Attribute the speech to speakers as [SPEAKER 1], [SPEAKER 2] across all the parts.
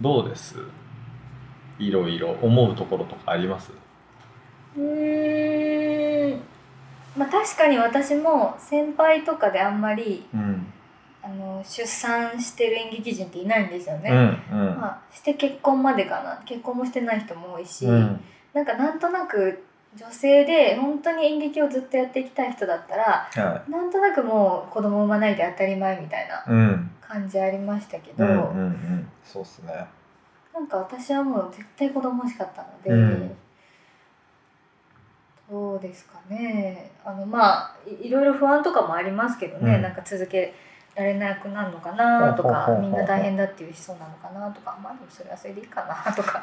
[SPEAKER 1] どうですいろいろ思うところとかあります
[SPEAKER 2] うーんまあ確かに私も先輩とかであんまり
[SPEAKER 1] うん
[SPEAKER 2] あの出産してる演劇人っていないんですよね、
[SPEAKER 1] うんうん
[SPEAKER 2] まあ、して結婚までかな結婚もしてない人も多いし、
[SPEAKER 1] うん
[SPEAKER 2] なんかなんとなく女性で本当に演劇をずっとやっていきたい人だったら
[SPEAKER 1] は
[SPEAKER 2] なんとなくもう子供産まないで当たり前みたいない
[SPEAKER 1] うん
[SPEAKER 2] 感じありましたけ
[SPEAKER 1] う
[SPEAKER 2] ど、
[SPEAKER 1] んうんうんそうっすね
[SPEAKER 2] なんか私はもう絶対子供欲しかったので、
[SPEAKER 1] うん
[SPEAKER 2] どうですかねあのまあいいろいろ不安とかもありますけどね、
[SPEAKER 1] うん
[SPEAKER 2] なんか続けられなくなるのかなとか
[SPEAKER 1] ほうほうほうほう
[SPEAKER 2] みんな大変だっていう人なのかなとかまあでもそれはそれでいいかな とか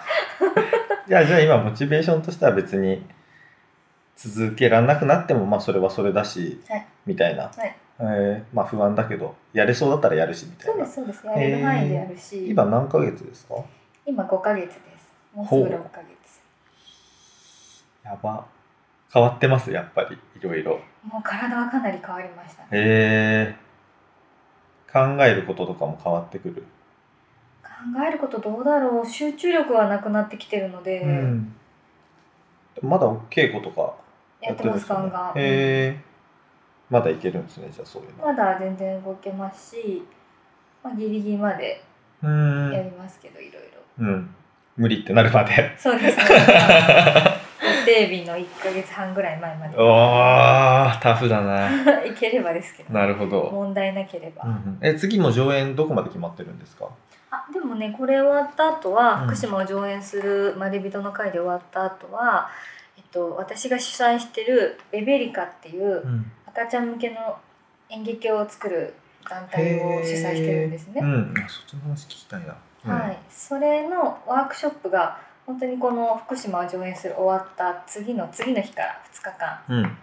[SPEAKER 1] いやじゃあ今モチベーションとしては別に続けられなくなってもまあそれはそれだし、
[SPEAKER 2] はい
[SPEAKER 1] みたいな、
[SPEAKER 2] はい
[SPEAKER 1] えーまあ不安だけどやれそうだったらやるしみた
[SPEAKER 2] そ
[SPEAKER 1] いう
[SPEAKER 2] で
[SPEAKER 1] な
[SPEAKER 2] すそうですやれる範囲でやるし、
[SPEAKER 1] 今何ヶ月ですか
[SPEAKER 2] 今5ヶ月ですもうすぐ6ヶ月
[SPEAKER 1] やば変わってますやっぱりいろいろ
[SPEAKER 2] もう体はかなり変わりましたね
[SPEAKER 1] えー、考えることとかも変わってくる、
[SPEAKER 2] 考えることどうだろう集中力はなくなってきてるので、
[SPEAKER 1] うんまだお稽古とか
[SPEAKER 2] やってますガンガン、
[SPEAKER 1] えー、まだいけるんですねじゃあそういうの
[SPEAKER 2] まだ全然動けますし、まあ、ギリギリまで
[SPEAKER 1] う
[SPEAKER 2] や
[SPEAKER 1] ん
[SPEAKER 2] りますけど、いろいろ
[SPEAKER 1] うん無理ってなるまで
[SPEAKER 2] そうですね予定日の1ヶ月半ぐらい前まで
[SPEAKER 1] おータフだな
[SPEAKER 2] いければですけど
[SPEAKER 1] なるほど、
[SPEAKER 2] 問題なければ、
[SPEAKER 1] うんうんえ次も上演どこまで決まってるんですか
[SPEAKER 2] あでもねこれ終わった後は、
[SPEAKER 1] うん
[SPEAKER 2] 福島を上演する「まれびとの会」で終わった後はえっと私が主催してる「ベベリカ」っていう
[SPEAKER 1] うん
[SPEAKER 2] 赤ちゃん向けの演劇を作る団体を主催してるんですね
[SPEAKER 1] う。んあそっちの話聞きたいな、うん
[SPEAKER 2] はい、それのワークショップが本当にこの福島を上演する終わった次の次の日から2日
[SPEAKER 1] う
[SPEAKER 2] 間
[SPEAKER 1] ん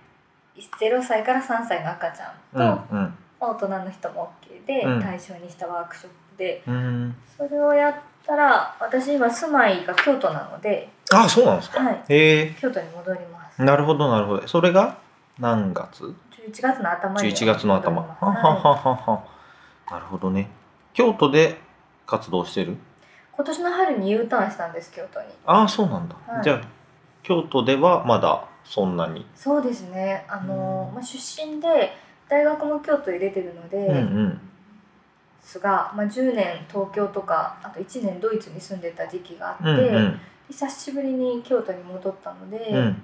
[SPEAKER 2] 0歳から3歳の赤ちゃん
[SPEAKER 1] う
[SPEAKER 2] と、
[SPEAKER 1] んうん
[SPEAKER 2] 大人の人も OK で、
[SPEAKER 1] うん
[SPEAKER 2] 対象にしたワークショップで
[SPEAKER 1] うん
[SPEAKER 2] それをやったら私今住まいが京都なので、
[SPEAKER 1] あそうなんですか、
[SPEAKER 2] はい、
[SPEAKER 1] え
[SPEAKER 2] 京都に戻ります
[SPEAKER 1] ー、なるほどなるほどそれが何月
[SPEAKER 2] 11月の頭に
[SPEAKER 1] 11月の頭
[SPEAKER 2] 戻り
[SPEAKER 1] は
[SPEAKER 2] ます
[SPEAKER 1] はは
[SPEAKER 2] はい
[SPEAKER 1] ははなるほどね京都で活動してる
[SPEAKER 2] 今年の春に U ターンしたんです京都に
[SPEAKER 1] ああそうなんだ、
[SPEAKER 2] はい
[SPEAKER 1] じゃあ京都ではまだそんなに
[SPEAKER 2] そうですねあの、
[SPEAKER 1] うん
[SPEAKER 2] まあ、出身で大学も京都に出てるので、
[SPEAKER 1] うんうん
[SPEAKER 2] ですが、まあ、10年東京とかあと1年ドイツに住んでた時期があって、
[SPEAKER 1] うんうん
[SPEAKER 2] 久しぶりに京都に戻ったので、
[SPEAKER 1] うん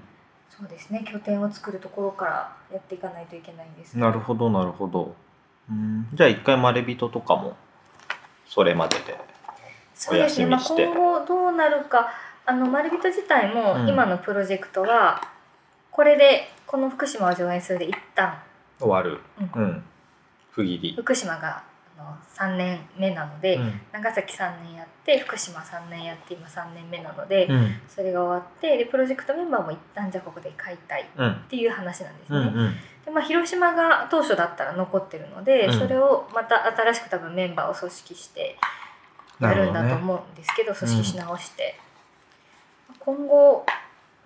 [SPEAKER 2] そうですね拠点を作るところからやっていかないといけないんです
[SPEAKER 1] なるほどなるほどうんじゃあ一回まれびととかもそれまでで
[SPEAKER 2] そうですね、
[SPEAKER 1] お
[SPEAKER 2] ま
[SPEAKER 1] 休
[SPEAKER 2] あ、
[SPEAKER 1] みして
[SPEAKER 2] 今後どうなるかあの丸人自体も
[SPEAKER 1] うん
[SPEAKER 2] 今のプロジェクトは、これでこの福島を上演するで一旦
[SPEAKER 1] 終わる
[SPEAKER 2] う
[SPEAKER 1] うん、不義理、
[SPEAKER 2] 福島があの3年目なので、
[SPEAKER 1] うん
[SPEAKER 2] 長崎3年やって福島3年やって今3年目なので、
[SPEAKER 1] うん
[SPEAKER 2] それが終わってでプロジェクトメンバーも一旦じゃあここで解体っ
[SPEAKER 1] うん
[SPEAKER 2] ていう話なんです
[SPEAKER 1] う
[SPEAKER 2] ね、
[SPEAKER 1] んうん
[SPEAKER 2] でまあ、広島が当初だったら残ってるので、
[SPEAKER 1] うん
[SPEAKER 2] それをまた新しく多分メンバーを組織してや
[SPEAKER 1] なる
[SPEAKER 2] るん
[SPEAKER 1] ほど
[SPEAKER 2] だと
[SPEAKER 1] ね
[SPEAKER 2] 思うんですけど組織し直して、今後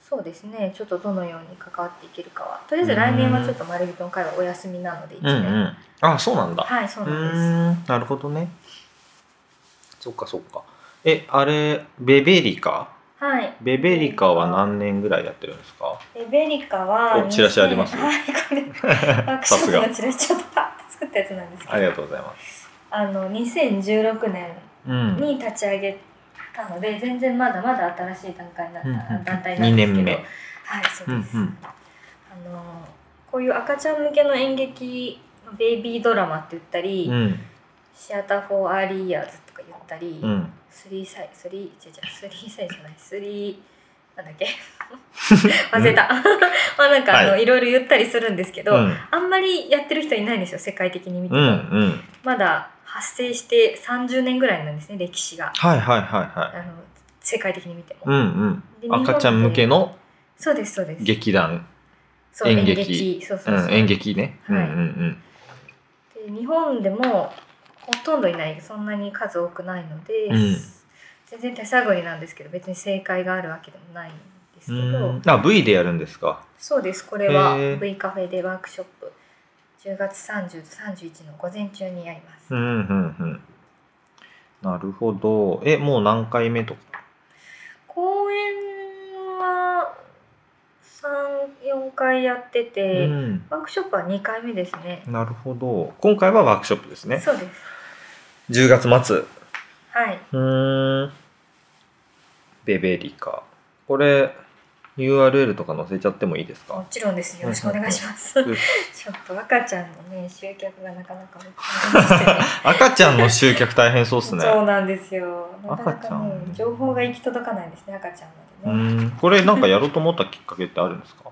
[SPEAKER 2] そうですねちょっとどのように関わっていけるかはとりあえず来年はちょっと丸人の会はお休みなので一
[SPEAKER 1] うんう
[SPEAKER 2] 年、
[SPEAKER 1] んあそうなんだ
[SPEAKER 2] はいそう
[SPEAKER 1] う
[SPEAKER 2] なんで
[SPEAKER 1] ーんなるほどねそっかそっかえあれベベリカ
[SPEAKER 2] すはい
[SPEAKER 1] ベベリカは何年ぐらいやってるんです か
[SPEAKER 2] でベリカは
[SPEAKER 1] おチラシあります
[SPEAKER 2] 2000はいこれワークシ
[SPEAKER 1] さす
[SPEAKER 2] ョ
[SPEAKER 1] が
[SPEAKER 2] ップのチラシちょっとパッと作ったやつなんですけど
[SPEAKER 1] ありがとうございます
[SPEAKER 2] あの2016年
[SPEAKER 1] うん
[SPEAKER 2] に立ち上げたので全然まだまだ新しい段階な、
[SPEAKER 1] うんうん
[SPEAKER 2] 団体な
[SPEAKER 1] 2
[SPEAKER 2] んですけ
[SPEAKER 1] 年
[SPEAKER 2] ど
[SPEAKER 1] 目
[SPEAKER 2] はいそうです、
[SPEAKER 1] うんうん
[SPEAKER 2] あのこういう赤ちゃん向けの演劇ベイビードラマって言ったり、
[SPEAKER 1] うん
[SPEAKER 2] シアター・フォー・アーリー・イヤーズとか言ったり、
[SPEAKER 1] うん
[SPEAKER 2] スリーサイスリー違う違うスリーサイじゃないスリーなんだっ け忘れたまあなんかあの、、
[SPEAKER 1] はい
[SPEAKER 2] ろいろ言ったりするんですけど、
[SPEAKER 1] うん
[SPEAKER 2] あんまりやってる人いないんですよ世界的に見て
[SPEAKER 1] う
[SPEAKER 2] も、
[SPEAKER 1] んうん
[SPEAKER 2] まだ発生して30年ぐらいなんですね歴史が
[SPEAKER 1] はいはいはいは
[SPEAKER 2] あの世界的に見て
[SPEAKER 1] い。う
[SPEAKER 2] も、
[SPEAKER 1] ん
[SPEAKER 2] で
[SPEAKER 1] うん。赤ちゃん向けの
[SPEAKER 2] そうですそうです
[SPEAKER 1] 劇団、
[SPEAKER 2] そう
[SPEAKER 1] 演
[SPEAKER 2] 演
[SPEAKER 1] 劇
[SPEAKER 2] 劇そうそううそう、
[SPEAKER 1] ん、演劇ね。うんう
[SPEAKER 2] はい
[SPEAKER 1] ん
[SPEAKER 2] で日本でもほとんどいないそんなに数多くないので、
[SPEAKER 1] うん
[SPEAKER 2] 全然手探りなんですけど別に正解があるわけでもないんです
[SPEAKER 1] う
[SPEAKER 2] け
[SPEAKER 1] ん。
[SPEAKER 2] ど、
[SPEAKER 1] うんあ、V でやるんですか。
[SPEAKER 2] そうですこれは
[SPEAKER 1] へー
[SPEAKER 2] V カフェでワークショップ10月30と31の午前中にやります、
[SPEAKER 1] うんうんうん。なるほど。え、もう何回目とか。
[SPEAKER 2] 公演は34回やってて、
[SPEAKER 1] うん。
[SPEAKER 2] ワークショップは2回目ですね、
[SPEAKER 1] なるほど。今回はワークショップですね。
[SPEAKER 2] そうです
[SPEAKER 1] 10月末。
[SPEAKER 2] はいう
[SPEAKER 1] ーん。ベベリカ。これ、URL とか載せちゃってもいいです
[SPEAKER 2] も
[SPEAKER 1] か
[SPEAKER 2] ちろんですよろしくお願いします、
[SPEAKER 1] うん
[SPEAKER 2] ちょっと赤ちゃんのね集客がなかなか難しくてね
[SPEAKER 1] 赤ちゃんの集客大変そうっすね。
[SPEAKER 2] そうなんですよなかな
[SPEAKER 1] 赤ち
[SPEAKER 2] か
[SPEAKER 1] ゃ
[SPEAKER 2] ね
[SPEAKER 1] ん
[SPEAKER 2] 情報が行き届かないですね赤ちゃ
[SPEAKER 1] う
[SPEAKER 2] んなのでね
[SPEAKER 1] ん。これなんかやろうと思ったきっかけってあるんですか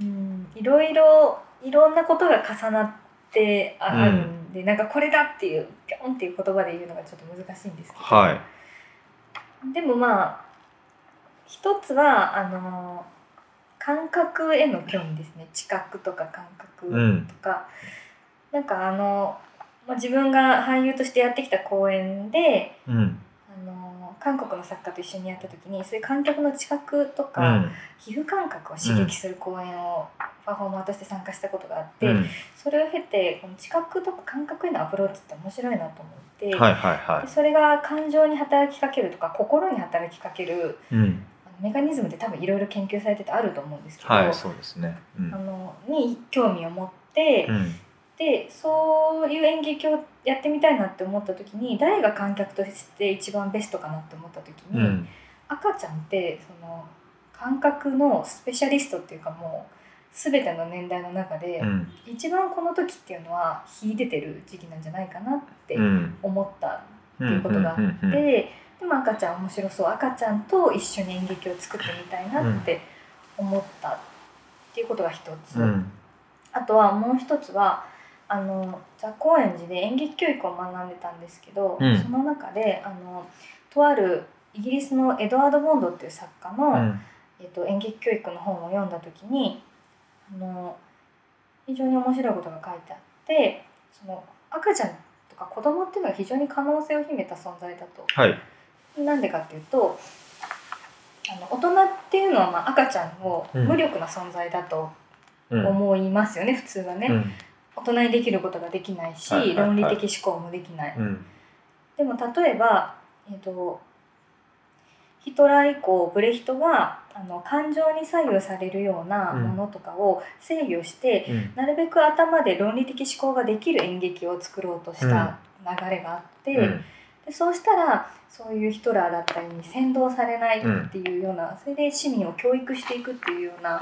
[SPEAKER 2] うんいろいろいろんなことが重なってあ,、
[SPEAKER 1] うん
[SPEAKER 2] あるんでなんかこれだっていうピョンっていう言葉で言うのがちょっと難しいんですけど、
[SPEAKER 1] はい。
[SPEAKER 2] でもまあ一つはあの感覚への興味ですね知覚とか感覚
[SPEAKER 1] うん
[SPEAKER 2] とか、なんかあの、まあ、自分が俳優としてやってきた公演で
[SPEAKER 1] うん。
[SPEAKER 2] あの韓国の作家と一緒にやった時にそういう観客の知覚と
[SPEAKER 1] う
[SPEAKER 2] か、
[SPEAKER 1] ん。
[SPEAKER 2] 皮膚感覚を刺激する公演をパフォーマーとして参加したことがあって、
[SPEAKER 1] うん
[SPEAKER 2] それを経てこの知覚とか感覚へのアプローチって面白いなと思って、
[SPEAKER 1] はいはいは
[SPEAKER 2] でそれが感情に働きかけるとか心に働きかける
[SPEAKER 1] い。うん。
[SPEAKER 2] あのメカニズムって多分いろいろ研究されててあると思うんですけど、
[SPEAKER 1] はい、そうですね。う
[SPEAKER 2] あ
[SPEAKER 1] ん。
[SPEAKER 2] のに興味を持って、
[SPEAKER 1] うん。
[SPEAKER 2] でそういう演劇をやってみたいなって思った時に誰が観客として一番ベストかなって思った時
[SPEAKER 1] う
[SPEAKER 2] に、
[SPEAKER 1] ん。
[SPEAKER 2] 赤ちゃんってその感覚のスペシャリストっていうかもう全ての年代の中で、
[SPEAKER 1] うん。
[SPEAKER 2] 一番この時っていうのは秀でてる時期なんじゃないかなって
[SPEAKER 1] うん。
[SPEAKER 2] 思った
[SPEAKER 1] って
[SPEAKER 2] いうことがあってで、でも赤ちゃん面白そう赤ちゃんと一緒に演劇を作ってみたいなって思ったっていうことが一つ、
[SPEAKER 1] うん。
[SPEAKER 2] あとはもう一つはあの座高円寺で演劇教育を学んでたんですけど、
[SPEAKER 1] うん
[SPEAKER 2] その中であのとあるイギリスのエドワード・ボンドっていう作家の、
[SPEAKER 1] うん。
[SPEAKER 2] えっと、演劇教育の本を読んだ時にあの非常に面白いことが書いてあってその赤ちゃんとか子供っていうのは非常に可能性を秘めた存在だと
[SPEAKER 1] はい。
[SPEAKER 2] なんでかっていうとあの大人っていうのはまあ赤ちゃんを
[SPEAKER 1] うん
[SPEAKER 2] 無力な存在だと
[SPEAKER 1] うん。
[SPEAKER 2] 思いますよね、普通はね、
[SPEAKER 1] うん
[SPEAKER 2] 大人にできることができないし、
[SPEAKER 1] はいはいはい
[SPEAKER 2] 論理的思考もできない、
[SPEAKER 1] うん。
[SPEAKER 2] でも例えば、えっとヒトラー以降ブレヒトがあの感情に左右されるようなものとかを制御して、
[SPEAKER 1] うん。
[SPEAKER 2] なるべく頭で論理的思考ができる演劇を作ろうとした流れがあって、
[SPEAKER 1] うん。
[SPEAKER 2] でそうしたらそういうヒトラーだったりに扇動されないっていうような、それで市民を教育していくっていうような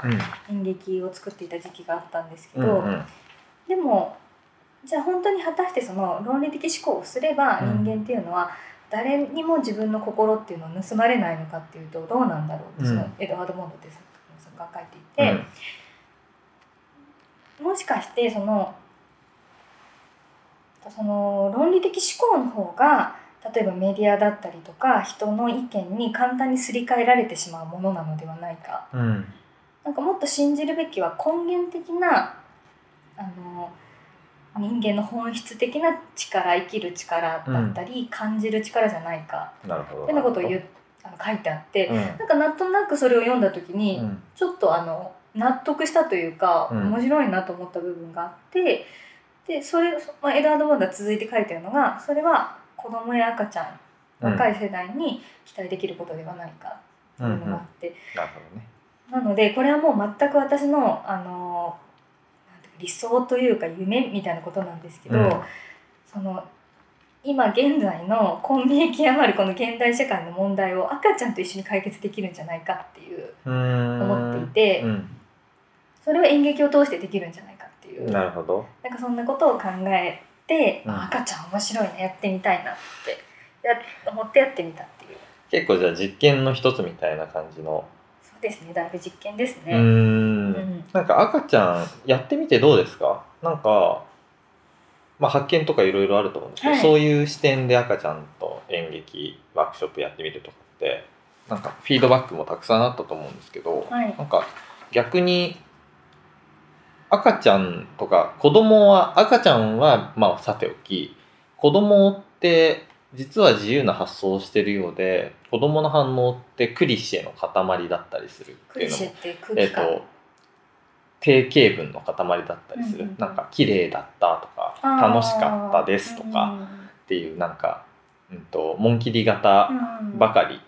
[SPEAKER 1] うん。
[SPEAKER 2] 演劇を作っていた時期があったんですけ
[SPEAKER 1] う
[SPEAKER 2] ど、
[SPEAKER 1] んうん
[SPEAKER 2] でもじゃあ本当に果たしてその論理的思考をすれば
[SPEAKER 1] うん
[SPEAKER 2] 人間っていうのは誰にも自分の心っていうのを盗まれないのかっていうとどうなんだろうってそ
[SPEAKER 1] う
[SPEAKER 2] の
[SPEAKER 1] ん
[SPEAKER 2] エドワード・モンドっていう作家が書いていて、もしかしてそのその論理的思考の方が例えばメディアだったりとか人の意見に簡単にすり替えられてしまうものなのではないか
[SPEAKER 1] うん。
[SPEAKER 2] なんかもっと信じるべきは根源的なあの人間の本質的な力生きる力だったり、感じる力じゃないか
[SPEAKER 1] なるほど。
[SPEAKER 2] ってなことを言うあの書いてあって、
[SPEAKER 1] うん
[SPEAKER 2] なんかなんとなくそれを読んだ時に、
[SPEAKER 1] うん
[SPEAKER 2] ちょっとあの納得したというか、
[SPEAKER 1] うん
[SPEAKER 2] 面白いなと思った部分があってでそれ、そまあ、エドワード・ボンドは続いて書いてあるのがそれは子供や赤ちゃん
[SPEAKER 1] うん
[SPEAKER 2] 若い世代に期待できることではないかと
[SPEAKER 1] う
[SPEAKER 2] い
[SPEAKER 1] んう
[SPEAKER 2] うんのがあって、
[SPEAKER 1] なるほどね。
[SPEAKER 2] なのでこれはもう全く私の、あのなんていうか理想というか夢みたいなことなんですけど、
[SPEAKER 1] うん
[SPEAKER 2] その今現在の混迷極まるこの現代社会の問題を赤ちゃんと一緒に解決できるんじゃないかっていう
[SPEAKER 1] うーん。
[SPEAKER 2] 思っていて、
[SPEAKER 1] うん。
[SPEAKER 2] それを演劇を通してできるんじゃないかっていう
[SPEAKER 1] なるほど。
[SPEAKER 2] なんかそんなことを考えて、
[SPEAKER 1] うん
[SPEAKER 2] あ赤ちゃん面白いなやってみたいなってや思ってやってみたっていう
[SPEAKER 1] 結構じゃあ実験の一つみたいな感じの。
[SPEAKER 2] そうですねだいぶ実験です
[SPEAKER 1] うー。
[SPEAKER 2] ね。うん
[SPEAKER 1] なんか赤ちゃんやってみてどうですかなんか、まあ、発見とかいろいろあると思うんですけど、
[SPEAKER 2] はい
[SPEAKER 1] そういう視点で赤ちゃんと演劇ワークショップやってみるとかってなんかフィードバックもたくさんあったと思うんですけど、
[SPEAKER 2] はい
[SPEAKER 1] なんか逆に赤ちゃんとか子供は赤ちゃんはまあさておき子供って実は自由な発想をしてるようで子供の反応ってクリシェの塊だったりするっ
[SPEAKER 2] ク
[SPEAKER 1] てい
[SPEAKER 2] リ
[SPEAKER 1] うの
[SPEAKER 2] シ
[SPEAKER 1] も
[SPEAKER 2] ェって空
[SPEAKER 1] えっ
[SPEAKER 2] 気感、
[SPEAKER 1] と定型文の塊だったりする、
[SPEAKER 2] うんうんうん
[SPEAKER 1] なんか綺麗だったとか
[SPEAKER 2] あー
[SPEAKER 1] 楽しかったですと
[SPEAKER 2] う
[SPEAKER 1] か
[SPEAKER 2] ん
[SPEAKER 1] っていうなんかうんと、紋切り型ばかり、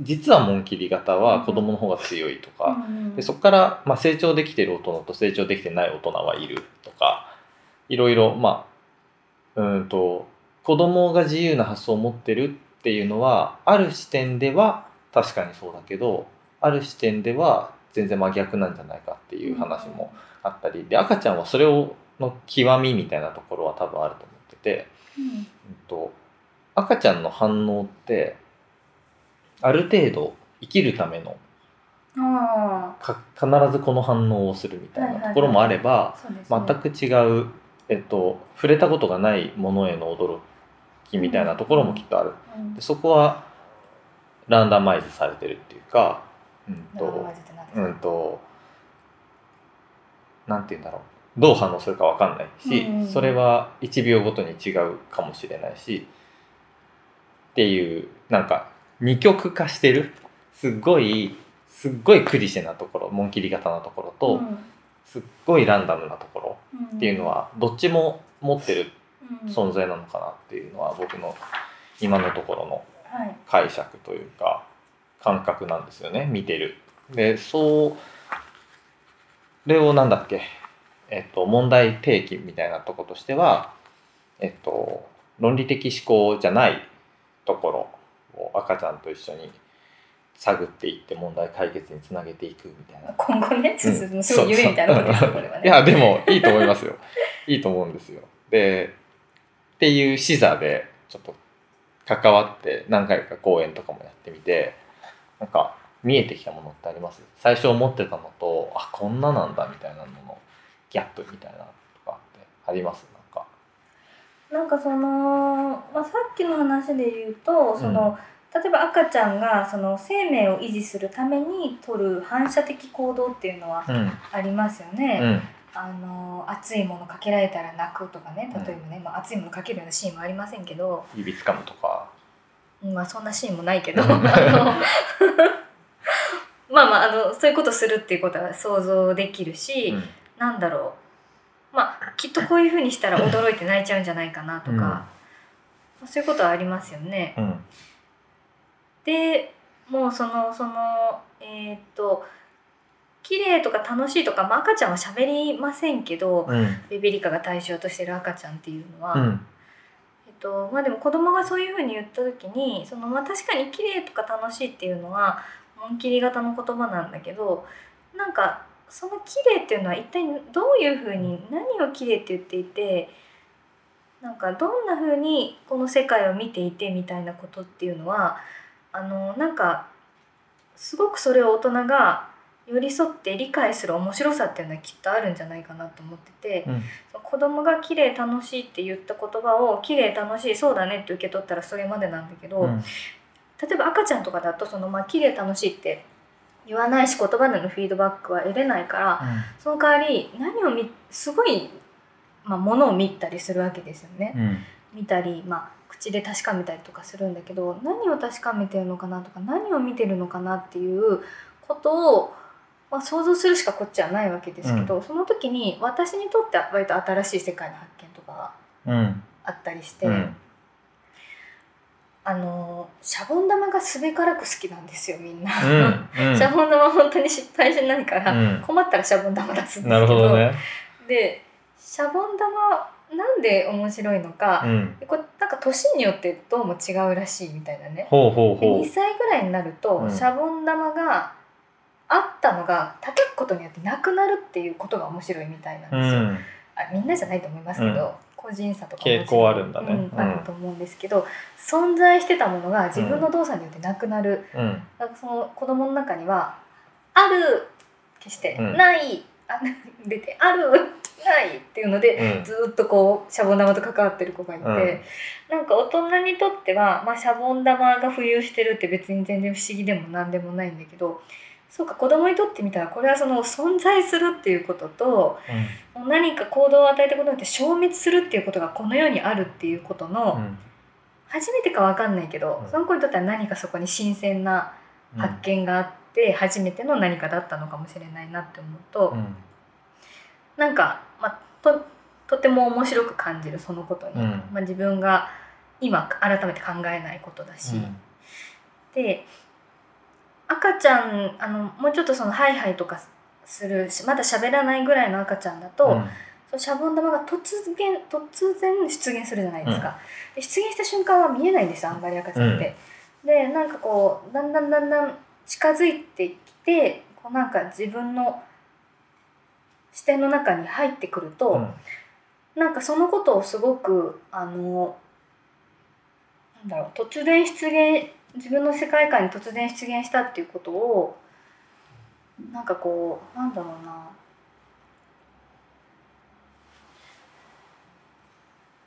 [SPEAKER 1] 実は紋切り型は子供の方が強いとか、でそこから、まあ、成長できてる大人と成長できてない大人はいるとかいろいろまあうーんと子供が自由な発想を持ってるっていうのはある視点では確かにそうだけどある視点では全然真逆なんじゃないかっていう話もあったりで赤ちゃんはそれをの極みみたいなところは多分あると思ってて、うん、と赤ちゃんの反応ってある程度生きるための
[SPEAKER 2] あ
[SPEAKER 1] か必ずこの反応をするみたいなところもあれば、
[SPEAKER 2] あそうです、
[SPEAKER 1] 全く違う、えっと、触れたことがないものへの驚きみたいなところもきっとある、でそこはランダマイズされてるっていうかうんと,、うん、となんて言うんだろうどう反応するかわかんないし、
[SPEAKER 2] うん
[SPEAKER 1] それは1秒ごとに違うかもしれないしっていうなんか二極化してるすっごいすっごいクリシェなところ紋切り型なところと、すっごいランダムなところっていうのはどっちも持ってる存在なのかなっていうのは僕の今のところの
[SPEAKER 2] はい
[SPEAKER 1] 解釈というか感覚なんですよね見てる。でそうそれをなんだっけ、えっと、問題提起みたいなとことしては、えっと、論理的思考じゃないところを赤ちゃんと一緒に探っていって問題解決につなげていくみたいな
[SPEAKER 2] 今後ね、ちょっと
[SPEAKER 1] うん
[SPEAKER 2] すごい夢みたいなことです
[SPEAKER 1] そう
[SPEAKER 2] よ
[SPEAKER 1] そう
[SPEAKER 2] これはね。
[SPEAKER 1] いや、でも、いいと思いますよ。 いいと思うんですよ。で、っていう視座で、ちょっと関わって、何回か講演とかもやってみて、なんか、見えてきたものってあります最初思ってたのと、あ、こんななんだ、みたいなのの、ギャップみたいなのとかってありますなんか。
[SPEAKER 2] なんかその、まあ、さっきの話で言うとその、例えば赤ちゃんがその生命を維持するために取る反射的行動っていうのは
[SPEAKER 1] うん。
[SPEAKER 2] ありますよね。
[SPEAKER 1] うん。
[SPEAKER 2] あの熱いものかけられたら泣くとかね例えばね、まあ、熱いものかけるようなシーンもありませんけど、
[SPEAKER 1] 指つかむとか。
[SPEAKER 2] まあ、そんなシーンもないけど あのまあまああのそういうことするっていうことは想像できるし、
[SPEAKER 1] うん。
[SPEAKER 2] なんだろうまあきっとこういうふうにしたら驚いて泣いちゃうんじゃないかなと
[SPEAKER 1] う
[SPEAKER 2] か、
[SPEAKER 1] ん
[SPEAKER 2] まあそういうことはありますよね。
[SPEAKER 1] うん。
[SPEAKER 2] でもうそのそのえーっと綺麗とか楽しいとか、まあ、赤ちゃんは喋りませんけど、
[SPEAKER 1] うん。
[SPEAKER 2] ベビリカが対象としてる赤ちゃんっていうのは、
[SPEAKER 1] うん。
[SPEAKER 2] えっとまあ、でも子供がそういうふうに言った時にその、まあ、確かに綺麗とか楽しいっていうのは紋切り型の言葉なんだけどなんかその綺麗っていうのは一体どういうふうに何を綺麗って言っていてなんかどんなふうにこの世界を見ていてみたいなことっていうのはあのなんかすごくそれを大人が寄り添って理解する面白さっていうのはきっとあるんじゃないかなと思ってて。
[SPEAKER 1] うん。
[SPEAKER 2] 子供が綺麗楽しいって言った言葉を綺麗楽しいそうだねって受け取ったらそれまでなんだけど、
[SPEAKER 1] うん。
[SPEAKER 2] 例えば赤ちゃんとかだとそのまあ綺麗楽しいって言わないし言葉でのフィードバックは得れないからその代わり何を見すごい、まあ、ものを見たりするわけですよね。
[SPEAKER 1] うん。
[SPEAKER 2] 見たり、まあ、口で確かめたりとかするんだけど何を確かめてるのかなとか何を見てるのかなっていうことを、まあ、想像するしかこっちはないわけですけど、その時に私にとっては割と新しい世界の発見とかが
[SPEAKER 1] うん。
[SPEAKER 2] あったりして、
[SPEAKER 1] うん。
[SPEAKER 2] あのシャボン玉がすべからく好きなんですよみんな。
[SPEAKER 1] うん。
[SPEAKER 2] シャボン玉本当に失敗しないから、
[SPEAKER 1] うん
[SPEAKER 2] 困ったらシャボン玉出すんですけど
[SPEAKER 1] なるほどね。
[SPEAKER 2] でシャボン玉なんで面白いのか、
[SPEAKER 1] うん。
[SPEAKER 2] でこれなんか年によってどうも違うらしいみたいなね
[SPEAKER 1] ほうほう
[SPEAKER 2] で
[SPEAKER 1] ほ
[SPEAKER 2] 2
[SPEAKER 1] う。
[SPEAKER 2] 歳ぐらいになると、
[SPEAKER 1] うん
[SPEAKER 2] シャボン玉があったのが叩くことによってなくなるっていうことが面白いみたいなん
[SPEAKER 1] う
[SPEAKER 2] ですよ、
[SPEAKER 1] ん。
[SPEAKER 2] あみんなじゃないと思いますけど、
[SPEAKER 1] う
[SPEAKER 2] 個人差とかも
[SPEAKER 1] 傾向あるんだね
[SPEAKER 2] うん
[SPEAKER 1] うん
[SPEAKER 2] あると思うんですけど、存在してたものが自分の動作によってなくなる、
[SPEAKER 1] うん。
[SPEAKER 2] なんかその子供の中には「ある」決して「
[SPEAKER 1] うん
[SPEAKER 2] ない」あ出て「ある」「ない」っていうので
[SPEAKER 1] うん
[SPEAKER 2] ずーっとこうシャボン玉と関わってる子がいて、
[SPEAKER 1] うん
[SPEAKER 2] なんか大人にとっては、まあ、シャボン玉が浮遊してるって別に全然不思議でも何でもないんだけどそうか子供にとってみたらこれはその存在するっていうことと何か行動を与えたことによって消滅するっていうことがこの世にあるっていうことの、
[SPEAKER 1] うん
[SPEAKER 2] 初めてかわかんないけど、
[SPEAKER 1] うん
[SPEAKER 2] その子にとっては何かそこに新鮮な発見があって、初めての何かだったのかもしれないなって思うと。
[SPEAKER 1] うん
[SPEAKER 2] なんか、まあ、ととても面白く感じるそのことに、
[SPEAKER 1] うん
[SPEAKER 2] まあ、自分が今改めて考えないことだし、
[SPEAKER 1] うん
[SPEAKER 2] で赤ちゃんあのもうちょっとそのハイハイとかするしまだ喋らないぐらいの赤ちゃんだと、
[SPEAKER 1] うん
[SPEAKER 2] そのシャボン玉が突然突然出現するじゃないですか、で出現した瞬間は見えないんですよあんまり赤ちゃんって。でなんかこうだんだんだんだん近づいてきてこうなんか自分の視点の中に入ってくると、
[SPEAKER 1] うん
[SPEAKER 2] なんかそのことをすごくあのなんだろう突然出現自分の世界観に突然出現したっていうことをなんかこうなんだろうな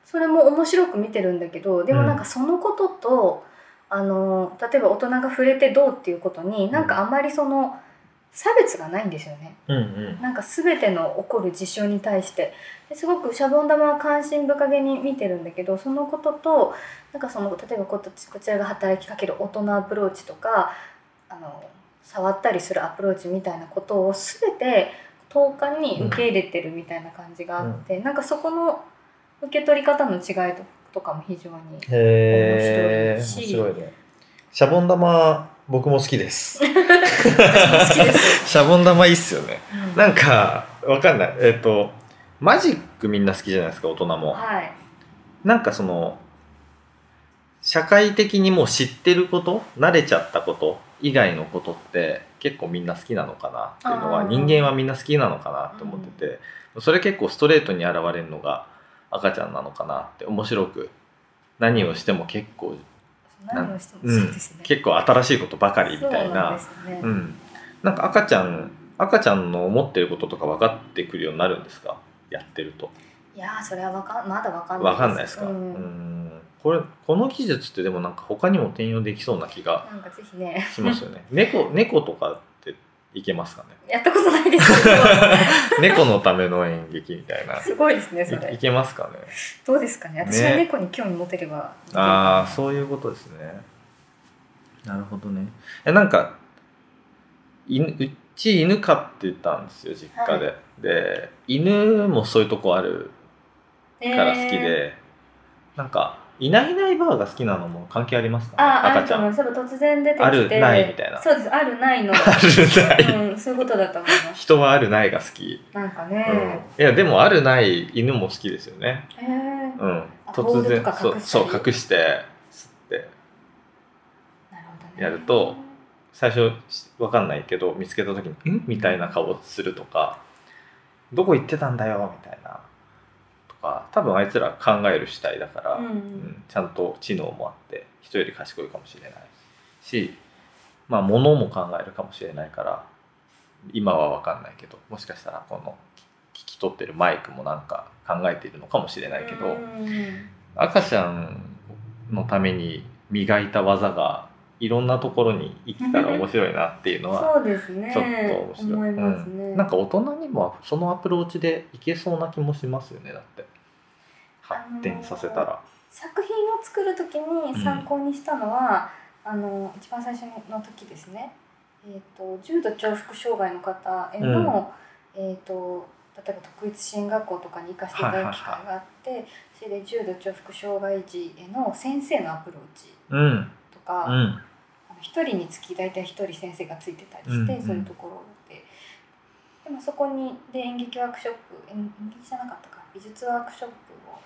[SPEAKER 2] それも面白く見てるんだけどでもなんかそのことと、あの例えば大人が触れてどうっていうことになんかあまりその差別がないんですよね。
[SPEAKER 1] うんうん
[SPEAKER 2] なんか全ての起こる事象に対してですごくシャボン玉は関心深げに見てるんだけどそのこととなんかその例えばこっちこちらが働きかける大人アプローチとかあの触ったりするアプローチみたいなことを全て10日に受け入れてるみたいな感じがあって、なんかそこの受け取り方の違いととかも非常に
[SPEAKER 1] へえ
[SPEAKER 2] 面白い
[SPEAKER 1] 面
[SPEAKER 2] し
[SPEAKER 1] 白いねシャボン玉僕も好きです
[SPEAKER 2] 好きです。
[SPEAKER 1] シャボン玉いいっすよね
[SPEAKER 2] うん
[SPEAKER 1] なんかわかんないえっ、とマジックみんな好きじゃないですか大人も、
[SPEAKER 2] はい
[SPEAKER 1] なんかその社会的にもう知ってること慣れちゃったこと以外のことって結構みんな好きなのかなっていうのは
[SPEAKER 2] あー
[SPEAKER 1] 人間はみんな好きなのかなって思ってて、それ結構ストレートに現れるのが赤ちゃんなのかなって面白く何をしても結構
[SPEAKER 2] 何をしても
[SPEAKER 1] うん
[SPEAKER 2] そうですね。
[SPEAKER 1] 結構新しいことばかりみ
[SPEAKER 2] そう
[SPEAKER 1] たい
[SPEAKER 2] なん
[SPEAKER 1] な
[SPEAKER 2] ですね。
[SPEAKER 1] うん、なんか赤ちゃん赤ちゃんの思ってることとか分かってくるようになるんですかやってると
[SPEAKER 2] いやーそれはわかんまだわかんない
[SPEAKER 1] 分かんないですか、
[SPEAKER 2] う
[SPEAKER 1] うんんこれこの技術ってでもなんか他にも転用できそうな気が
[SPEAKER 2] なんかぜひね、
[SPEAKER 1] しますよね猫猫とかっていけますかね
[SPEAKER 2] やったことないですけど、
[SPEAKER 1] 猫のための演劇みたいな
[SPEAKER 2] すごいですね、そ
[SPEAKER 1] いい
[SPEAKER 2] れ。
[SPEAKER 1] けますかね
[SPEAKER 2] どうですかね、私
[SPEAKER 1] ね
[SPEAKER 2] は猫に興味持てれば。
[SPEAKER 1] ああそういうことですねなるほどねえなんか犬うち犬飼ってたんですよ実家で、で犬もそういうとこある
[SPEAKER 2] う
[SPEAKER 1] から好きで、なんかいないいないばあが好きなのも関係ありますか、ね、
[SPEAKER 2] あー、あ
[SPEAKER 1] 赤
[SPEAKER 2] る
[SPEAKER 1] ち
[SPEAKER 2] と
[SPEAKER 1] ゃん
[SPEAKER 2] 思います。多分突然出てきて。
[SPEAKER 1] あるないみたいな
[SPEAKER 2] そうです、あ るないの。
[SPEAKER 1] あるない、
[SPEAKER 2] うん、そういうことだと思います。
[SPEAKER 1] 人はあるないが好き、
[SPEAKER 2] なんか
[SPEAKER 1] うん
[SPEAKER 2] ね、
[SPEAKER 1] いやでもあるない犬も好きですよね、
[SPEAKER 2] へえ
[SPEAKER 1] う。ん、
[SPEAKER 2] あ
[SPEAKER 1] 突然
[SPEAKER 2] ボールとか隠した
[SPEAKER 1] そう
[SPEAKER 2] り
[SPEAKER 1] そう隠して吸って
[SPEAKER 2] なるほどね。
[SPEAKER 1] やると最初わかんないけど見つけた時に「ん?」みたいな顔するとか「どこ行ってたんだよ」みたいなとか多分あいつら考える主体だから、
[SPEAKER 2] うんう。
[SPEAKER 1] うんんちゃんと知能もあって人より賢いかもしれないしまあ物も考えるかもしれないから今は分かんないけどもしかしたらこの聞き取ってるマイクもなんか考えているのかもしれないけど、
[SPEAKER 2] うん
[SPEAKER 1] 赤ちゃんのために磨いた技がいろんなところに行ったら面白いなっていうのは
[SPEAKER 2] そうですね。
[SPEAKER 1] ちょっと面白い
[SPEAKER 2] 思います
[SPEAKER 1] う
[SPEAKER 2] ね。
[SPEAKER 1] んなんか大人にもそのアプローチでいけそうな気もしますよねだって発展させたら。
[SPEAKER 2] 作品を作る時に参考にしたのは、あの一番最初の時ですね、えー、と重度重複障害の方への、えー、と例えば特立支援学校とかに行かせていただく機会があって、それで重度重複障害児への先生のアプローチ
[SPEAKER 1] うん、
[SPEAKER 2] とか、
[SPEAKER 1] う
[SPEAKER 2] あの
[SPEAKER 1] ん
[SPEAKER 2] 一人につき大体一人先生がついてたりし
[SPEAKER 1] う
[SPEAKER 2] て、
[SPEAKER 1] んうん
[SPEAKER 2] そういうところで。でもそこにで演劇ワークショップ演演劇じゃなかったか美術ワークショップを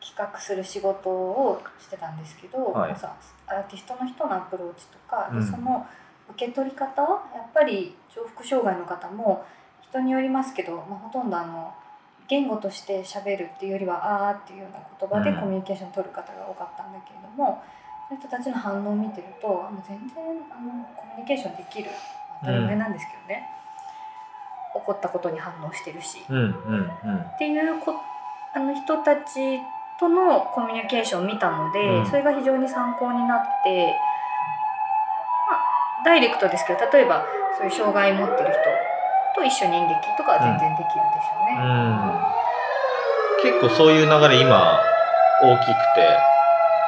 [SPEAKER 2] 企画する仕事をしてたんですけど、
[SPEAKER 1] はい
[SPEAKER 2] まずアーティストの人のアプローチとか、で
[SPEAKER 1] うん
[SPEAKER 2] その受け取り方やっぱり重複障害の方も人によりますけど、まあ、ほとんどあの言語として喋るっていうよりは「あー」っていうような言葉で
[SPEAKER 1] うん
[SPEAKER 2] コミュニケーションを取る方が多かったんだけれども、そういう人たちの反応を見てるとあもう全然あのコミュニケーションできる当たり前なんですけどね、怒ったことに反応してるし。
[SPEAKER 1] うんうん
[SPEAKER 2] っていうこあの人たちとのコミュニケーションを見たので、
[SPEAKER 1] うん
[SPEAKER 2] それが非常に参考になって、まあ、ダイレクトですけど例えばそういう障害持ってる人と一緒に演劇とかは全然できるでしょうね。
[SPEAKER 1] うん、結構そういう流れ今大きくて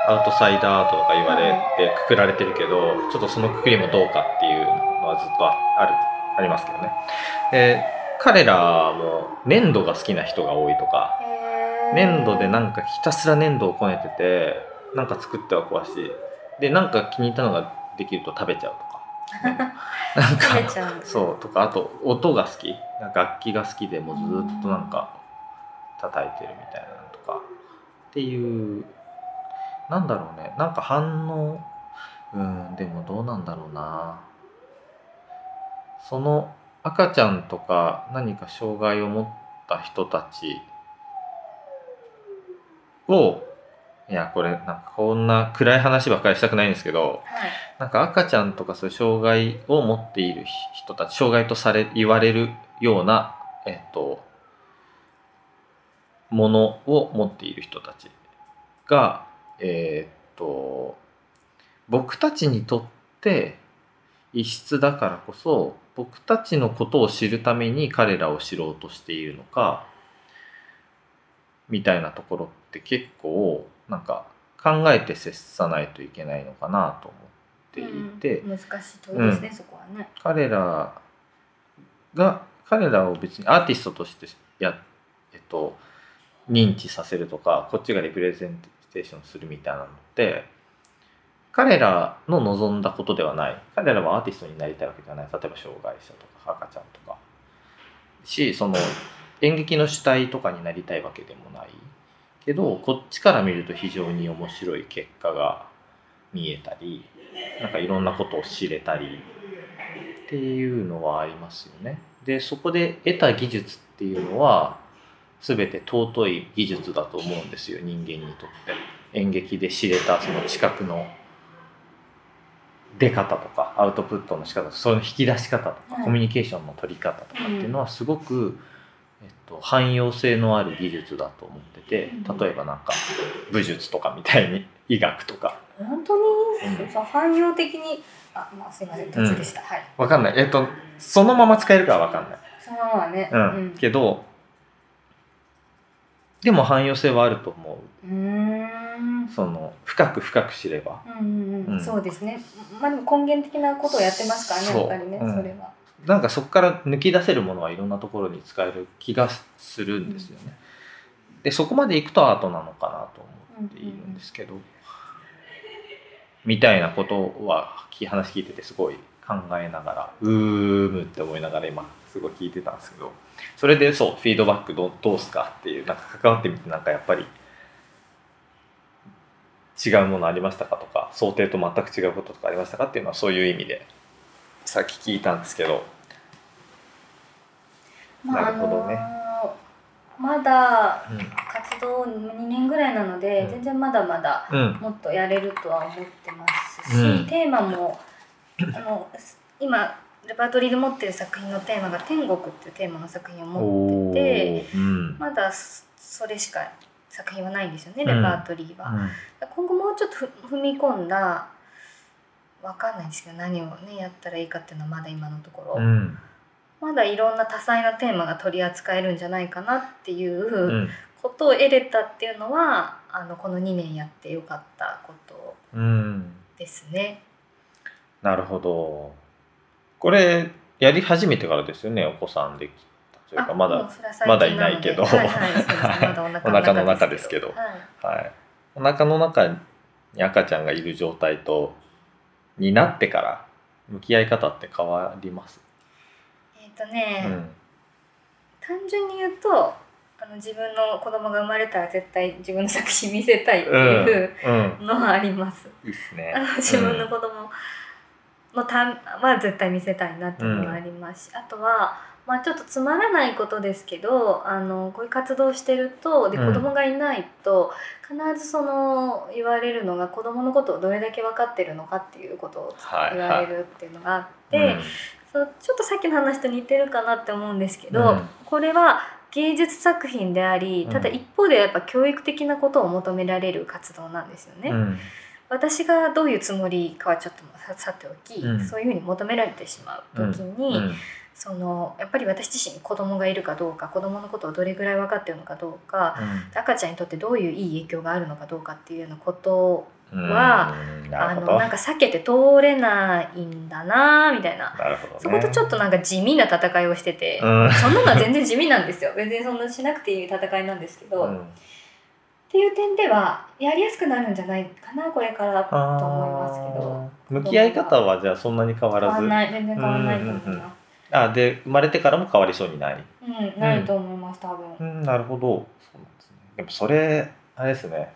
[SPEAKER 1] アウトサイダーとか言われてくくられてるけど、ちょっとそのくくりもどうかっていうのはずっとああるありますけどね。で彼らも粘土が好きな人が多いとか
[SPEAKER 2] へー
[SPEAKER 1] 粘土でなんかひたすら粘土をこねててなんか作っては壊してでなんか気に入ったのができると食べちゃうと かなんか
[SPEAKER 2] 食べちゃうん だ
[SPEAKER 1] そうとかあと音が好きなんか楽器が好きでもうずっとなんか叩いてるみたいなのとかっていうなんだろうねなんか反応うんでもどうなんだろうなその赤ちゃんとか何か障害を持った人たちをいやこれなんかこんな暗い話ばっかりしたくないんですけど、
[SPEAKER 2] はい
[SPEAKER 1] なんか赤ちゃんとかそういう障害を持っている人たち、障害とされ、言われるような、えっと、ものを持っている人たちが、えっと、僕たちにとって異質だからこそ、僕たちのことを知るために彼らを知ろうとしているのか、みたいなところって結構、なんか考えて接さないといけないのかなと思っていて、
[SPEAKER 2] うん難しい問いですね、そこはね
[SPEAKER 1] 彼らが彼らを別にアーティストとしてや、えっと、認知させるとかこっちがリプレゼンテーションするみたいなのって彼らの望んだことではない彼らはアーティストになりたいわけではない例えば障害者とか赤ちゃんとかしその演劇の主体とかになりたいわけでもないけどこっちから見ると非常に面白い結果が見えたりなんかいろんなことを知れたりっていうのはありますよね。でそこで得た技術っていうのは全て尊い技術だと思うんですよ人間にとって。演劇で知れたその知覚の出方とかアウトプットの仕方その引き出し方と
[SPEAKER 2] は
[SPEAKER 1] か
[SPEAKER 2] い
[SPEAKER 1] コミュニケーションの取り方とかっていうのはすごく、えっと、汎用性のある技術だと思ってて
[SPEAKER 2] うん
[SPEAKER 1] 例えばなんか武術とかみたいに 医学とか
[SPEAKER 2] 本当に、
[SPEAKER 1] うん
[SPEAKER 2] そう汎用的にあまあすいません途中でした、はい
[SPEAKER 1] わかんないえっとそのまま使えるかはわかんない。
[SPEAKER 2] そのままね
[SPEAKER 1] うんけどでも汎用性はあると思
[SPEAKER 2] うんうーん
[SPEAKER 1] うその深く深く知れば
[SPEAKER 2] うんうんうん
[SPEAKER 1] うん
[SPEAKER 2] そうですね。まあでも根源的なことをやってますからね、
[SPEAKER 1] そう
[SPEAKER 2] やっぱりね、
[SPEAKER 1] うん
[SPEAKER 2] それは。
[SPEAKER 1] なんかそこから抜き出せるものはいろんなところに使える気がするんですよね。でそこまでいくとアートなのかなと思っているんですけど、みたいなことはき話聞いててすごい考えながらうーむって思いながら今すごい聞いてたんですけどそれでそうフィードバックどうどうすかっていうなんか関わってみてなんかやっぱり違うものありましたかとか想定と全く違うこととかありましたかっていうのはそういう意味でさっき聞いたんですけどなるほどね
[SPEAKER 2] あのーまだ
[SPEAKER 1] うん
[SPEAKER 2] 活動2年ぐらいなので、
[SPEAKER 1] うん
[SPEAKER 2] 全然まだまだ
[SPEAKER 1] うん
[SPEAKER 2] もっとやれるとは思ってますし、
[SPEAKER 1] うん
[SPEAKER 2] テーマもあのす今レパートリーで持ってる作品のテーマが「天国」っていうテーマの作品を持ってて
[SPEAKER 1] おーうん
[SPEAKER 2] まだそそれしか作品はないんですよね
[SPEAKER 1] うん
[SPEAKER 2] レパートリーは。
[SPEAKER 1] うん
[SPEAKER 2] 今後もうちょっとふ踏み込んだわかんないですけど何をねやったらいいかっていうのはまだ今のところ、
[SPEAKER 1] うん
[SPEAKER 2] まだいろんな多彩なテーマが取り扱えるんじゃないかなって
[SPEAKER 1] う
[SPEAKER 2] いうんことを得れたっていうのはあのこの2年やってよかったこと
[SPEAKER 1] うん
[SPEAKER 2] ですね。
[SPEAKER 1] なるほどこれやり始めてからですよねお子さんできたというか
[SPEAKER 2] あ
[SPEAKER 1] ま
[SPEAKER 2] もう
[SPEAKER 1] だ
[SPEAKER 2] それは最近
[SPEAKER 1] まだいないけど
[SPEAKER 2] なのではいはいそうですねまだお腹の中ですけど。
[SPEAKER 1] お
[SPEAKER 2] はい
[SPEAKER 1] はいお腹の中に赤ちゃんがいる状態とになってから向き合い方って変わります、
[SPEAKER 2] えっ、と
[SPEAKER 1] う
[SPEAKER 2] ね、
[SPEAKER 1] ん
[SPEAKER 2] 単純に言うとあの自分の子供が生まれたら絶対自分の作品見せたいって
[SPEAKER 1] うん
[SPEAKER 2] いううのはあります。
[SPEAKER 1] んいいっすね
[SPEAKER 2] あの自分の子供のたは絶対見せたいなっていうのがありますし、あとは、まあ、ちょっとつまらないことですけどあのこういう活動してるとで
[SPEAKER 1] うん
[SPEAKER 2] 子供がいないと、必ずその言われるのが子供のことをどれだけ分かってるのかっていうことを
[SPEAKER 1] はい
[SPEAKER 2] 言われるっていうのがあって、
[SPEAKER 1] うん
[SPEAKER 2] そうちょっとさっきの話と似てるかなって思うんですけど、
[SPEAKER 1] うん
[SPEAKER 2] これは芸術作品でありただ
[SPEAKER 1] うん
[SPEAKER 2] 一方でやっぱ教育的なことを求められる活動なんですよね。
[SPEAKER 1] うん
[SPEAKER 2] 私がどういうつもりかはちょっとささておき、
[SPEAKER 1] うん
[SPEAKER 2] そういうふうに求められてしまう時に、
[SPEAKER 1] うん
[SPEAKER 2] そのやっぱり私自身子供がいるかどうか子供のことをどれぐらい分かっているのかどうか赤ちゃんにとってどういういい影響があるのかどうかっていうようなことを
[SPEAKER 1] うん
[SPEAKER 2] は
[SPEAKER 1] うんなる
[SPEAKER 2] あ
[SPEAKER 1] ほ
[SPEAKER 2] の
[SPEAKER 1] ど
[SPEAKER 2] なんか避けて通れないんだなみたいな、
[SPEAKER 1] なるほどね
[SPEAKER 2] そことちょっとなんか地味な戦いをしてて、
[SPEAKER 1] うん
[SPEAKER 2] そんなのは全然地味なんですよ全然そんなしなくていい戦いなんですけど、
[SPEAKER 1] うん
[SPEAKER 2] っていう点ではやりやすくなるんじゃないかなこれからと
[SPEAKER 1] あー
[SPEAKER 2] 思いますけど
[SPEAKER 1] 向き合い方はじゃあそんなに変わ
[SPEAKER 2] 変
[SPEAKER 1] ら
[SPEAKER 2] わ
[SPEAKER 1] ず
[SPEAKER 2] んない全然変わらないと思います
[SPEAKER 1] あで生まれてからも変わりそうにない
[SPEAKER 2] うんないと思います多分、
[SPEAKER 1] うんなるほどそうなんですねでもそれあれですね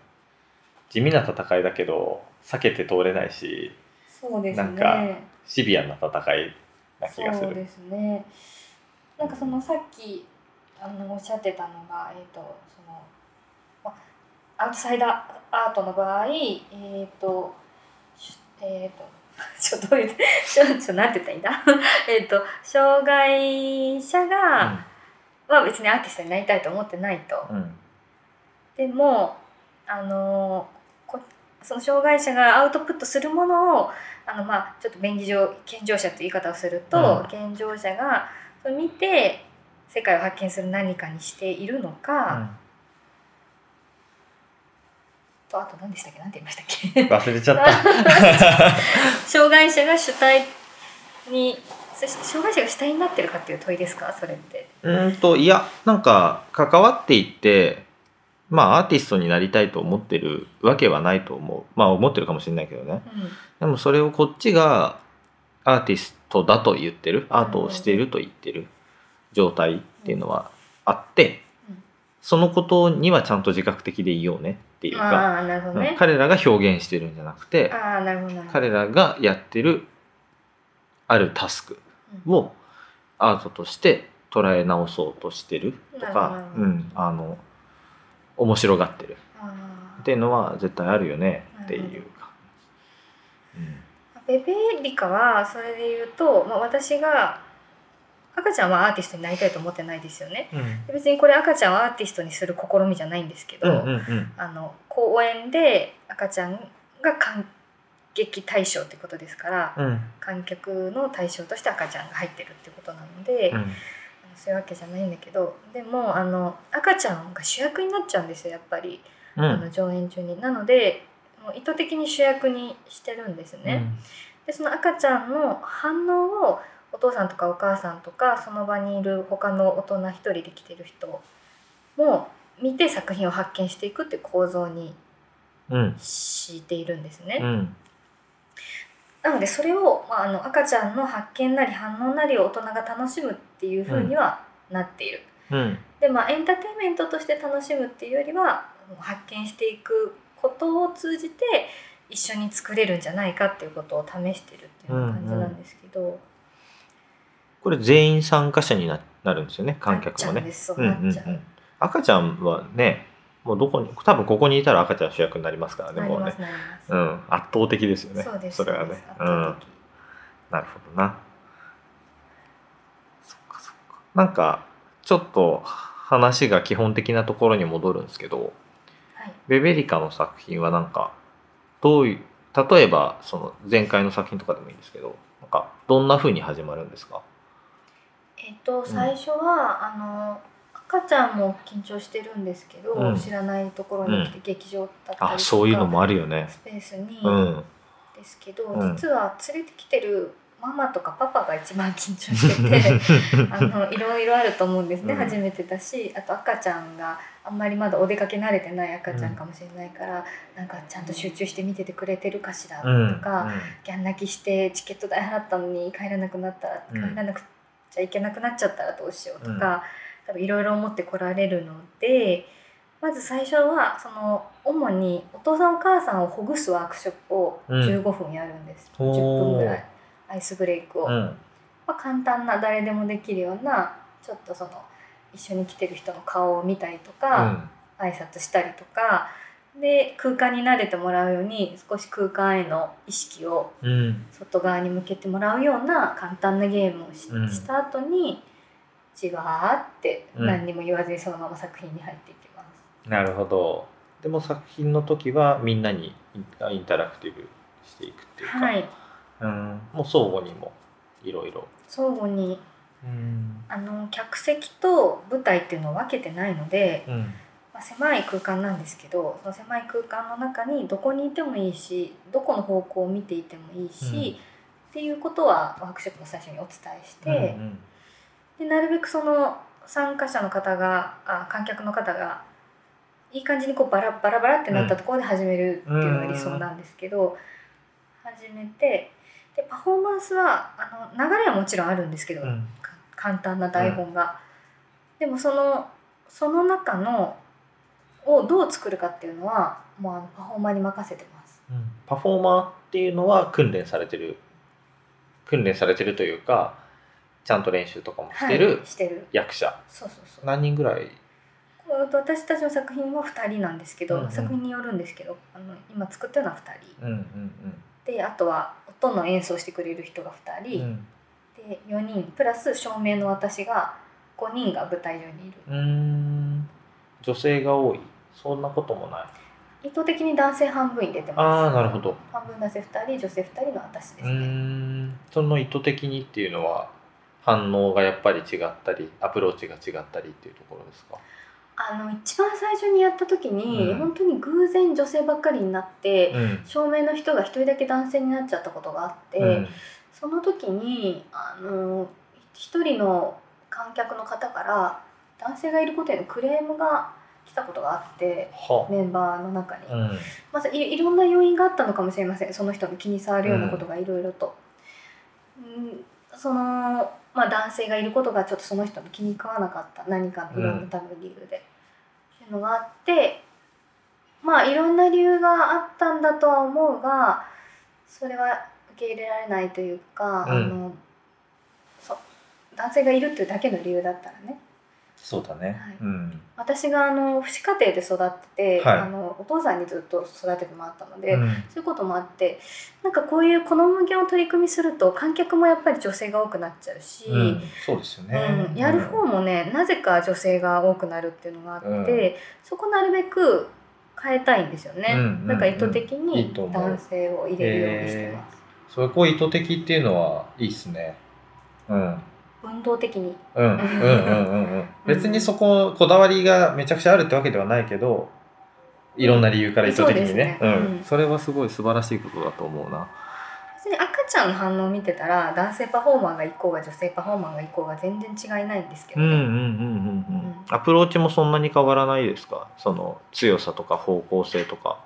[SPEAKER 1] 地味な戦いだけど避けて通れないし
[SPEAKER 2] そうです
[SPEAKER 1] なんか
[SPEAKER 2] ね
[SPEAKER 1] シビアな戦いな気がす
[SPEAKER 2] そう
[SPEAKER 1] る
[SPEAKER 2] ですねなんかそのさっきあのおっしゃってたのがえっ、とそのまアウトサイダーアートの場合えっ、としえっ、と ちょっとどう いうちょちょなんて言ったらいいんだ えっと障害者が、は別にアーティストになりたいと思ってないと、
[SPEAKER 1] うんうん
[SPEAKER 2] でもあのこその障害者がアウトプットするものをあのまあちょっと便宜上健常者という言い方をすると、
[SPEAKER 1] うん
[SPEAKER 2] 健常者がそれ見て世界を発見する何かにしているのか、とあと何でしたっけ何て言いましたっ
[SPEAKER 1] う
[SPEAKER 2] け
[SPEAKER 1] ん忘れちゃった
[SPEAKER 2] 障害者が主体にそし障害者が主体になってるかっていう問いですかそれって。
[SPEAKER 1] うーんといやなんか関わっていってまあアーティストになりたいと思ってるわけはないと思うまあ思ってるかもしれないけどね
[SPEAKER 2] うん
[SPEAKER 1] でもそれをこっちがアーティストだと言ってるアートをしていると言ってる状態っていうのはあって、
[SPEAKER 2] うん
[SPEAKER 1] そのことにはちゃんと自覚的でいようねっていうか、
[SPEAKER 2] ああなるほど
[SPEAKER 1] うん
[SPEAKER 2] ね。
[SPEAKER 1] 彼らが表現してるんじゃなくて
[SPEAKER 2] ああなるほどなるほど。
[SPEAKER 1] 彼らがやってるあるタスク
[SPEAKER 2] うん
[SPEAKER 1] をアートとして捉え直そうとしてると
[SPEAKER 2] なる
[SPEAKER 1] か
[SPEAKER 2] ほ、
[SPEAKER 1] う
[SPEAKER 2] ど
[SPEAKER 1] ん、あの面白がってる
[SPEAKER 2] あー
[SPEAKER 1] っていうのは絶対あるよねっていうか。うん
[SPEAKER 2] ベベリカはそれで言うと、まあ、私が赤ちゃんはアーティストになりたいと思ってないですよね
[SPEAKER 1] うん
[SPEAKER 2] で別にこれ赤ちゃんをアーティストにする試みじゃないんですけど、
[SPEAKER 1] うんうんうん
[SPEAKER 2] あの公演で赤ちゃんが観劇対象ってことですから
[SPEAKER 1] うん
[SPEAKER 2] 観客の対象として赤ちゃんが入ってるってことなので、
[SPEAKER 1] う
[SPEAKER 2] あの
[SPEAKER 1] ん
[SPEAKER 2] そういうわけじゃないんだけどでもあの赤ちゃんが主役になっちゃうんですよやっぱり、
[SPEAKER 1] う
[SPEAKER 2] あの上演中になのでもう意図的に主役にしてるんですね。でその赤ちゃんの反応をお父さんとかお母さんとかその場にいる他の大人一人で来てる人も見て作品を発見していくっていう構造に
[SPEAKER 1] うん
[SPEAKER 2] 敷いているんです
[SPEAKER 1] う
[SPEAKER 2] ね。
[SPEAKER 1] ん
[SPEAKER 2] なのでそれを、まあ、あの赤ちゃんの発見なり反応なりを大人が楽しむっていう風にはなっている。
[SPEAKER 1] うん
[SPEAKER 2] でまあエンターテインメントとして楽しむっていうよりはもう発見していくことを通じて一緒に作れるんじゃないかっていうことを試してるっていうような感じなんですけど。
[SPEAKER 1] これ全員参加者にななるんですよね観客も
[SPEAKER 2] なっちゃうんで
[SPEAKER 1] ね。
[SPEAKER 2] すそう
[SPEAKER 1] うん
[SPEAKER 2] な
[SPEAKER 1] うんう
[SPEAKER 2] っちゃう。
[SPEAKER 1] ん赤ちゃんはねもうどこに多分ここにいたら赤ちゃん主役になりますからね
[SPEAKER 2] なり
[SPEAKER 1] もう
[SPEAKER 2] ま
[SPEAKER 1] ね
[SPEAKER 2] す、、なります。
[SPEAKER 1] うん、圧倒的ですよね
[SPEAKER 2] そうです。
[SPEAKER 1] れはね
[SPEAKER 2] そうです。
[SPEAKER 1] う
[SPEAKER 2] 圧倒
[SPEAKER 1] ん、
[SPEAKER 2] 的
[SPEAKER 1] なるほどなそっかそっかなんかちょっと話が基本的なところに戻るんですけど、
[SPEAKER 2] はい。
[SPEAKER 1] ベベリカの作品はなんかどういう例えばその前回の作品とかでもいいんですけどなんかどんな風に始まるんですか
[SPEAKER 2] えっと、最初は、あの、赤ちゃんも緊張してるんですけど、
[SPEAKER 1] うん
[SPEAKER 2] 知らないところに来て、劇場だったりとか。
[SPEAKER 1] あそういうのもあるよね
[SPEAKER 2] スペースに、
[SPEAKER 1] うん
[SPEAKER 2] ですけど、
[SPEAKER 1] うん
[SPEAKER 2] 実は連れてきてる。ママとかパパが一番緊 張しててあのいろいろあると思うんですね、
[SPEAKER 1] うん
[SPEAKER 2] 初めてだしあと赤ちゃんがあんまりまだお出かけ慣れてない赤ちゃんかもしれないから、なんかちゃんと集中して見ててくれてるかしら
[SPEAKER 1] うん
[SPEAKER 2] とか、ギャン泣きしてチケット代払ったのに帰らなくなったら、
[SPEAKER 1] うん
[SPEAKER 2] 帰らなくちゃいけなくなっちゃったらどうしようとか、多分いろいろ思ってこられるのでまず最初はその主にお父さんお母さんをほぐすワークショップを
[SPEAKER 1] うん
[SPEAKER 2] 15分やるんです、
[SPEAKER 1] おー
[SPEAKER 2] 10分ぐらいアイスブレイクを、
[SPEAKER 1] うんうん
[SPEAKER 2] まあ、簡単な誰でもできるようなちょっとその一緒に来てる人の顔を見たりと
[SPEAKER 1] う
[SPEAKER 2] か、
[SPEAKER 1] ん
[SPEAKER 2] 挨拶したりとかで空間に慣れてもらうように少し空間への意識を
[SPEAKER 1] うん
[SPEAKER 2] 外側に向けてもらうような簡単なゲームをし,、
[SPEAKER 1] うん
[SPEAKER 2] た後にじわーって
[SPEAKER 1] うん
[SPEAKER 2] 何にも言わずにそのまま作品に入っていきます。
[SPEAKER 1] なるほどでも作品の時はみんなにインインタラクティブしていくっていうか、
[SPEAKER 2] はい、
[SPEAKER 1] うん、もう相互にもいろいろ
[SPEAKER 2] 相互に
[SPEAKER 1] うん
[SPEAKER 2] あの客席と舞台っていうのを分けてないので、
[SPEAKER 1] うん
[SPEAKER 2] まあ、狭い空間なんですけどその狭い空間の中にどこにいてもいいしどこの方向を見ていてもいいし、
[SPEAKER 1] うん
[SPEAKER 2] っていうことはワークショップの最初にお伝えして。
[SPEAKER 1] うん
[SPEAKER 2] でなるべくその参加者の方があ観客の方がいい感じにこうバラバラバラってなったところで始めるっていうのが理想なんですけど、始めてでパフォーマンスはあの流れはもちろんあるんですけど、
[SPEAKER 1] うん
[SPEAKER 2] か簡単な台本が、でもそのその中のをどう作るかっていうのはもうあのパフォーマーに任せてます
[SPEAKER 1] うんパフォーマーっていうのは訓練されてる訓練されてるというかちゃんと練習とかもしてる
[SPEAKER 2] はい、してる
[SPEAKER 1] 役者、
[SPEAKER 2] そうそうそう
[SPEAKER 1] 何人ぐらい
[SPEAKER 2] こう私たちの作品は2人なんですけど、
[SPEAKER 1] うんうん
[SPEAKER 2] 作品によるんですけどあの今作ってるのは2人
[SPEAKER 1] うんうん
[SPEAKER 2] であとは音の演奏してくれる人が2
[SPEAKER 1] うんう
[SPEAKER 2] 人、
[SPEAKER 1] ん
[SPEAKER 2] で4人プラス照明の私が5人が舞台上にいる
[SPEAKER 1] うーん女性が多いそんなこともない
[SPEAKER 2] 意図的に男性半分に出て
[SPEAKER 1] あ
[SPEAKER 2] ま
[SPEAKER 1] あ
[SPEAKER 2] す
[SPEAKER 1] なるほど
[SPEAKER 2] 半分男性2人女性2人の私で
[SPEAKER 1] うー
[SPEAKER 2] すね
[SPEAKER 1] んその意図的にっていうのは反応がやっぱり違ったりアプローチが違ったりっていうところですか
[SPEAKER 2] あの一番最初にやった時に、
[SPEAKER 1] うん
[SPEAKER 2] 本当に偶然女性ばっかりになって、
[SPEAKER 1] うん
[SPEAKER 2] 照明の人が一人だけ男性になっちゃったことがあって、
[SPEAKER 1] うん
[SPEAKER 2] その時にあの一人の観客の方から男性がいることへのクレームが来たことがあって
[SPEAKER 1] は
[SPEAKER 2] メンバーの中に、
[SPEAKER 1] うん
[SPEAKER 2] まずいいろんな要因があったのかもしれませんその人の気に障るようなことがいろいろと、うん、その、まあ、男性がいることがちょっとその人の気に食わなかった何かのいろんな多分理由で、っていうのがあってまあいろんな理由があったんだとは思うがそれは受け入れられないというか、
[SPEAKER 1] うん
[SPEAKER 2] あのそう男性がいるっていうだけの理由だったらね
[SPEAKER 1] そうだね、
[SPEAKER 2] はい
[SPEAKER 1] うん
[SPEAKER 2] 私があの父子家庭で育ってて、
[SPEAKER 1] はい
[SPEAKER 2] あのお父さんにずっと育ててもらったので、
[SPEAKER 1] うん
[SPEAKER 2] そういうこともあってなんかこういうこの無限を取り組みすると観客もやっぱり女性が多くなっちゃうし、
[SPEAKER 1] うん、そうですよね、
[SPEAKER 2] うんやる方もね、なぜか女性が多くなるっていうのがあって、
[SPEAKER 1] うん
[SPEAKER 2] そこなるべく変えたいんですよね、
[SPEAKER 1] うんうんうん
[SPEAKER 2] なんか意図的
[SPEAKER 1] いい
[SPEAKER 2] に
[SPEAKER 1] と思う
[SPEAKER 2] 男性を入れるようにしてます、
[SPEAKER 1] そこ意図的っていうのはいいですねうん
[SPEAKER 2] 運動的に
[SPEAKER 1] うんうんうんうんうん別にそここだわりがめちゃくちゃあるってわけではないけどいろんな理由から意図的にね
[SPEAKER 2] そうですね
[SPEAKER 1] ん
[SPEAKER 2] うん
[SPEAKER 1] それはすごい素晴らしいことだと思うな
[SPEAKER 2] 別に赤ちゃんの反応を見てたら男性パフォーマーが行こうが女性パフォーマーが行こうが全然違いないんですけど
[SPEAKER 1] うんうん
[SPEAKER 2] ね、
[SPEAKER 1] うんうんうん、
[SPEAKER 2] うん
[SPEAKER 1] アプローチもそんなに変わらないですかその強さとか方向性とか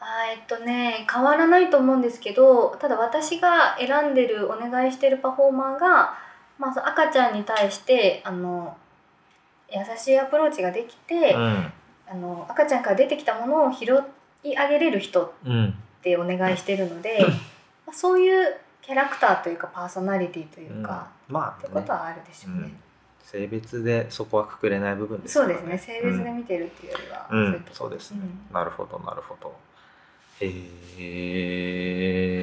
[SPEAKER 2] あーえっとね変わらないと思うんですけどただ私が選んでるお願いしてるパフォーマーが、まあ、その赤ちゃんに対してあの優しいアプローチができて、
[SPEAKER 1] うん
[SPEAKER 2] あの赤ちゃんから出てきたものを拾い上げれる人っ
[SPEAKER 1] うん
[SPEAKER 2] てお願いしてるので、まあ、そういうキャラクターというかパーソナリティというか、
[SPEAKER 1] うんま
[SPEAKER 2] って
[SPEAKER 1] あ、
[SPEAKER 2] こ
[SPEAKER 1] ね
[SPEAKER 2] とはあるでしょうね。
[SPEAKER 1] 性別でそこはくくれない部分です
[SPEAKER 2] そ
[SPEAKER 1] か
[SPEAKER 2] う
[SPEAKER 1] ら
[SPEAKER 2] ですね性別で見てるっていうよりは、
[SPEAKER 1] うん
[SPEAKER 2] いとこ
[SPEAKER 1] そうですね
[SPEAKER 2] ん
[SPEAKER 1] なるほどなるほどへ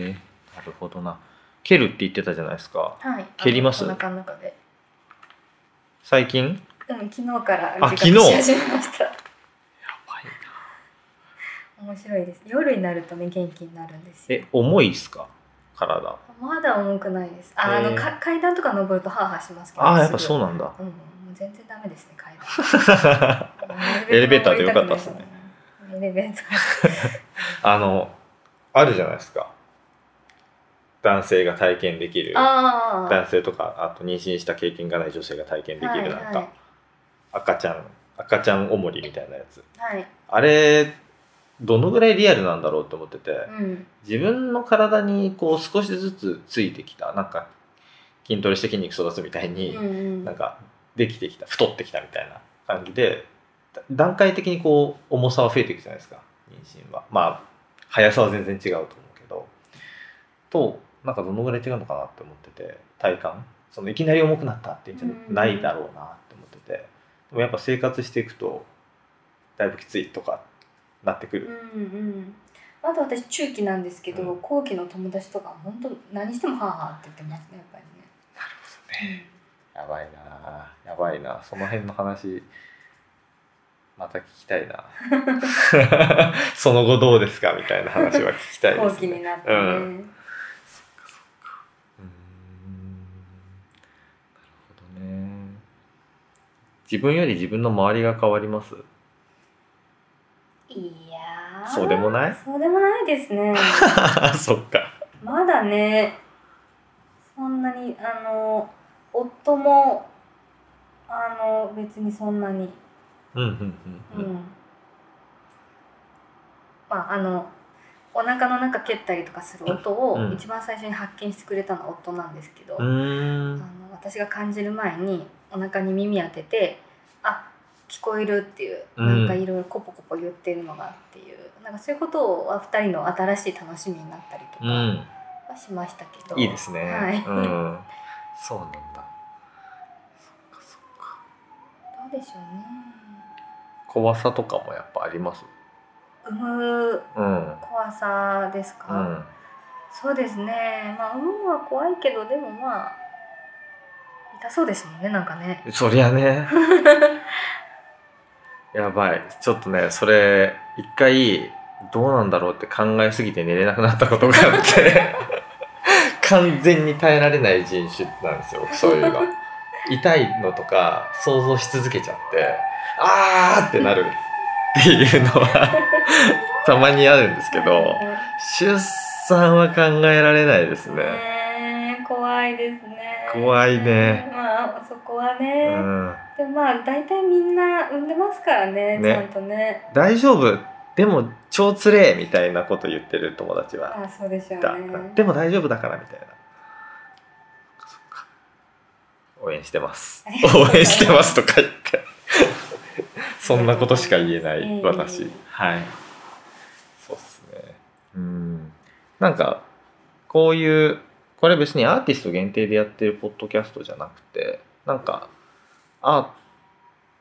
[SPEAKER 1] えなるほどな蹴るって言ってたじゃないですか
[SPEAKER 2] はい、
[SPEAKER 1] 蹴ります
[SPEAKER 2] あのお腹の中で
[SPEAKER 1] 最近
[SPEAKER 2] うん、昨日から
[SPEAKER 1] あ
[SPEAKER 2] 自
[SPEAKER 1] 昨
[SPEAKER 2] 覚
[SPEAKER 1] 日
[SPEAKER 2] し始めました。面白いです。夜になるとね元気になるんですよ。
[SPEAKER 1] え重いっすか体
[SPEAKER 2] まだ重くないです。あ、あ
[SPEAKER 1] へ
[SPEAKER 2] の
[SPEAKER 1] ー
[SPEAKER 2] か階段とか登るとハーハーしますけど。
[SPEAKER 1] ああやっぱそう
[SPEAKER 2] う。
[SPEAKER 1] なんだ
[SPEAKER 2] うん、もう全然ダメですね階段。
[SPEAKER 1] エレベーターでよかったっすね。
[SPEAKER 2] エレベ ータ
[SPEAKER 1] あのあるじゃないですか男性が体験できる
[SPEAKER 2] ー。ああ。
[SPEAKER 1] 男性とかあと妊娠した経験がない女性が体験できるなんか、
[SPEAKER 2] はい
[SPEAKER 1] 赤ちゃん赤ちゃんおもりみたいなやつ
[SPEAKER 2] はい。はい。
[SPEAKER 1] あれどのぐらいリアルなんだろうと思ってて、
[SPEAKER 2] うん。
[SPEAKER 1] 自分の体にこう少しずつついてきたなんか筋トレして筋肉育つみたいに、
[SPEAKER 2] うんうん。
[SPEAKER 1] なんかできてきた太ってきたみたいな感じでだ段階的にこう重さは増えていくじゃないですか妊娠はまあ速さは全然違うと思うけどとなんかどのぐらい違うのかなって思ってて体感そのいきなり重くなったっていうんじゃないだろうなって思ってて、でもやっぱ生活していくとだいぶきついとかなってく
[SPEAKER 2] うん
[SPEAKER 1] る、
[SPEAKER 2] うん。あと私中期なんですけど、
[SPEAKER 1] う
[SPEAKER 2] 後期の友達とか本当何してもハーハーって言ってますねやっぱりね。
[SPEAKER 1] やばいなあやばいなあその辺の話また聞きたいな その後どうですかみたいな話は聞きたいで
[SPEAKER 2] 後
[SPEAKER 1] す
[SPEAKER 2] 期に
[SPEAKER 1] ね
[SPEAKER 2] なってね。
[SPEAKER 1] うんうーんなるほどね自分より自分の周りが変わります
[SPEAKER 2] いやー
[SPEAKER 1] そうでもない
[SPEAKER 2] そうでもないですね
[SPEAKER 1] そっか
[SPEAKER 2] まだねそんなにあの夫もあの別にそんなに
[SPEAKER 1] ううんうん
[SPEAKER 2] う
[SPEAKER 1] うんうん
[SPEAKER 2] んまああのお腹の中蹴ったりとかする音
[SPEAKER 1] う
[SPEAKER 2] を
[SPEAKER 1] ん
[SPEAKER 2] 一番最初に発見してくれたのは夫なんですけど、
[SPEAKER 1] う
[SPEAKER 2] あ
[SPEAKER 1] ー
[SPEAKER 2] の
[SPEAKER 1] ん
[SPEAKER 2] 私が感じる前にお腹に耳当ててあ聞こえるっていう
[SPEAKER 1] うん
[SPEAKER 2] なんかいろいろコポコポ言ってるのがっていう、なんかそういうことは2人の新しい楽しみになったりと
[SPEAKER 1] う
[SPEAKER 2] か
[SPEAKER 1] ん
[SPEAKER 2] はしましたけど、
[SPEAKER 1] いいですね、
[SPEAKER 2] はい
[SPEAKER 1] うんそうなんだそっかそっか
[SPEAKER 2] どうでしょうね
[SPEAKER 1] 怖さとかもやっぱあります
[SPEAKER 2] 産む
[SPEAKER 1] うん
[SPEAKER 2] 怖さです
[SPEAKER 1] う
[SPEAKER 2] か、
[SPEAKER 1] ん
[SPEAKER 2] そうですねまあ産むのは怖いけどでもまあ痛そうですもんねなんかね
[SPEAKER 1] そりゃねやばいちょっとねそれ一回どうなんだろうって考えすぎて寝れなくなったことがあって完全に耐えられない人種なんですよ僕そういうの痛いのとか想像し続けちゃってあーってなるっていうのはたまにあるんですけど出産は考えられないですね
[SPEAKER 2] ねえ怖いですね
[SPEAKER 1] 怖いね
[SPEAKER 2] まあそこは
[SPEAKER 1] う
[SPEAKER 2] ね、
[SPEAKER 1] ん
[SPEAKER 2] でもまあ大体みんな産んでますからね
[SPEAKER 1] ね
[SPEAKER 2] ちゃんとね
[SPEAKER 1] 大丈夫でも超つれえみたいなこと言ってる友達は
[SPEAKER 2] ああそうでしょ
[SPEAKER 1] だ
[SPEAKER 2] うね
[SPEAKER 1] でも大丈夫だからみたいなそっか応援してます
[SPEAKER 2] ありがとうござ
[SPEAKER 1] 応
[SPEAKER 2] います
[SPEAKER 1] 援してますとか言ってそんなことしか言えな
[SPEAKER 2] え
[SPEAKER 1] い
[SPEAKER 2] え
[SPEAKER 1] 私、はいそうっすねうんなんかこういうこれ別にアーティスト限定でやってるポッドキャストじゃなくてなんかあ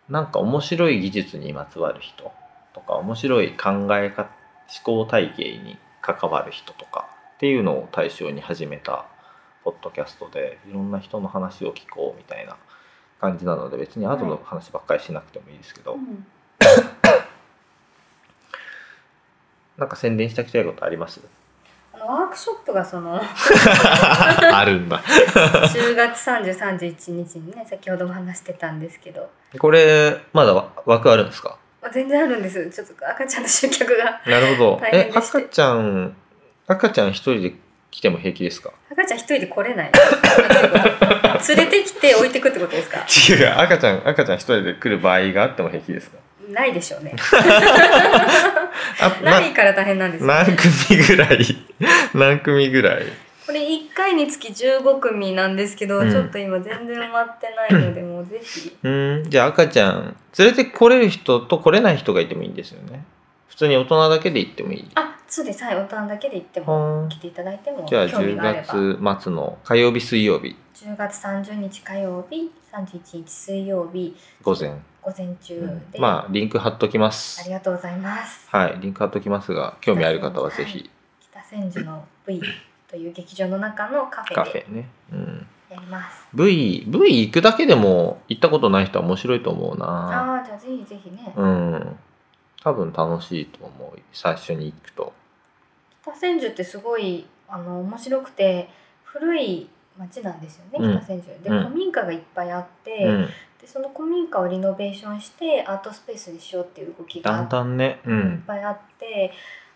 [SPEAKER 1] なんか面白い技術にまつわる人とか面白い考え方思考体系に関わる人とかっていうのを対象に始めたポッドキャストでいろんな人の話を聞こうみたいな感じなので別に後の話ばっかりしなくてもいいですけど、
[SPEAKER 2] うん
[SPEAKER 1] なんか宣伝してきたいことあります
[SPEAKER 2] あのワークショップがそ の
[SPEAKER 1] あるんだ
[SPEAKER 2] 10月3031日にね先ほども話してたんですけど
[SPEAKER 1] これまだわ枠あるんですか
[SPEAKER 2] まあ全然あるんですちょっと赤ちゃんの集客が
[SPEAKER 1] なるほど
[SPEAKER 2] 大変
[SPEAKER 1] え
[SPEAKER 2] でして
[SPEAKER 1] 赤ちゃん赤ちゃん一人で来ても平気ですか
[SPEAKER 2] 赤ちゃん一人で来れない あどういうこと連れてきて置いてくってことですか
[SPEAKER 1] 違う赤ちゃん赤ちゃん一人で来る場合があっても平気ですか
[SPEAKER 2] ないでしょうね
[SPEAKER 1] あ
[SPEAKER 2] ないから大変なんですよ
[SPEAKER 1] 何組ぐらい 何組ぐらい
[SPEAKER 2] これ1回につき15組なんですけど、
[SPEAKER 1] うん
[SPEAKER 2] ちょっと今全然埋まってないので、もうぜ ひ
[SPEAKER 1] うんじゃあ赤ちゃん連れてこれる人と来れない人がいてもいいんですよね普通に大人だけで行ってもいい
[SPEAKER 2] あそうですはいおたんだけで行っても
[SPEAKER 1] はー
[SPEAKER 2] 来ていただいても
[SPEAKER 1] じゃあ
[SPEAKER 2] 興味があれば10
[SPEAKER 1] 10月末の火曜日水曜日
[SPEAKER 2] 月30日火曜日31日水曜日
[SPEAKER 1] 午前、
[SPEAKER 2] 午前中
[SPEAKER 1] うん
[SPEAKER 2] で、
[SPEAKER 1] まあリンク貼っときま
[SPEAKER 2] あ
[SPEAKER 1] す
[SPEAKER 2] りがとうございます
[SPEAKER 1] はいリンク貼っときますが興味ある方はぜひ
[SPEAKER 2] 北千住の V という劇場の中のカフ
[SPEAKER 1] カ
[SPEAKER 2] ェ
[SPEAKER 1] フ
[SPEAKER 2] で
[SPEAKER 1] ェね、うん、
[SPEAKER 2] やります、
[SPEAKER 1] V, v 行くだけでも行ったことない人は面白いと思うな
[SPEAKER 2] ああーじゃあぜひぜひね、
[SPEAKER 1] うん多分楽しいと思う最初に行くと
[SPEAKER 2] 北千住ってすごいあの面白くて古い町なんですよね、
[SPEAKER 1] うん
[SPEAKER 2] 北千住で
[SPEAKER 1] うん
[SPEAKER 2] 古民家がいっぱいあって、
[SPEAKER 1] うん
[SPEAKER 2] でその古民家をリノベーションしてアートスペースにしようっていう動き
[SPEAKER 1] だん
[SPEAKER 2] が
[SPEAKER 1] だんねう
[SPEAKER 2] いっ
[SPEAKER 1] ん
[SPEAKER 2] ぱいあって、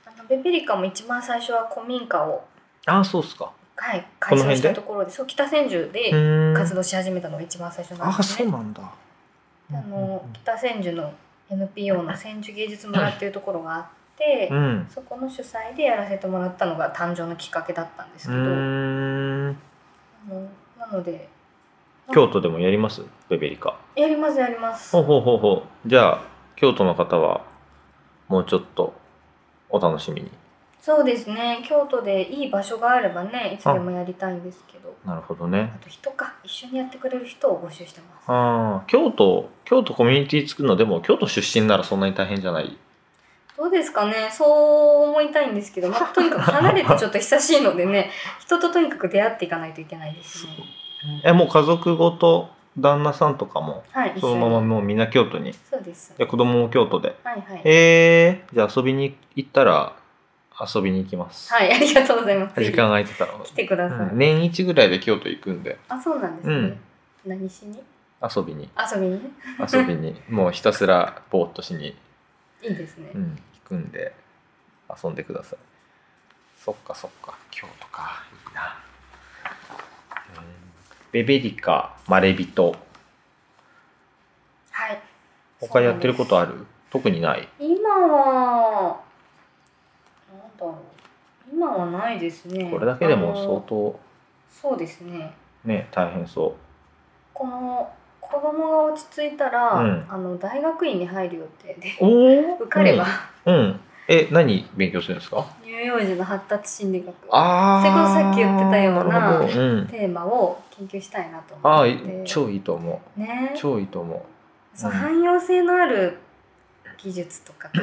[SPEAKER 2] あのベベリカも一番最初は古民家を、
[SPEAKER 1] ああそうっすか
[SPEAKER 2] はい、
[SPEAKER 1] こ
[SPEAKER 2] 開
[SPEAKER 1] の辺で
[SPEAKER 2] 催したところでそう北千住
[SPEAKER 1] う
[SPEAKER 2] で
[SPEAKER 1] ん
[SPEAKER 2] 活動し始めたのが一番最初なん
[SPEAKER 1] あ
[SPEAKER 2] です
[SPEAKER 1] そ
[SPEAKER 2] ね
[SPEAKER 1] う。なんだ
[SPEAKER 2] あの北千住の NPO の千住芸術村っていうところがあって、
[SPEAKER 1] うん
[SPEAKER 2] そこの主催でやらせてもらったのが誕生のきっかけだったんです
[SPEAKER 1] う
[SPEAKER 2] けど、
[SPEAKER 1] ーん
[SPEAKER 2] あのなので
[SPEAKER 1] 京都でもやりますベベリカ
[SPEAKER 2] やりますやります
[SPEAKER 1] ほうほうほうほうじゃあ京都の方はもうちょっとお楽しみに
[SPEAKER 2] そうですね京都でいい場所があればねいつでもやりたいんですけど
[SPEAKER 1] なるほど
[SPEAKER 2] あ
[SPEAKER 1] ね
[SPEAKER 2] と人か一緒にやってくれる人を募集してます
[SPEAKER 1] ああ京都京都コミュニティ作るのでも京都出身ならそんなに大変じゃない
[SPEAKER 2] どうですかねそう思いたいんですけど、まあ、とにかく離れてちょっと久しいのでね人ととにかく出会っていかないといけないですね
[SPEAKER 1] えもう家族ごと旦那さんとかも
[SPEAKER 2] はい一
[SPEAKER 1] そ
[SPEAKER 2] 緒
[SPEAKER 1] の
[SPEAKER 2] に
[SPEAKER 1] ままもうみんな京都に
[SPEAKER 2] そうです
[SPEAKER 1] で子供も京都で
[SPEAKER 2] はいはい
[SPEAKER 1] えー、じゃあ遊びに行ったら遊びに行きます、
[SPEAKER 2] はいありがとうございます
[SPEAKER 1] 時間空いてたら、
[SPEAKER 2] 来てください、
[SPEAKER 1] うん年一ぐらいで京都行くんで
[SPEAKER 2] あそうなんですね、
[SPEAKER 1] うん
[SPEAKER 2] 何しに
[SPEAKER 1] 遊びに
[SPEAKER 2] 遊びにね
[SPEAKER 1] 遊び にもうひたすらぼーっとしに、
[SPEAKER 2] いいですね、
[SPEAKER 1] うん、行くんで遊んでくださいそっかそっか京都かいいな、うん、ベベリカマレビト
[SPEAKER 2] はい
[SPEAKER 1] 他やってることある特にない。
[SPEAKER 2] 今はなんだろう今はないですね
[SPEAKER 1] これだけでも
[SPEAKER 2] あの
[SPEAKER 1] 相当
[SPEAKER 2] そうですね
[SPEAKER 1] ね、大変そ
[SPEAKER 2] この子供が落ち着いたら、
[SPEAKER 1] うん
[SPEAKER 2] あの大学院に入る予定で
[SPEAKER 1] う。お
[SPEAKER 2] 受かれば、
[SPEAKER 1] うん。うん。え、何勉強するんですか
[SPEAKER 2] 乳幼児の発達心理学
[SPEAKER 1] ああ。
[SPEAKER 2] それこそさっき言ってたような
[SPEAKER 1] るほどうん。
[SPEAKER 2] テーマを研究したいなと
[SPEAKER 1] ああ
[SPEAKER 2] 思っ
[SPEAKER 1] い
[SPEAKER 2] て、
[SPEAKER 1] 超いいと思
[SPEAKER 2] ね
[SPEAKER 1] う。超いいと思う。
[SPEAKER 2] そう
[SPEAKER 1] うん
[SPEAKER 2] 汎用性のある技術 とかかん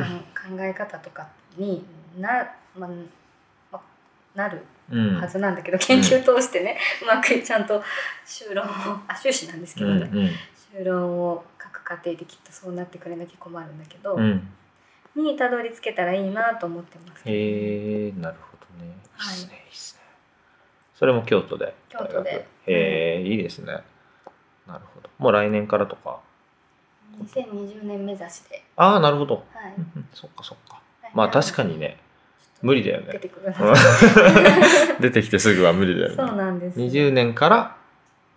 [SPEAKER 2] 考え方とかにな,、まあまあなる
[SPEAKER 1] うん。
[SPEAKER 2] はずなんだけど、研究通してねうまくちゃんと修論をあ修士なんですけ
[SPEAKER 1] う
[SPEAKER 2] ど
[SPEAKER 1] ん
[SPEAKER 2] ね、
[SPEAKER 1] うん
[SPEAKER 2] 修論を書く過程できっとそうなってくれなきゃ困るんだけど、
[SPEAKER 1] うん。
[SPEAKER 2] にたどり着けたらいいなと思ってますけど
[SPEAKER 1] へえ、なるほどね。いい
[SPEAKER 2] はい
[SPEAKER 1] っすね、いいっすね。それも京都で。
[SPEAKER 2] 京都で
[SPEAKER 1] 大学へえ、いいですね。なるほど。もう来年からとか。
[SPEAKER 2] 2020年目指して、
[SPEAKER 1] ああ、なるほど。
[SPEAKER 2] はい
[SPEAKER 1] うんうんそっかそっか。まあ確かにね、無理だよね
[SPEAKER 2] 出てくるな
[SPEAKER 1] 出てきてすぐは無理だよね。
[SPEAKER 2] そうなんです
[SPEAKER 1] 20年から、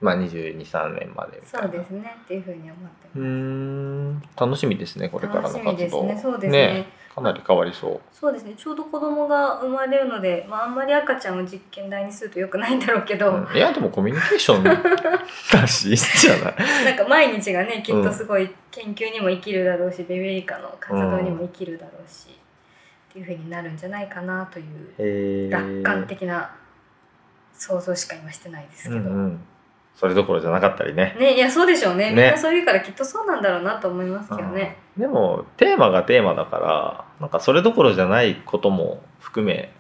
[SPEAKER 1] まあ、22、3年までみたいな。
[SPEAKER 2] そうですねっていうふうに思って
[SPEAKER 1] うー
[SPEAKER 2] ま
[SPEAKER 1] ん、楽しみですね、これ
[SPEAKER 2] す
[SPEAKER 1] からの
[SPEAKER 2] 楽しみ
[SPEAKER 1] 活
[SPEAKER 2] です
[SPEAKER 1] 動。
[SPEAKER 2] ねそうですね
[SPEAKER 1] ねかなり変わりそう。
[SPEAKER 2] そうですねちょうど子供が生まれるので、まあ、あんまり赤ちゃんを実験台にするとよくないんだろうけど、
[SPEAKER 1] うんいや、でもコミュニケーションだし、いいんじゃない
[SPEAKER 2] なんか毎日がねきっとすごい研究にも生きるだろうし、ベビー以下の活動にも生きるだろうし、っていうふうになるんじゃないかなとい
[SPEAKER 1] へ
[SPEAKER 2] う 楽観的な想像しか今してないです
[SPEAKER 1] う
[SPEAKER 2] け
[SPEAKER 1] ん
[SPEAKER 2] ど、
[SPEAKER 1] うん。それどころじゃなかったりね。
[SPEAKER 2] ねいやそうでしょうねみん
[SPEAKER 1] ね
[SPEAKER 2] なそういうからきっとそうなんだろうなと思いますけど
[SPEAKER 1] う
[SPEAKER 2] ね、
[SPEAKER 1] んでも、テーマがテーマだから、なんかそれどころじゃないことも含め、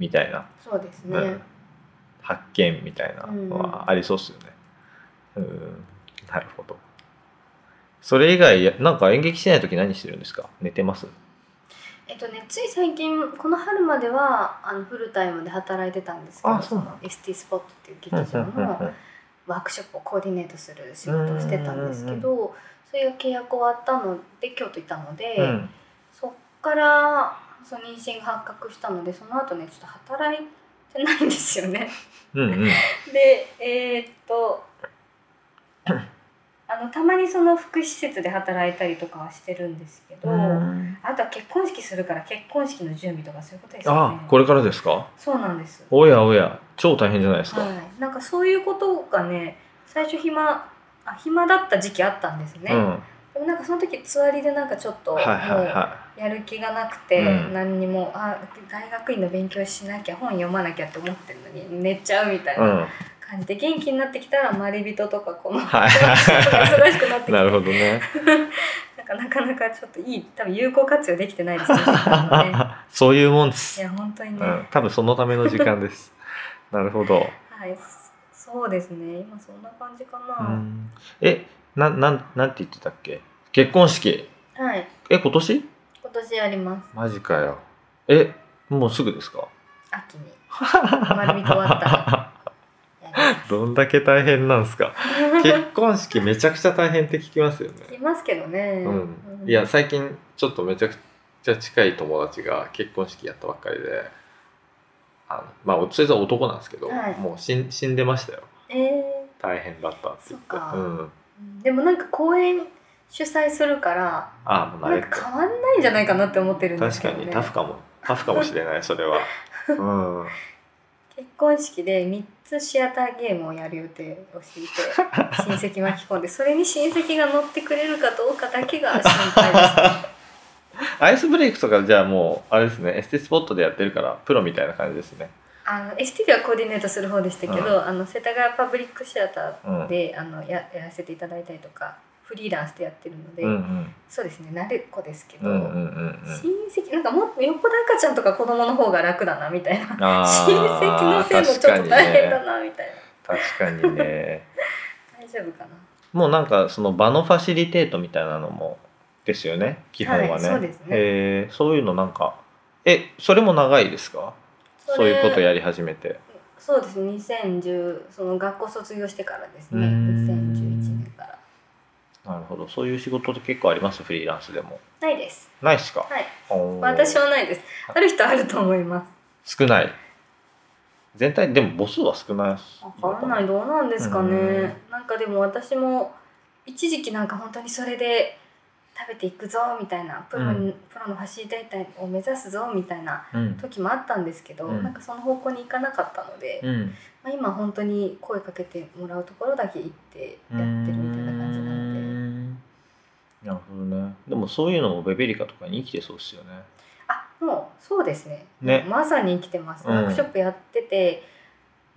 [SPEAKER 1] みたいな。
[SPEAKER 2] そうですね、
[SPEAKER 1] うん発見みたいなのはありそうっすよね。うん、なるほど。それ以外、なんか演劇しないとき何してるんですか寝てます
[SPEAKER 2] えっとね、つい最近この春まではあのフルタイムで働いてたんですけど
[SPEAKER 1] あそうなの
[SPEAKER 2] ST スポットっていう
[SPEAKER 1] う
[SPEAKER 2] 劇
[SPEAKER 1] んうん
[SPEAKER 2] 場
[SPEAKER 1] うん
[SPEAKER 2] のワークショップをコーディネートする仕事をしてたんですけどそれが契約終わったので京都いたので、
[SPEAKER 1] うんうん
[SPEAKER 2] そっからその妊娠が発覚したのでその後ねちょっと働いてないんですよね。
[SPEAKER 1] うんうん
[SPEAKER 2] でえーっ とあのたまにその福祉施設で働いたりとかはしてるんですけど。
[SPEAKER 1] うん
[SPEAKER 2] あとは結婚式するから結婚式の準備とかそういうことですよね
[SPEAKER 1] あ、これからですか
[SPEAKER 2] そうなんです
[SPEAKER 1] おやおや、超大変じゃないですか。
[SPEAKER 2] はいなんかそういうことがね最初暇あ暇だった時期あったんですね、
[SPEAKER 1] うん。は
[SPEAKER 2] でもなんかその時つわりでなんかちょっと
[SPEAKER 1] い
[SPEAKER 2] も
[SPEAKER 1] は
[SPEAKER 2] う
[SPEAKER 1] いは
[SPEAKER 2] やる気がなくて、
[SPEAKER 1] うん
[SPEAKER 2] 何にもあ大学院の勉強しなきゃ本読まなきゃって思ってるのに寝ちゃうみたい
[SPEAKER 1] い。う。
[SPEAKER 2] なん感じで、元気になってきたらまり人とかこの人とか
[SPEAKER 1] はい
[SPEAKER 2] 忙しくなってきて
[SPEAKER 1] なるほどね。
[SPEAKER 2] なんかなかなかちょっといい多分有効活用できてないですね時間 がね
[SPEAKER 1] そういうもんで
[SPEAKER 2] い
[SPEAKER 1] す。
[SPEAKER 2] や本当にね、
[SPEAKER 1] うん。多分そのための時間 です。なるほど。
[SPEAKER 2] はい、そそうですね。今そんな感じか
[SPEAKER 1] う
[SPEAKER 2] な。
[SPEAKER 1] んえ、なん、なん、なんて言ってたっけ結婚式。
[SPEAKER 2] はい、
[SPEAKER 1] え、今年
[SPEAKER 2] 今年やります。
[SPEAKER 1] マジかよ。え、もうすぐですか
[SPEAKER 2] 秋に。丸見終わったらやりま
[SPEAKER 1] どんだけ大変なんですか結婚式めちゃくちゃ大変って聞きますよね
[SPEAKER 2] す。いますけどね。
[SPEAKER 1] うん
[SPEAKER 2] う、ん
[SPEAKER 1] いや、最近ちょっとめちゃくちゃ近い友達が結婚式やったばっかりであのまあそれぞれ男なんですけど、
[SPEAKER 2] はい
[SPEAKER 1] もう死ん死んでましたよ
[SPEAKER 2] ええ
[SPEAKER 1] 大変だったって言って
[SPEAKER 2] そっか
[SPEAKER 1] うん、
[SPEAKER 2] ーでもなんか公演主催するから、
[SPEAKER 1] ああもう慣
[SPEAKER 2] な
[SPEAKER 1] れ
[SPEAKER 2] ん
[SPEAKER 1] て
[SPEAKER 2] か変わんないんじゃないかなって思ってるんです
[SPEAKER 1] 確
[SPEAKER 2] け
[SPEAKER 1] か
[SPEAKER 2] どね。
[SPEAKER 1] にタフかもタフかもしれ ないそれはうん
[SPEAKER 2] 結婚式で3つシアターゲームをやる予定をしてい て親戚巻き込んでそれに親戚が乗ってくれるかどうかだけが心配です
[SPEAKER 1] アイスブレイクとかじゃあもうあれですねエステスポットでやってるからプロみたいな感じですね
[SPEAKER 2] あの ST ではコーディネートする方でしたけど、
[SPEAKER 1] う
[SPEAKER 2] あの世田谷パブリックシアタ
[SPEAKER 1] うん
[SPEAKER 2] ーで、あのややらせていただいたりとかフリーランスでやってるので、
[SPEAKER 1] うんうん
[SPEAKER 2] そうですね慣れっこですけ
[SPEAKER 1] う
[SPEAKER 2] ど、
[SPEAKER 1] んうんうんうん
[SPEAKER 2] 親戚なんかもっとよっぽど赤ちゃんとか子供の方が楽だなみたいな
[SPEAKER 1] あ
[SPEAKER 2] 親戚のせいも
[SPEAKER 1] ー
[SPEAKER 2] ちょっと大変だなみたいな、
[SPEAKER 1] 確かにね確かにね
[SPEAKER 2] 大丈夫かな
[SPEAKER 1] もうなんかその場のファシリテートみたいなのもですよね基本はね,、
[SPEAKER 2] はいそうですね
[SPEAKER 1] えーそういうのなんかえそれも長いですかそ
[SPEAKER 2] れ
[SPEAKER 1] ういうことやり始めて
[SPEAKER 2] そうですね2010その学校卒業してからですね
[SPEAKER 1] うーん
[SPEAKER 2] 2011年から
[SPEAKER 1] なるほどそういう仕事って結構ありますフリーランスでも
[SPEAKER 2] ないです
[SPEAKER 1] ないっすか、
[SPEAKER 2] はい
[SPEAKER 1] おー
[SPEAKER 2] 私はないですある人あると思います
[SPEAKER 1] 少ない全体でも母数は少ないっす
[SPEAKER 2] わからないどうなんですかね、
[SPEAKER 1] う
[SPEAKER 2] なんかでも私も一時期なんか本当にそれで食べていくぞみたいなプロに、プロのファシリテーターを目指すぞみたいな
[SPEAKER 1] うん
[SPEAKER 2] 時もあったんですけど、
[SPEAKER 1] うん
[SPEAKER 2] なんかその方向に行かなかったので、
[SPEAKER 1] うん
[SPEAKER 2] まあ、今本当に声かけてもらうところだけ行ってやってるみたいな感じなので。
[SPEAKER 1] うーんなるほどねでもそういうのもベベリカとかに生きてそうですよね
[SPEAKER 2] あもうそうですね
[SPEAKER 1] ね
[SPEAKER 2] まさに生きてます、
[SPEAKER 1] うん
[SPEAKER 2] ワークショップやってて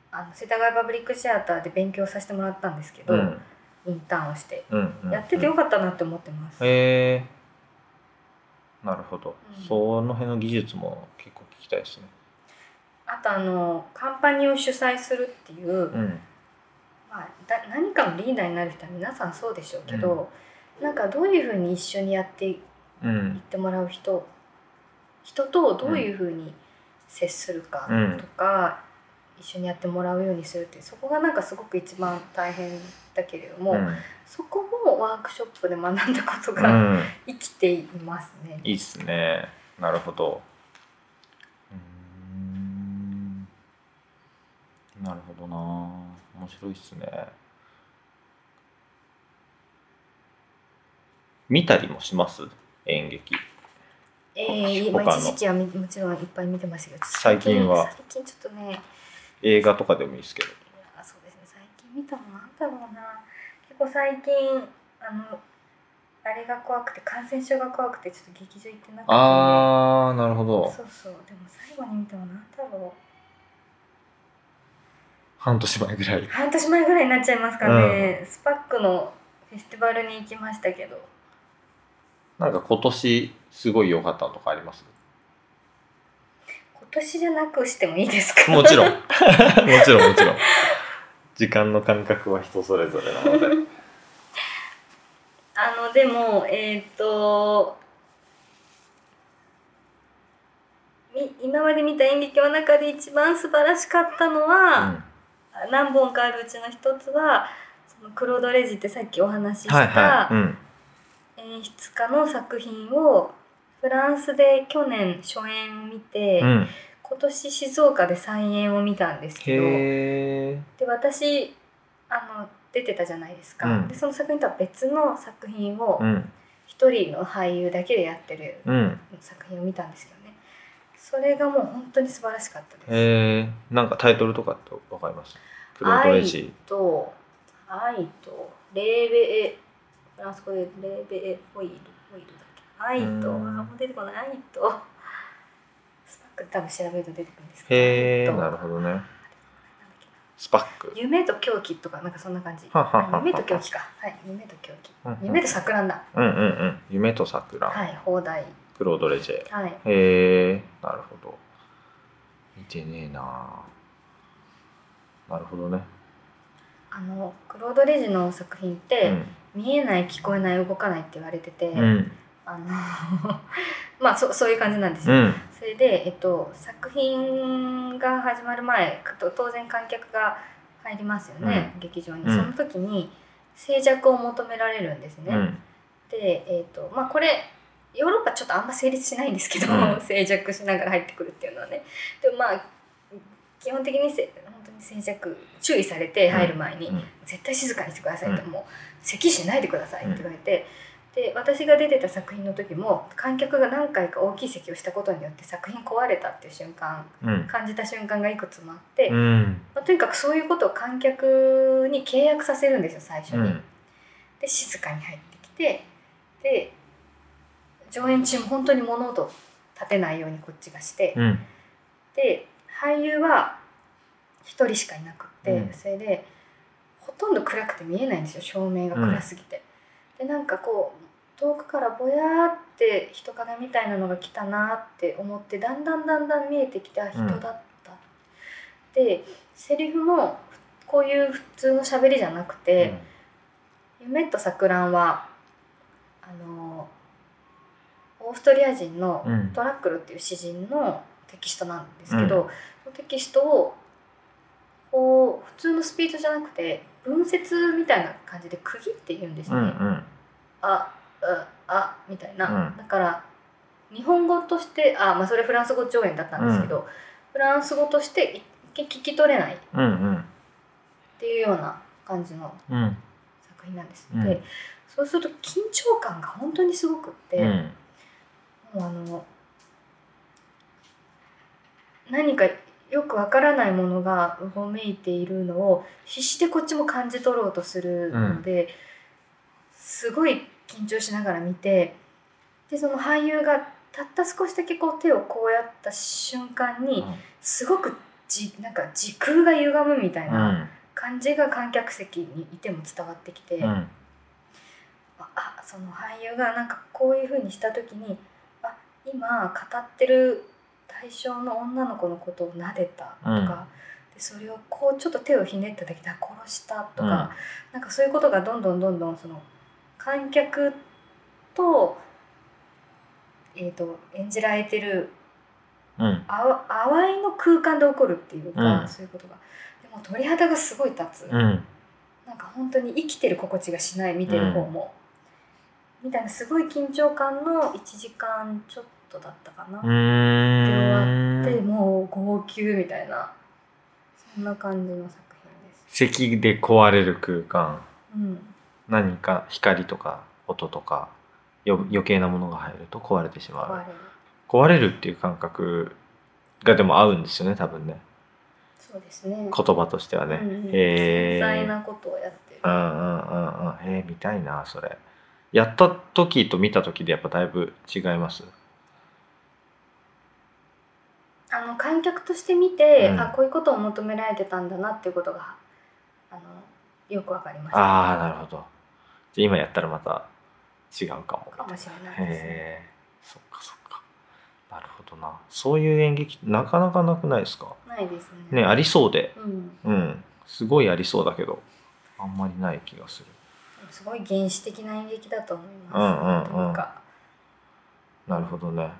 [SPEAKER 2] あの世田谷パブリックシアターで勉強させてもらったんですけど、
[SPEAKER 1] うん
[SPEAKER 2] インターンをして
[SPEAKER 1] うんうん
[SPEAKER 2] やっててよかったなって思ってます、
[SPEAKER 1] へえなるほど、
[SPEAKER 2] うん
[SPEAKER 1] その辺の技術も結構聞きたいですね
[SPEAKER 2] あとあのカンパニーを主催するっていう、
[SPEAKER 1] うん
[SPEAKER 2] まあ、だ何かのリーダーになる人は皆さんそうでしょうけど、なんかどういうふうに一緒にやってい
[SPEAKER 1] うん
[SPEAKER 2] ってもらう人人とどういうふうに接するか
[SPEAKER 1] うん
[SPEAKER 2] とか、一緒にやってもらうようにするっていうそこがなんかすごく一番大変だけれども、
[SPEAKER 1] うん
[SPEAKER 2] そこもワークショップで学んだこと
[SPEAKER 1] う
[SPEAKER 2] が
[SPEAKER 1] ん
[SPEAKER 2] 生きていますね。
[SPEAKER 1] いいっすねなるほどうーんなるほどな面白いっすね見たりもします演劇
[SPEAKER 2] ええ
[SPEAKER 1] 他の
[SPEAKER 2] まあ、一時期はみもちろんいっぱい見てましたけど
[SPEAKER 1] 最近は
[SPEAKER 2] 最近ちょっとね
[SPEAKER 1] 映画とかでもいいですけど
[SPEAKER 2] あそうですね最近見たのなんだろうな結構最近あのあれが怖くて感染症が怖くてちょっと劇場行ってなくて、
[SPEAKER 1] あーなるほど
[SPEAKER 2] そうそうでも最後に見たのなんだろ
[SPEAKER 1] 半年前ぐらいう
[SPEAKER 2] 半年前ぐらいになっちゃいますかね、スパックのフェスティバルに行きましたけど
[SPEAKER 1] なんか今年すごい良かったとかあります
[SPEAKER 2] 今年じゃなくしてもいいですか
[SPEAKER 1] も ち ろん
[SPEAKER 2] あ
[SPEAKER 1] もちろんもちろん時間の感覚は人それぞれなので
[SPEAKER 2] のでもえーっとみ今まで見た演劇の中で一番素晴らしかったのは、何本かあるうちの一つはそのクロード・レジってさっきお話しし
[SPEAKER 1] はいは
[SPEAKER 2] た
[SPEAKER 1] い、うん、
[SPEAKER 2] 演出家の作品をフランスで去年初演を見て、
[SPEAKER 1] うん、
[SPEAKER 2] 今年静岡で再演を見たんですけどで
[SPEAKER 1] へえ
[SPEAKER 2] 私あの出てたじゃないですか、
[SPEAKER 1] うん
[SPEAKER 2] でその作品とは別の作品を
[SPEAKER 1] うん
[SPEAKER 2] 一人の俳優だけでやってる
[SPEAKER 1] うん
[SPEAKER 2] 作品を見たんですけどねそれがもう本当に素晴らしかったです。
[SPEAKER 1] へえなんかタイトルとかってわかりますクロードレジ
[SPEAKER 2] と愛とレーベエフランス語でレーベエオイルオイルだっけ愛と
[SPEAKER 1] う
[SPEAKER 2] あ
[SPEAKER 1] ん
[SPEAKER 2] もう出てこない愛とスパック多分調べると出てくるんです
[SPEAKER 1] へえ
[SPEAKER 2] 愛と
[SPEAKER 1] なるほどね
[SPEAKER 2] なんだっけ
[SPEAKER 1] スパック
[SPEAKER 2] な夢と狂気とかなんかそんな感じ
[SPEAKER 1] はははは
[SPEAKER 2] 夢と狂気かはい夢と狂気
[SPEAKER 1] うんうん
[SPEAKER 2] 夢と桜だ
[SPEAKER 1] うんうんうん夢と桜、
[SPEAKER 2] はい放題
[SPEAKER 1] クロードレジェ
[SPEAKER 2] はい
[SPEAKER 1] へえなるほど見てねえななるほどね
[SPEAKER 2] あのクロード・レジの作品って、見えない聞こえない動かないって言われてて、
[SPEAKER 1] うんうん
[SPEAKER 2] あの まあそそういう感じなんですよ
[SPEAKER 1] うん
[SPEAKER 2] それで、えっと、作品が始まる前と当然観客が入りますよね、劇場に
[SPEAKER 1] うん
[SPEAKER 2] その時に静寂を求められるんですね、
[SPEAKER 1] うん
[SPEAKER 2] で、えっとまあ、これヨーロッパちょっとあんま成立しないんですけど、
[SPEAKER 1] うん
[SPEAKER 2] 静寂しながら入ってくるっていうのはねでもまあ基本的にせ本当に静寂注意されて入る前に、
[SPEAKER 1] うん
[SPEAKER 2] 絶対静かにしてくださいと、
[SPEAKER 1] う
[SPEAKER 2] もう咳しないでくださいって言われて、で私が出てた作品の時も観客が何回か大きい咳をしたことによって作品壊れたっていう瞬間
[SPEAKER 1] うん
[SPEAKER 2] 感じた瞬間がいくつもあって、
[SPEAKER 1] う
[SPEAKER 2] ま
[SPEAKER 1] ん
[SPEAKER 2] あ、とにかくそういうことを観客に契約させるんですよ最初
[SPEAKER 1] う
[SPEAKER 2] に。
[SPEAKER 1] ん
[SPEAKER 2] で静かに入ってきてで上演中も本当に物音立てないようにこっちがして、
[SPEAKER 1] うん
[SPEAKER 2] で俳優は一人しかいなくって、
[SPEAKER 1] うん
[SPEAKER 2] それでほとんど暗くて見えないんですよ照明が暗すぎて、でなんかこう遠くからぼやーって人影みたいなのが来たなって思ってだんだんだんだん見えてきた人だった、でセリフもこういう普通の喋りじゃなくて、夢と桜はあのオーストリア人の
[SPEAKER 1] うん
[SPEAKER 2] トラックルっていう詩人のテキストなんですけど、そのテキストをこう普通のスピードじゃなくて文節みたいな感じで区切って言うんです
[SPEAKER 1] う
[SPEAKER 2] ね。
[SPEAKER 1] んうん
[SPEAKER 2] あああみたいな、
[SPEAKER 1] うん
[SPEAKER 2] だから日本語としてあ、まあ、それフランス語上演だったんですけど、フランス語として一見聞き取れないっ
[SPEAKER 1] うんうん
[SPEAKER 2] ていうような感じの
[SPEAKER 1] うん
[SPEAKER 2] 作品なんです、
[SPEAKER 1] うん
[SPEAKER 2] でそうすると緊張感が本当にすごくって、
[SPEAKER 1] う
[SPEAKER 2] も
[SPEAKER 1] ん
[SPEAKER 2] うあの何かよくわからないものがうごめいているのを必死でこっちも感じ取ろうとするので、すごい緊張しながら見てでその俳優がたった少しだけこう手をこうやった瞬間に
[SPEAKER 1] うん
[SPEAKER 2] すごくじなんか時空が歪むみたいうなん感じが観客席にいても伝わってきて、
[SPEAKER 1] うん
[SPEAKER 2] ああその俳優がなんかこういうふうにした時にあ今語ってる対象の女の子のことを撫でたとか、でそれをこうちょっと手をひねっただけであ殺したとか、なんかそういうことがどんどんどんどんその観客と,、えー、と演じられてる
[SPEAKER 1] うん
[SPEAKER 2] あわ淡いの空間で起こるっていうか、
[SPEAKER 1] うん
[SPEAKER 2] そういうことがでも鳥肌がすごい立つ、
[SPEAKER 1] うん
[SPEAKER 2] なんか本当に生きてる心地がしない見てる方も、みたいなすごい緊張感の1時間ちょっとだったかな、
[SPEAKER 1] うーん
[SPEAKER 2] でもう号泣みたいなそんな感じの作品です、
[SPEAKER 1] 咳で壊れる空間
[SPEAKER 2] うん、
[SPEAKER 1] 何か光とか音とかよ余計なものが入ると壊れてし
[SPEAKER 2] 壊
[SPEAKER 1] ま
[SPEAKER 2] れる
[SPEAKER 1] う壊れるっていう感覚がでも合うんですよね多分ね
[SPEAKER 2] そうですね
[SPEAKER 1] 言葉としてはね、
[SPEAKER 2] うんうん、
[SPEAKER 1] へ
[SPEAKER 2] 繊細
[SPEAKER 1] え
[SPEAKER 2] なことをやってる
[SPEAKER 1] うんうんうんうんへえ見たいなそれやった時と見た時でやっぱだいぶ違います
[SPEAKER 2] あの観客として見て、
[SPEAKER 1] うん
[SPEAKER 2] あこういうことを求められてたんだなっていうことがあのよくわかりました
[SPEAKER 1] ああなるほどじゃあ今やったらまた違うかもみた
[SPEAKER 2] か
[SPEAKER 1] い
[SPEAKER 2] も
[SPEAKER 1] な
[SPEAKER 2] しれないですね。
[SPEAKER 1] へえそっかそっかなるほどなそういう演劇なかなかなくないですか
[SPEAKER 2] ないですね。
[SPEAKER 1] ねありそうでう
[SPEAKER 2] うん、
[SPEAKER 1] んすごいありそうだけどあんまりない気がする
[SPEAKER 2] すごい原始的な演劇だと思い
[SPEAKER 1] うんうんうん
[SPEAKER 2] ます。というか
[SPEAKER 1] なるほどね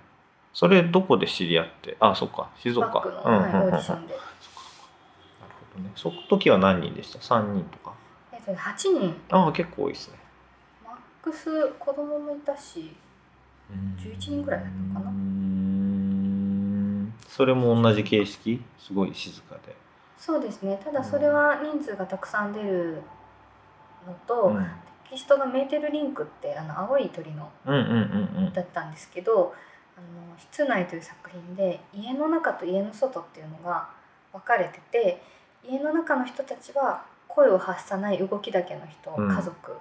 [SPEAKER 1] それどこで知り合ってあそっか静
[SPEAKER 2] バ
[SPEAKER 1] 岡
[SPEAKER 2] ックの、
[SPEAKER 1] うんうん
[SPEAKER 2] はい
[SPEAKER 1] うんうんな
[SPEAKER 2] オーデ
[SPEAKER 1] る
[SPEAKER 2] ィ
[SPEAKER 1] ほ
[SPEAKER 2] ションで、
[SPEAKER 1] どねその時は何人でした3人とか
[SPEAKER 2] えっと8人
[SPEAKER 1] ああ結構多いですね
[SPEAKER 2] マックス子供もいたし、11人ぐらいだったかな
[SPEAKER 1] うーんそれも同じ形式すごい静かで
[SPEAKER 2] そうですね。ただそれは人数がたくさん出るのと、
[SPEAKER 1] うん、うん
[SPEAKER 2] テキストがメーテルリンクってあの青い鳥の
[SPEAKER 1] うんうん
[SPEAKER 2] だったんですけど「あの室内」という作品で家の中と家の外っていうのが分かれてて家の中の人たちは声を発さない動きだけの人、
[SPEAKER 1] うん
[SPEAKER 2] 家族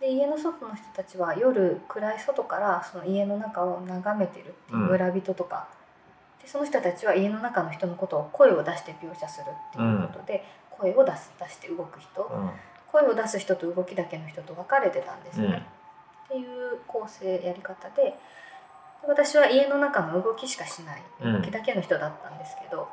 [SPEAKER 2] で家の外の人たちは夜暗い外からその家の中を眺めてるっていう
[SPEAKER 1] うん
[SPEAKER 2] 村人とか、でその人たちは家の中の人のことを声を出して描写するっていうことで、声を出す出して動く人
[SPEAKER 1] うん
[SPEAKER 2] 声を出す人と動きだけの人と分かれてたんです
[SPEAKER 1] う
[SPEAKER 2] よ
[SPEAKER 1] ん
[SPEAKER 2] ね。っていう構成やり方でで私は家の中の動きしかしない
[SPEAKER 1] うん
[SPEAKER 2] 動きだけの人だったんですけど、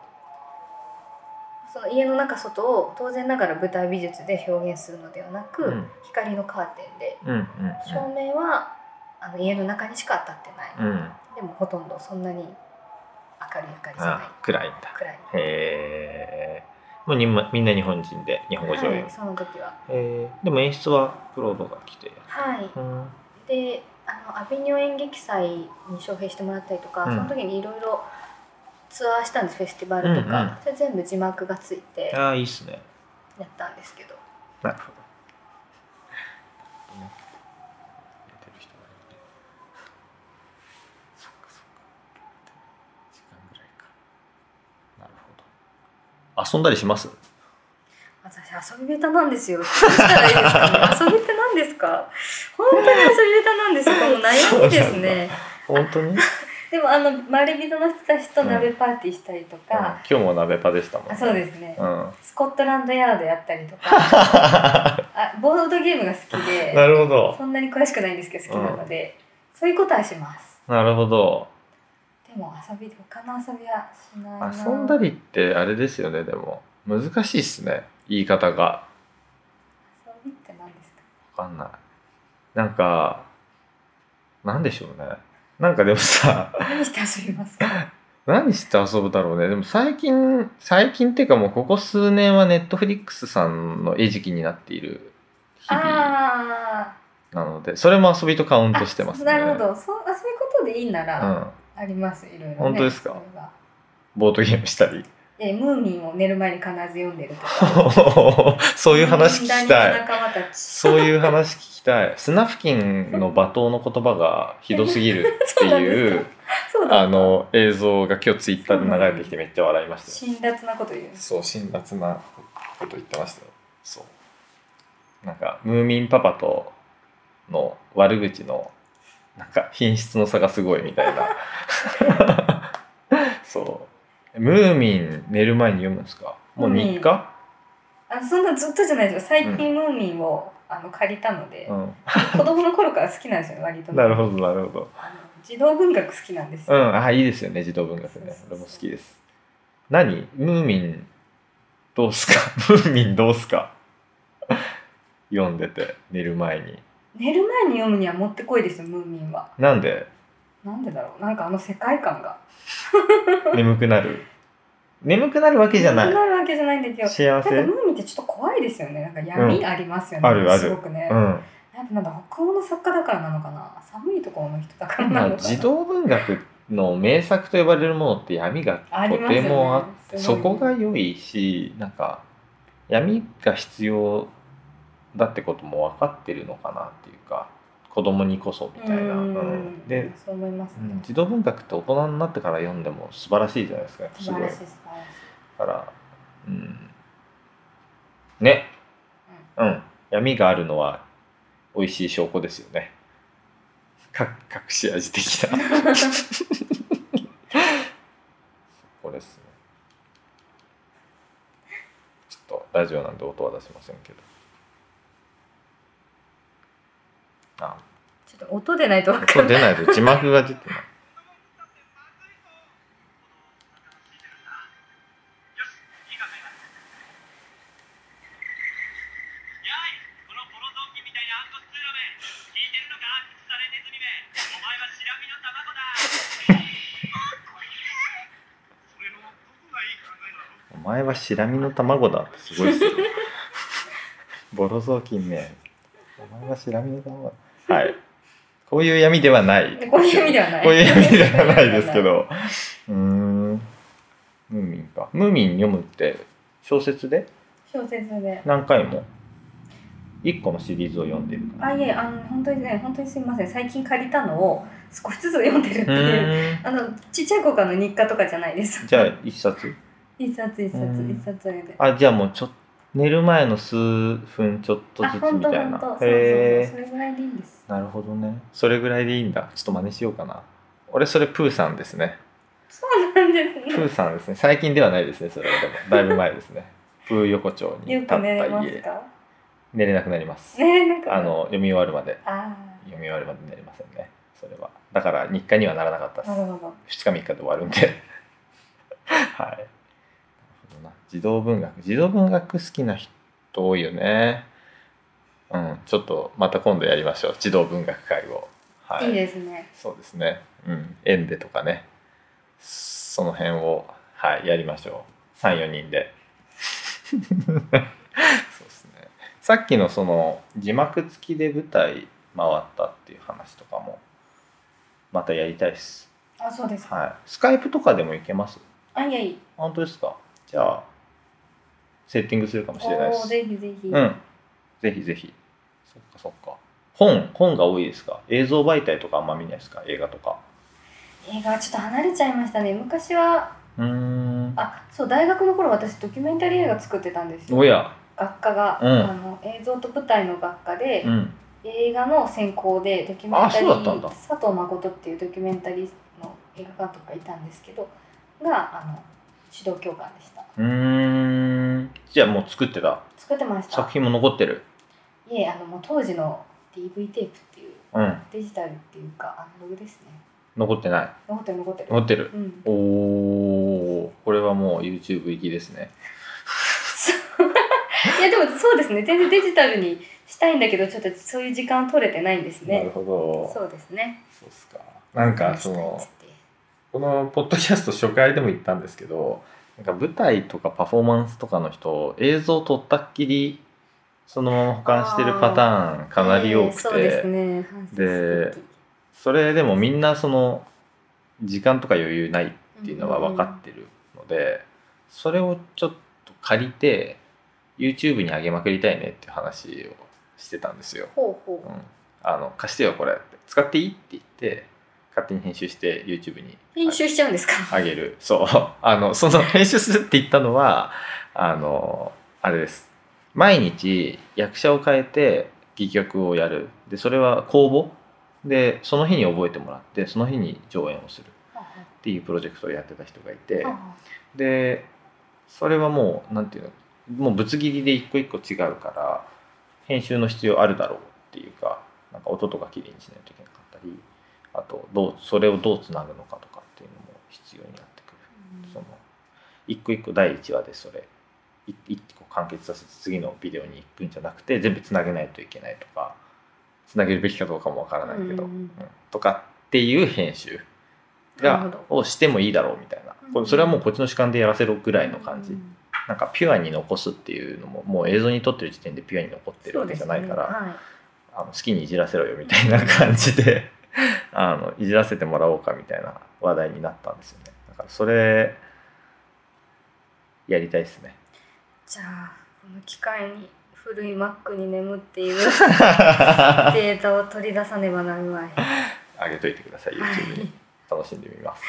[SPEAKER 2] その家の中外を当然ながら舞台美術で表現するのではなく、
[SPEAKER 1] うんうん
[SPEAKER 2] 光のカーテンで
[SPEAKER 1] うんうん
[SPEAKER 2] 照明はあの家の中にしか当たってない、
[SPEAKER 1] うんうん
[SPEAKER 2] でもほとんどそんなに明るい明かりじゃない
[SPEAKER 1] あ暗いんだ
[SPEAKER 2] くらい、
[SPEAKER 1] へえもうにまみんな日本人で日本語上演、
[SPEAKER 2] はい、その時は。
[SPEAKER 1] えー、でも演出はプロードが来て、
[SPEAKER 2] はい、
[SPEAKER 1] うん、
[SPEAKER 2] であのアビニョ演劇祭に招聘してもらったりとか、
[SPEAKER 1] うん
[SPEAKER 2] その時にいろいろツアーしたんですフェスティバルとか、
[SPEAKER 1] うんうん
[SPEAKER 2] それ全部字幕がついてや
[SPEAKER 1] ああいいっすね
[SPEAKER 2] ったんですけど
[SPEAKER 1] なるほどね寝てる人がいてそっかそっか時間ぐらいかなるほど遊んだりします
[SPEAKER 2] 私遊び下手なんですよどうしたらいいですかね遊びって何ですか本当に遊び下手なんですよこの悩みですね
[SPEAKER 1] 本当に、うん、
[SPEAKER 2] でもあのマレビドの人たちと鍋パーティーしたりと
[SPEAKER 1] 今
[SPEAKER 2] か、
[SPEAKER 1] 日も鍋パでしたもん、
[SPEAKER 2] あそうですね、
[SPEAKER 1] うん
[SPEAKER 2] スコットランドヤードやった りとかあボードゲームが好きで
[SPEAKER 1] なるほど
[SPEAKER 2] そんなに詳しくないんですけど好きなので、そういうことはします
[SPEAKER 1] なるほど
[SPEAKER 2] でも遊び他の遊びはしないな
[SPEAKER 1] 遊んだりってあれですよねでも難しいっすね言い方が
[SPEAKER 2] 遊びって何ですか
[SPEAKER 1] わかんないなんかなんでしょうねなんかでもさ
[SPEAKER 2] 何して遊 びますか
[SPEAKER 1] 何して遊ぶだろうねでも最近最近っていうかもうここ数年はネットフリックスさんの餌食になっている日々
[SPEAKER 2] あ
[SPEAKER 1] なのでそれも遊びとカウン
[SPEAKER 2] ーあ
[SPEAKER 1] トしてますね
[SPEAKER 2] なるほどそうあそういうことでいいな
[SPEAKER 1] う
[SPEAKER 2] ら
[SPEAKER 1] ん
[SPEAKER 2] ありますいろいろね
[SPEAKER 1] 本当ですか
[SPEAKER 2] それは
[SPEAKER 1] ボートゲームしたり
[SPEAKER 2] いでムーミンを寝る前に必ず読んでるとか
[SPEAKER 1] そういう話聞き
[SPEAKER 2] だ
[SPEAKER 1] た
[SPEAKER 2] んだん
[SPEAKER 1] い。
[SPEAKER 2] 仲間たち
[SPEAKER 1] そういう話聞きたい。スナフキンの罵倒の言葉がひどすぎるっていう、
[SPEAKER 2] そうだ
[SPEAKER 1] あの、映像が今日ツイッターで流れてきてめっちゃ笑いましたよ。
[SPEAKER 2] 辛辣なこと言う
[SPEAKER 1] そう、辛辣なこと言ってましたよ。そう。なんか、ムーミンパパとの悪口の、なんか、品質の差がすごいみたい な。そう。ムーミン寝る前に読むんですかもう日課、
[SPEAKER 2] あそんなずっとじゃないですよ最近ムーミンを、あの借りたので、
[SPEAKER 1] うん、
[SPEAKER 2] 子供の頃から好きなんですよね割と
[SPEAKER 1] なるほど、なるほど。
[SPEAKER 2] あの児童文学好きなんです
[SPEAKER 1] う
[SPEAKER 2] よ、
[SPEAKER 1] ん、あ、いいですよね、児童文学ね
[SPEAKER 2] そうそうそ。う
[SPEAKER 1] 俺も好きです。何ムーミン、どうすか ムーミンどうすか読んでて、寝る前に。
[SPEAKER 2] 寝る前に読むにはもってこいですよムーミンは
[SPEAKER 1] なんで
[SPEAKER 2] なんでだろうなんかあの世界観が
[SPEAKER 1] 眠くなる眠くなるわけじゃな
[SPEAKER 2] 眠く
[SPEAKER 1] い
[SPEAKER 2] なるわけじゃないんだけど
[SPEAKER 1] 幸
[SPEAKER 2] な
[SPEAKER 1] せ
[SPEAKER 2] んか
[SPEAKER 1] う
[SPEAKER 2] ムーミンってちょっと怖いですよねなんか闇ありますよね、
[SPEAKER 1] あるある
[SPEAKER 2] すごくね、
[SPEAKER 1] ん
[SPEAKER 2] やっぱなんだ北欧の作家だからなのかな寒いところの人だから
[SPEAKER 1] ま
[SPEAKER 2] な
[SPEAKER 1] あ
[SPEAKER 2] のかな、
[SPEAKER 1] 児童文学の名作と呼ばれるものって闇が
[SPEAKER 2] あり
[SPEAKER 1] と
[SPEAKER 2] ますよね
[SPEAKER 1] てもあって
[SPEAKER 2] す
[SPEAKER 1] そ
[SPEAKER 2] ごい
[SPEAKER 1] こが良いしなんか闇が必要だってことも分かってるのかなっていうか子供にこそみたいな。
[SPEAKER 2] うん
[SPEAKER 1] うんで、
[SPEAKER 2] そう思います
[SPEAKER 1] う
[SPEAKER 2] ね、
[SPEAKER 1] ん児童文学って大人になってから読んでも素晴らしいじゃないですかす
[SPEAKER 2] 素
[SPEAKER 1] ご
[SPEAKER 2] 晴
[SPEAKER 1] い
[SPEAKER 2] らし
[SPEAKER 1] だ
[SPEAKER 2] い素晴らしい
[SPEAKER 1] からうんねうん、闇があるのは美味しい証拠ですよね。か隠し味的な。これですね。ちょっとラジオなんで音は出しませんけど。あ、
[SPEAKER 2] ちょっと音でないと分か
[SPEAKER 1] 音
[SPEAKER 2] んな
[SPEAKER 1] 出
[SPEAKER 2] い
[SPEAKER 1] ないと字幕が出てない。
[SPEAKER 3] やいこのボロ雑巾みたいな暗黒通路め聞いてるのか腐れネズミめお前はシラミの卵だそれのどこがいい考えなの
[SPEAKER 1] お前はシラミの卵だってすごいです よ。ボロ雑巾ね。お前はシラミの卵 だ。はい。こういう闇ではない。
[SPEAKER 2] こういう意味ではない
[SPEAKER 1] こういう意味ではないですけど。うーん。ムーミンか。ムーミン読むって小説で
[SPEAKER 2] 小説で
[SPEAKER 1] 何回も一個のシリーズを読んでるか
[SPEAKER 2] あいえあの本当にね本当にすみません最近借りたのを少しずつ読んでるって
[SPEAKER 1] ら。う
[SPEAKER 2] いう
[SPEAKER 1] ーん。
[SPEAKER 2] あのちっちゃい子からの日課とかじゃないです
[SPEAKER 1] じゃあ一冊
[SPEAKER 2] 一冊一冊
[SPEAKER 1] うん
[SPEAKER 2] 一冊あげて
[SPEAKER 1] あ、じゃあもうちょ寝る前の数分ちょっとず
[SPEAKER 2] あ
[SPEAKER 1] つみ
[SPEAKER 2] 本当
[SPEAKER 1] たい
[SPEAKER 2] 本
[SPEAKER 1] な
[SPEAKER 2] 当そうそうそう。そ
[SPEAKER 1] へー
[SPEAKER 2] れぐらいでいいんです
[SPEAKER 1] なるほどね。それぐらいでいいんだ。ちょっと真似しようかな。俺それプーさんです ね。
[SPEAKER 2] そうなんです
[SPEAKER 1] プ
[SPEAKER 2] ね
[SPEAKER 1] ーさんですね。最近ではないですね。それはでもだいぶ前ですね。 プー横丁に
[SPEAKER 2] よ
[SPEAKER 1] 立った
[SPEAKER 2] く寝れます
[SPEAKER 1] 家。
[SPEAKER 2] か
[SPEAKER 1] 寝れなくなります。
[SPEAKER 2] ねなんか
[SPEAKER 1] あの読み終わるまで
[SPEAKER 2] あ
[SPEAKER 1] 読み終わるまで寝れませんね。それは。だから日課にはならなかった
[SPEAKER 2] ーなる
[SPEAKER 1] で
[SPEAKER 2] ほど
[SPEAKER 1] す。2日3日で終わるんで。 はい。なるほどな。児童文学。児童文学好きな人多いよね。うん。ちょっとまた今度やりましょう。児童文学会を。はい。
[SPEAKER 2] いいですね
[SPEAKER 1] そうですね。うん。エンデとかね。その辺を、はい、やりましょう。3、4人で。そうですね。さっきのその、字幕付きで舞台回ったっていう話とかも、またやりたいです。
[SPEAKER 2] あそうですか
[SPEAKER 1] はい。スカイプとかでもいけます
[SPEAKER 2] あいやいい
[SPEAKER 1] 本当ですかじゃあ、セッティングするかもしれないで
[SPEAKER 2] おお
[SPEAKER 1] す。
[SPEAKER 2] ぜひぜひ
[SPEAKER 1] うん。ぜひぜひ。そっかそっか。本、本が多いですか映像媒体とかあんま見ないですか映画とか。
[SPEAKER 2] 映画はちょっと離れちゃいましたね昔は
[SPEAKER 1] うーん。
[SPEAKER 2] あそう大学の頃私ドキュメンタリー映画作ってたんですよ
[SPEAKER 1] おや。
[SPEAKER 2] 学科が、
[SPEAKER 1] うん
[SPEAKER 2] あの映像と舞台の学科で、
[SPEAKER 1] うん。
[SPEAKER 2] 映画の専攻でドキュメンタリ
[SPEAKER 1] あそうだったん
[SPEAKER 2] ー
[SPEAKER 1] だ
[SPEAKER 2] 佐藤誠っていうドキュメンタリーの映画監督がいたんですけどがあの指導教官でした
[SPEAKER 1] うーん。じゃあもう作ってた。
[SPEAKER 2] 作ってまし
[SPEAKER 1] 作
[SPEAKER 2] た
[SPEAKER 1] 品も残ってる。
[SPEAKER 2] いえあのもう当時の DV テープっていう
[SPEAKER 1] うん。
[SPEAKER 2] デジタルっていうかアナログですね
[SPEAKER 1] 残ってない。
[SPEAKER 2] 残ってる残ってる
[SPEAKER 1] 残ってる。
[SPEAKER 2] うん
[SPEAKER 1] おお。これはもう YouTube 行きですね。
[SPEAKER 2] いやでもそうですね全然デジタルにしたいんだけどちょっとそういう時間取れてないんです
[SPEAKER 1] なる
[SPEAKER 2] ね
[SPEAKER 1] ほど。
[SPEAKER 2] そうですね
[SPEAKER 1] そうっすか。なんかその、このポッドキャスト初回でも言ったんですけど、なんか舞台とかパフォーマンスとかの人、映像を撮ったっきり、そのまま保管してるパターンかなり多くて。
[SPEAKER 2] えーそうですね反省すべき
[SPEAKER 1] それでもみんなその時間とか余裕ないっていうのは分かってるので、それをちょっと借りて YouTube に上げまくりたいねっていう話をしてたんですよ、
[SPEAKER 2] ほうほ
[SPEAKER 1] う、
[SPEAKER 2] うん
[SPEAKER 1] あの貸してよこれって使っていいって言って勝手に編集して YouTube に
[SPEAKER 2] 編集しちゃうんですか
[SPEAKER 1] あげるそう あのその編集するって言ったのはあのあれです毎日役者を変えて戯曲をやるでそれは公募でその日に覚えてもらってその日に上演をするっていうプロジェクトをやってた人がいてでそれはもうなんていうのもうぶつ切りで一個一個違うから編集の必要あるだろうっていうかなんか音とかきれいにしないといけなかったりあとどうそれをどうつなぐのかとかっていうのも必要になってくる。その一個一個第1話でそれい一個完結させて次のビデオに行くんじゃなくて全部つなげないといけないとかつなげるべきかどうかもわからないけど、
[SPEAKER 2] うんうんうん
[SPEAKER 1] とかっていう編集
[SPEAKER 2] なる
[SPEAKER 1] が
[SPEAKER 2] ほ
[SPEAKER 1] をしてもいいだろうみたいな
[SPEAKER 2] うん
[SPEAKER 1] これそれはもうこっちの主観でやらせろぐらいの感じ、
[SPEAKER 2] うん
[SPEAKER 1] なんかピュアに残すっていうのももう映像に撮ってる時点でピュアに残ってる
[SPEAKER 2] そ
[SPEAKER 1] わ
[SPEAKER 2] う
[SPEAKER 1] け
[SPEAKER 2] で
[SPEAKER 1] じ
[SPEAKER 2] す
[SPEAKER 1] ゃ
[SPEAKER 2] ね
[SPEAKER 1] ないから、
[SPEAKER 2] はい
[SPEAKER 1] あの好きにいじらせろよみたいな感じで あのいじらせてもらおうかみたいな話題になったんですよねだからそれやりたいですね
[SPEAKER 2] じゃあこの機会に古い Mac に眠っている
[SPEAKER 1] あ
[SPEAKER 2] データを取り出さねばならない。は
[SPEAKER 1] げといてください YouTube
[SPEAKER 2] い
[SPEAKER 1] に楽しんでみます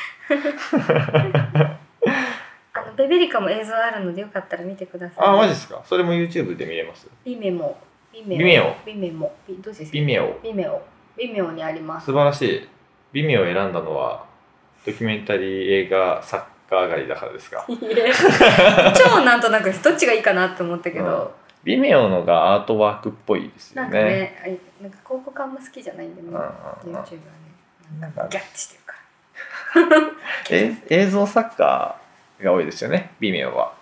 [SPEAKER 2] あのベベリカも映像あるのでよかったら見てください。
[SPEAKER 1] あマジですかそれも YouTube で見れます
[SPEAKER 2] ビメモ。ビメ
[SPEAKER 1] ビメオ
[SPEAKER 2] ビメモ。ビどうして
[SPEAKER 1] 微妙
[SPEAKER 2] ビメオ。ビメオにあります。
[SPEAKER 1] 素晴らしい微妙を選んだのはドキュメンタリー映画作家上がりだからです か
[SPEAKER 2] いいえ超なんとなくですどっちがいいかなって思ったけど、
[SPEAKER 1] 微妙のがアートワークっぽいですよ
[SPEAKER 2] なんかね
[SPEAKER 1] ね
[SPEAKER 2] あなんか広告あんま好きじゃないんでね、
[SPEAKER 1] うんうん
[SPEAKER 2] YouTube
[SPEAKER 1] うん
[SPEAKER 2] はねなんかギャッてしてるから
[SPEAKER 1] え映像作家が多いですよね微妙は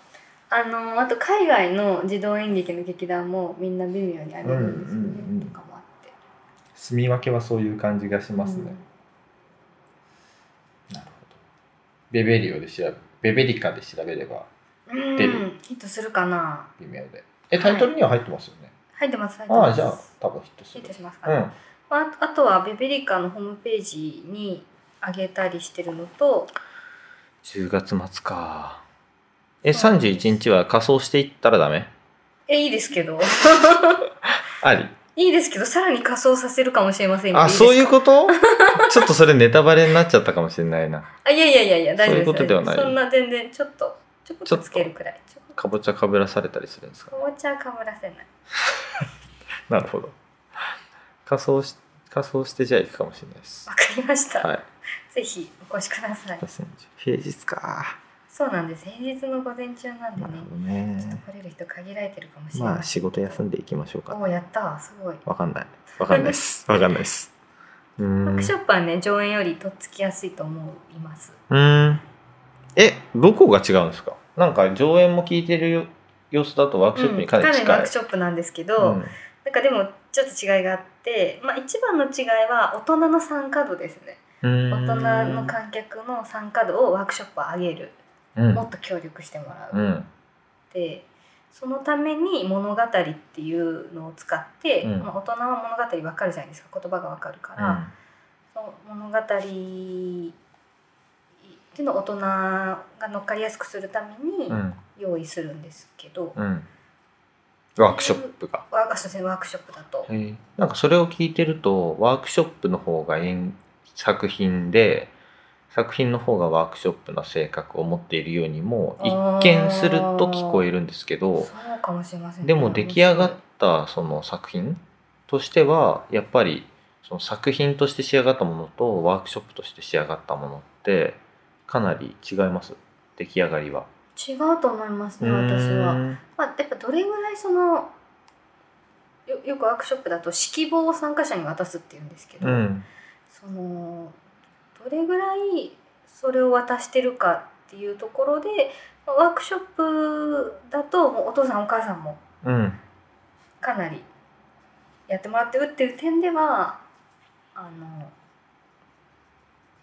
[SPEAKER 2] あのあと海外の児童演劇の劇団もみんな微妙にあげるんですよね、
[SPEAKER 1] うんうんうん
[SPEAKER 2] とかもあって
[SPEAKER 1] 住み分けはそういう感じがしますね、なるほどベベリオで調べベベリカで調べれば
[SPEAKER 2] うん、
[SPEAKER 1] 出
[SPEAKER 2] うん
[SPEAKER 1] る
[SPEAKER 2] ヒットするかな
[SPEAKER 1] 微妙でえタイトルには入ってますよね、
[SPEAKER 2] 入ってます入って
[SPEAKER 1] あ
[SPEAKER 2] ま
[SPEAKER 1] あ
[SPEAKER 2] す
[SPEAKER 1] じゃあ多分ヒットす
[SPEAKER 2] ヒ
[SPEAKER 1] る
[SPEAKER 2] ットしますか
[SPEAKER 1] う
[SPEAKER 2] ね、
[SPEAKER 1] ん
[SPEAKER 2] まあ、あとあとはベベリカのホームページにあげたりしてるのと
[SPEAKER 1] 10月末かえ
[SPEAKER 2] そうなんです
[SPEAKER 1] 31日は仮装していったらダメ
[SPEAKER 2] えいいですけ ど
[SPEAKER 1] あり
[SPEAKER 2] いいですけどさらに仮装させるかもしれませんけど
[SPEAKER 1] あそういううこと ちょっとそれネタバレになっちゃったかもしれないな
[SPEAKER 2] あいやいやいやいや大丈夫
[SPEAKER 1] そう
[SPEAKER 2] です
[SPEAKER 1] いうことではない
[SPEAKER 2] そんな全然ちょっとちょこっとつけるくらいちょこっ
[SPEAKER 1] かぼちゃかぶらされたりするんですか
[SPEAKER 2] とおもちゃはかぶらせない
[SPEAKER 1] なるほど仮装し仮装してじゃあ行くかもしれないです
[SPEAKER 2] わかりました、
[SPEAKER 1] はい
[SPEAKER 2] ぜひお越しください
[SPEAKER 1] 30平日か
[SPEAKER 2] そうなんです平日の午前中なんで
[SPEAKER 1] な
[SPEAKER 2] ね
[SPEAKER 1] るほど
[SPEAKER 2] ちょっと
[SPEAKER 1] ね
[SPEAKER 2] 来れる人限られてるかもしれない、
[SPEAKER 1] まあ仕事休んでいきましょうか
[SPEAKER 2] おおやったわすごい
[SPEAKER 1] わかんない。わかんない です。わかんないです。うー
[SPEAKER 2] ワー
[SPEAKER 1] ん。
[SPEAKER 2] クショ
[SPEAKER 1] う
[SPEAKER 2] ップはね上演よりとっつきやすいと思います
[SPEAKER 1] ーん。え、どこが違うんですかなんか上演も聞いてるよ様子だとワークショップにかなり
[SPEAKER 2] うんワ
[SPEAKER 1] 近い。
[SPEAKER 2] ークショップなんですけど、
[SPEAKER 1] うん
[SPEAKER 2] なんかでもちょっと違いがあって、まあ、一番の違いは大人の参加度ですね
[SPEAKER 1] うー
[SPEAKER 2] 大
[SPEAKER 1] ん
[SPEAKER 2] 人の観客の参加度をワークショップは上げる
[SPEAKER 1] うん
[SPEAKER 2] もっと協力してもら
[SPEAKER 1] う
[SPEAKER 2] うっ
[SPEAKER 1] ん。
[SPEAKER 2] てそのために物語っていうのを使って、
[SPEAKER 1] うん
[SPEAKER 2] まあ、大人は物語わかるじゃないですか言葉がわかるから、その物語っていうのを大人が乗っかりやすくするため
[SPEAKER 1] う
[SPEAKER 2] に
[SPEAKER 1] ん。
[SPEAKER 2] 用意するんですけど、
[SPEAKER 1] うん。ワークショップが。
[SPEAKER 2] ワークそうですねワークショップだと。
[SPEAKER 1] へえなんかそれを聞いてるとワークショップの方が演作品で作品の方がワークショップの性格を持っているようにも一見すると聞こえるんですけど
[SPEAKER 2] そうかもしれませんね
[SPEAKER 1] でも出来上がったその作品としてはやっぱりその作品として仕上がったものとワークショップとして仕上がったものってかなり違います出来上がりは。
[SPEAKER 2] 違うと思いますね私
[SPEAKER 1] う
[SPEAKER 2] は。
[SPEAKER 1] ーん
[SPEAKER 2] まあ、やっぱどれぐらいそのよよくワークショップだと指揮棒を参加者に渡すっていうんですけど、
[SPEAKER 1] うん
[SPEAKER 2] そのどれぐらいそれを渡してるかっていうところでまあワークショップだともうお父さんお母さんも
[SPEAKER 1] うん
[SPEAKER 2] かなりやってもらってるっていう点ではあの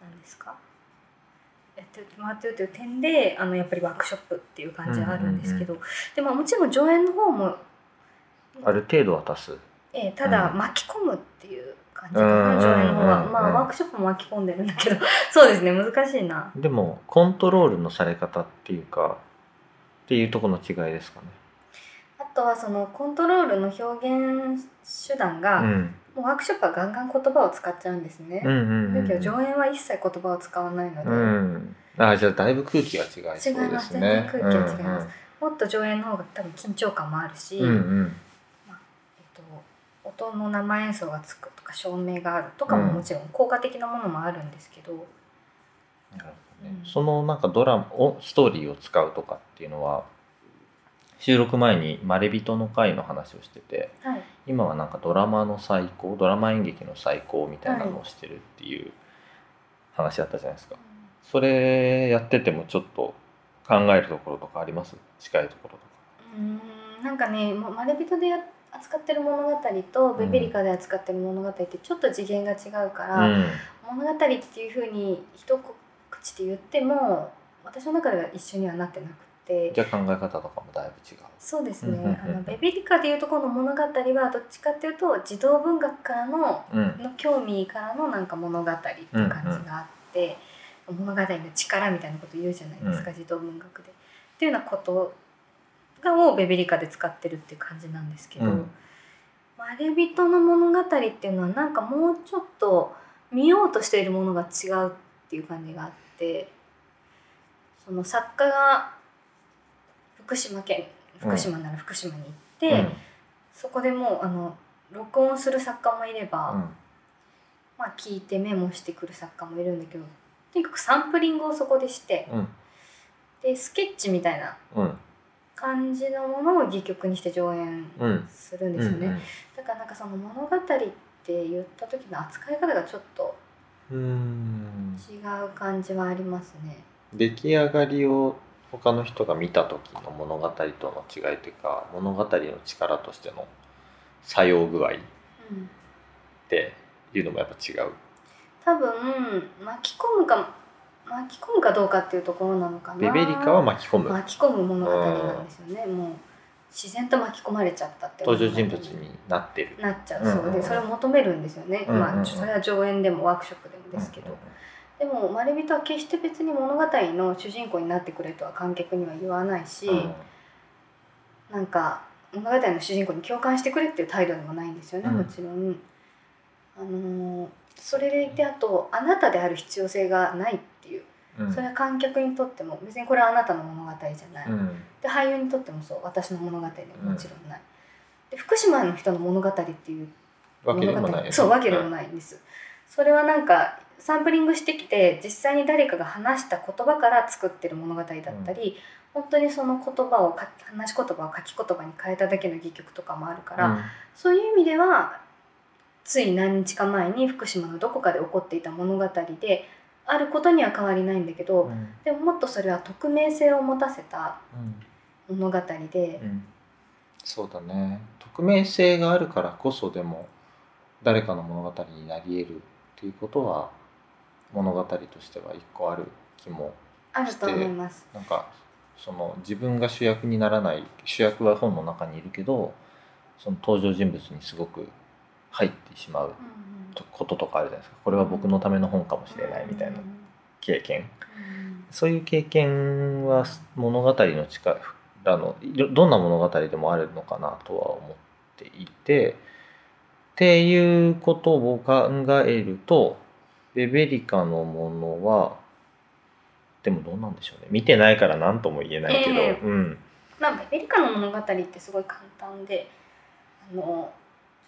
[SPEAKER 2] 何ですかやってもらってるっていう点であのやっぱりワークショップっていう感じはあるんですけど、でまあもちろん上演の方も、
[SPEAKER 1] ある程度渡す。
[SPEAKER 2] えーただ
[SPEAKER 1] うん
[SPEAKER 2] 巻き込むっていう感じかな、
[SPEAKER 1] うん
[SPEAKER 2] 上演の方は、
[SPEAKER 1] うん
[SPEAKER 2] まあ
[SPEAKER 1] うん
[SPEAKER 2] ワークショップも巻き込んで るんだけどそうですね難しいな
[SPEAKER 1] でもコントロールのされ方っていうかっていうところの違いですかね。
[SPEAKER 2] あとはそのコントロールの表現手段
[SPEAKER 1] う
[SPEAKER 2] が、
[SPEAKER 1] ん。
[SPEAKER 2] もうワークショップはガンガン言葉を使っちゃうんですね
[SPEAKER 1] う、んうんうん。
[SPEAKER 2] だけど上演は一切言葉を使わないので、
[SPEAKER 1] うん。あじゃあだいぶ空気が違いそうですね。。
[SPEAKER 2] 違います全然空気が違いますもっと上演の方が多分緊張感もあるし、
[SPEAKER 1] うんう
[SPEAKER 2] えっ
[SPEAKER 1] ん。
[SPEAKER 2] と、音の生演奏がつくとか照明があるとか
[SPEAKER 1] うん
[SPEAKER 2] ももちろん効果的なものもあるんですけど、
[SPEAKER 1] なるほどね
[SPEAKER 2] うん
[SPEAKER 1] そのなんかドラマをストーリーを使うとかっていうのは収録前に「まれびとの会」の話をしてて
[SPEAKER 2] はい、
[SPEAKER 1] 今はなんかドラマの最高ドラマ演劇の最高みたいなのをしてるっていう話だったじゃないですか、それやっててもちょっと考えるところとかあります近いところとか
[SPEAKER 2] うんなんかね「ままれびと」でや扱ってる物語と「ベベリカ」で扱ってる物語ってちょっと次元が違うから、
[SPEAKER 1] うん
[SPEAKER 2] 物語っていうふうに一口で言っても私の中では一緒にはなってなくて
[SPEAKER 1] じゃあ考え方とかもだいぶ違う
[SPEAKER 2] そうです
[SPEAKER 1] うんうんうん
[SPEAKER 2] ね「あのベビリカ」でいうとこの物語はどっちかっていうと児童文学からの
[SPEAKER 1] うん
[SPEAKER 2] の興味からのなんか物語って感じがあって、物語の力みたいなこと言うじゃないですか、児童文学で。っていうようなことがをベビリカで使ってるっていう感じなんですけど。
[SPEAKER 1] うん
[SPEAKER 2] まれびとの物語っていうのはなんかもうちょっと見ようとしているものが違うっていう感じがあってその作家が福島県
[SPEAKER 1] うん
[SPEAKER 2] 福島なら福島に行っ
[SPEAKER 1] う
[SPEAKER 2] て、
[SPEAKER 1] ん
[SPEAKER 2] そこでもうあの録音する作家もいれば、
[SPEAKER 1] うん
[SPEAKER 2] まあ、聞いてメモしてくる作家もいるんだけどとにかくサンプリングをそこでして
[SPEAKER 1] うん
[SPEAKER 2] でスケッチみたいな
[SPEAKER 1] うん
[SPEAKER 2] 感じのものを戯曲にして上演
[SPEAKER 1] うん
[SPEAKER 2] するん
[SPEAKER 1] うん
[SPEAKER 2] ですよね。
[SPEAKER 1] うん
[SPEAKER 2] だからなんかその物語って言った時の扱い方がちょっと
[SPEAKER 1] うん
[SPEAKER 2] 違う感じはありますね。
[SPEAKER 1] 出来上がりを他の人が見た時の物語との違いというか物語の力としての作用具合っ
[SPEAKER 2] うん、
[SPEAKER 1] ていうのもやっぱ違う
[SPEAKER 2] 多分巻き込むか巻き込むかどうかっていうところなのかな。
[SPEAKER 1] ベベリカは巻き込む
[SPEAKER 2] 巻き込む物語なんですよね。もう自然と巻き込まれちゃったって
[SPEAKER 1] 登場人物になってる
[SPEAKER 2] なっちゃう。
[SPEAKER 1] うんうん
[SPEAKER 2] そううんで、それを求めるんですよね。
[SPEAKER 1] うんうんうん
[SPEAKER 2] まあそれは上演でもワークショップでもですけど。でもまれびとは決して別に物語の主人公になってくれとは観客には言わないし。
[SPEAKER 1] うんうん
[SPEAKER 2] なんか物語の主人公に共感してくれっていう態度でもないんですよね、
[SPEAKER 1] うん
[SPEAKER 2] もちろん。あのーそれでいてあとあなたである必要性がないっていう、
[SPEAKER 1] うん
[SPEAKER 2] それは観客にとっても別にこれはあなたの物語じゃない、
[SPEAKER 1] うん
[SPEAKER 2] で俳優にとってもそう私の物語でももちろんない、で福島の人の物語っていう
[SPEAKER 1] わけでも
[SPEAKER 2] 物
[SPEAKER 1] な
[SPEAKER 2] 語
[SPEAKER 1] い
[SPEAKER 2] そうわけでも
[SPEAKER 1] い
[SPEAKER 2] ないんです、それはなんかサンプリングしてきて実際に誰かが話した言葉から作ってる物語だったり、本当にその言葉をか話し言葉を書き言葉に変えただけの戯曲とかもあるから、そういう意味ではつい何日か前に福島のどこかで起こっていた物語であることには変わりないんだけど、でももっとそれは匿名性を持たせた物語で、
[SPEAKER 1] そうだね匿名性があるからこそでも誰かの物語になり得るっていうことは物語としては一個ある気も
[SPEAKER 2] あると思います。
[SPEAKER 1] なんかその自分が主役にならない主役は本の中にいるけどその登場人物にすごく入ってしまう
[SPEAKER 2] うんうん
[SPEAKER 1] とこととかあるじゃないですかこれは僕のための本かもしれないみたいな
[SPEAKER 2] うん
[SPEAKER 1] 経験
[SPEAKER 2] うん
[SPEAKER 1] そういう経験は物語の力のいろどんな物語でもあるのかなとは思っていてっていうことを考えるとベベリカのものはでもどうなんでしょうね見てないから何とも言えないけど、
[SPEAKER 2] ええ
[SPEAKER 1] うん
[SPEAKER 2] まあ、ベベリカの物語ってすごい簡単であの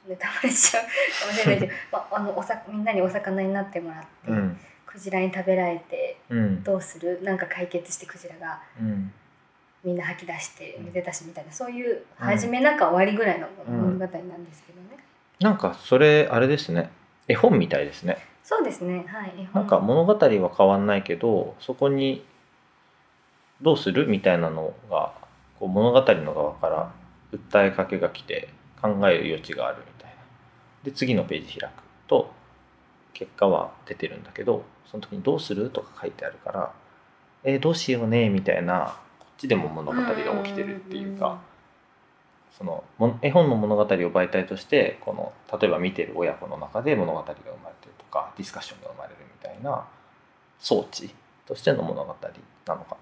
[SPEAKER 2] ネタバレしちゃう かもしれな いけど、まあ、あのおさみんなにお魚になってもらって、
[SPEAKER 1] うん
[SPEAKER 2] クジラに食べられて
[SPEAKER 1] うん
[SPEAKER 2] どうするなんか解決してクジラが
[SPEAKER 1] うん
[SPEAKER 2] みんな吐き出して
[SPEAKER 1] うん
[SPEAKER 2] めでたしみたいなそういう
[SPEAKER 1] うん
[SPEAKER 2] 初めなんか終わりぐらいの
[SPEAKER 1] うん
[SPEAKER 2] 物語なんですけどね、
[SPEAKER 1] なんかそれあれですね絵本みたいですね
[SPEAKER 2] そうですねはい絵
[SPEAKER 1] なんか物語は変わんないけどそこにどうするみたいなのがこう物語の側から訴えかけが来て考える余地があるみたいな。で次のページ開くと結果は出てるんだけどその時に「どうする?」とか書いてあるから「えーどうしようね」みたいなこっちでも物語が起きてるっていうか。そのも絵本の物語を媒体としてこの例えば見てる親子の中で物語が生まれてるとかディスカッションが生まれるみたいな装置としての物語なのかな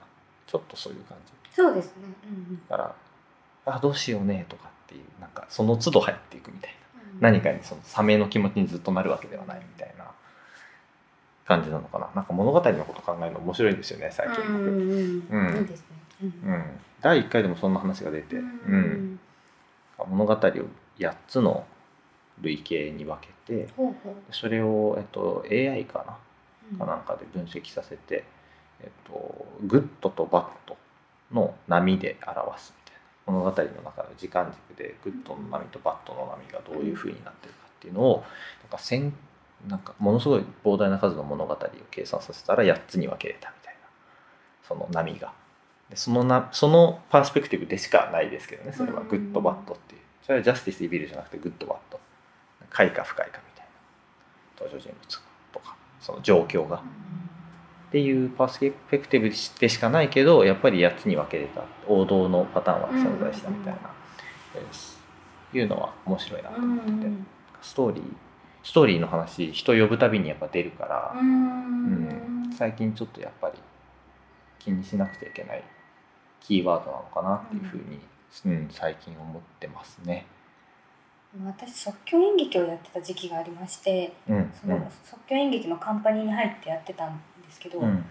[SPEAKER 1] ちょっとそういう感じ
[SPEAKER 2] そうですね。うん
[SPEAKER 1] だからあどうしようねとかっていうなんかその都度入っていくみたい
[SPEAKER 2] うん、
[SPEAKER 1] な何かにそのサメの気持ちにずっとなるわけではないみたいな感じなのかななんか物語のこと考えるの面白いんですよね最近
[SPEAKER 2] うん
[SPEAKER 1] 僕
[SPEAKER 2] うんうん
[SPEAKER 1] うん
[SPEAKER 2] いいですね。う
[SPEAKER 1] う
[SPEAKER 2] ん
[SPEAKER 1] ん、第1回でもそんな話が出て、うん物語を8つの類型に分けて
[SPEAKER 2] ほうほう。
[SPEAKER 1] それを、えっと、AI かな
[SPEAKER 2] うん
[SPEAKER 1] かなんかで分析させて、えっと、グッドとバッドの波で表すみたいな物語の中の時間軸でグッドの波とバッドの波がどういうふうになってるかっていうのをなんか千なんかものすごい膨大な数の物語を計算させたら8つに分けれたみたいなその波がでそのなそのパースペクティブでしかないですけどねそれは
[SPEAKER 2] うん
[SPEAKER 1] グッドバッドっていうそれはジャスティス・イビルじゃなくてグッドバッド快か不快かみたいな登場人物とかその状況がっていうパースペクティブでしかないけどやっぱり8つに分けれた王道のパターンは存在したみたいな、ですいうのは面白いなと
[SPEAKER 2] う
[SPEAKER 1] 思ってて、
[SPEAKER 2] ん
[SPEAKER 1] ストーリーストーリーの話人呼ぶたびにやっぱ出るから
[SPEAKER 2] う、ん
[SPEAKER 1] うん最近ちょっとやっぱり気にしなくちゃいけないキーワードなのかなっていうふうに、うん最近思ってますね。
[SPEAKER 2] 私即興演劇をやってた時期がありまして
[SPEAKER 1] うんう
[SPEAKER 2] その
[SPEAKER 1] ん
[SPEAKER 2] 即興演劇のカンパニーに入ってやってたんですけど、
[SPEAKER 1] うん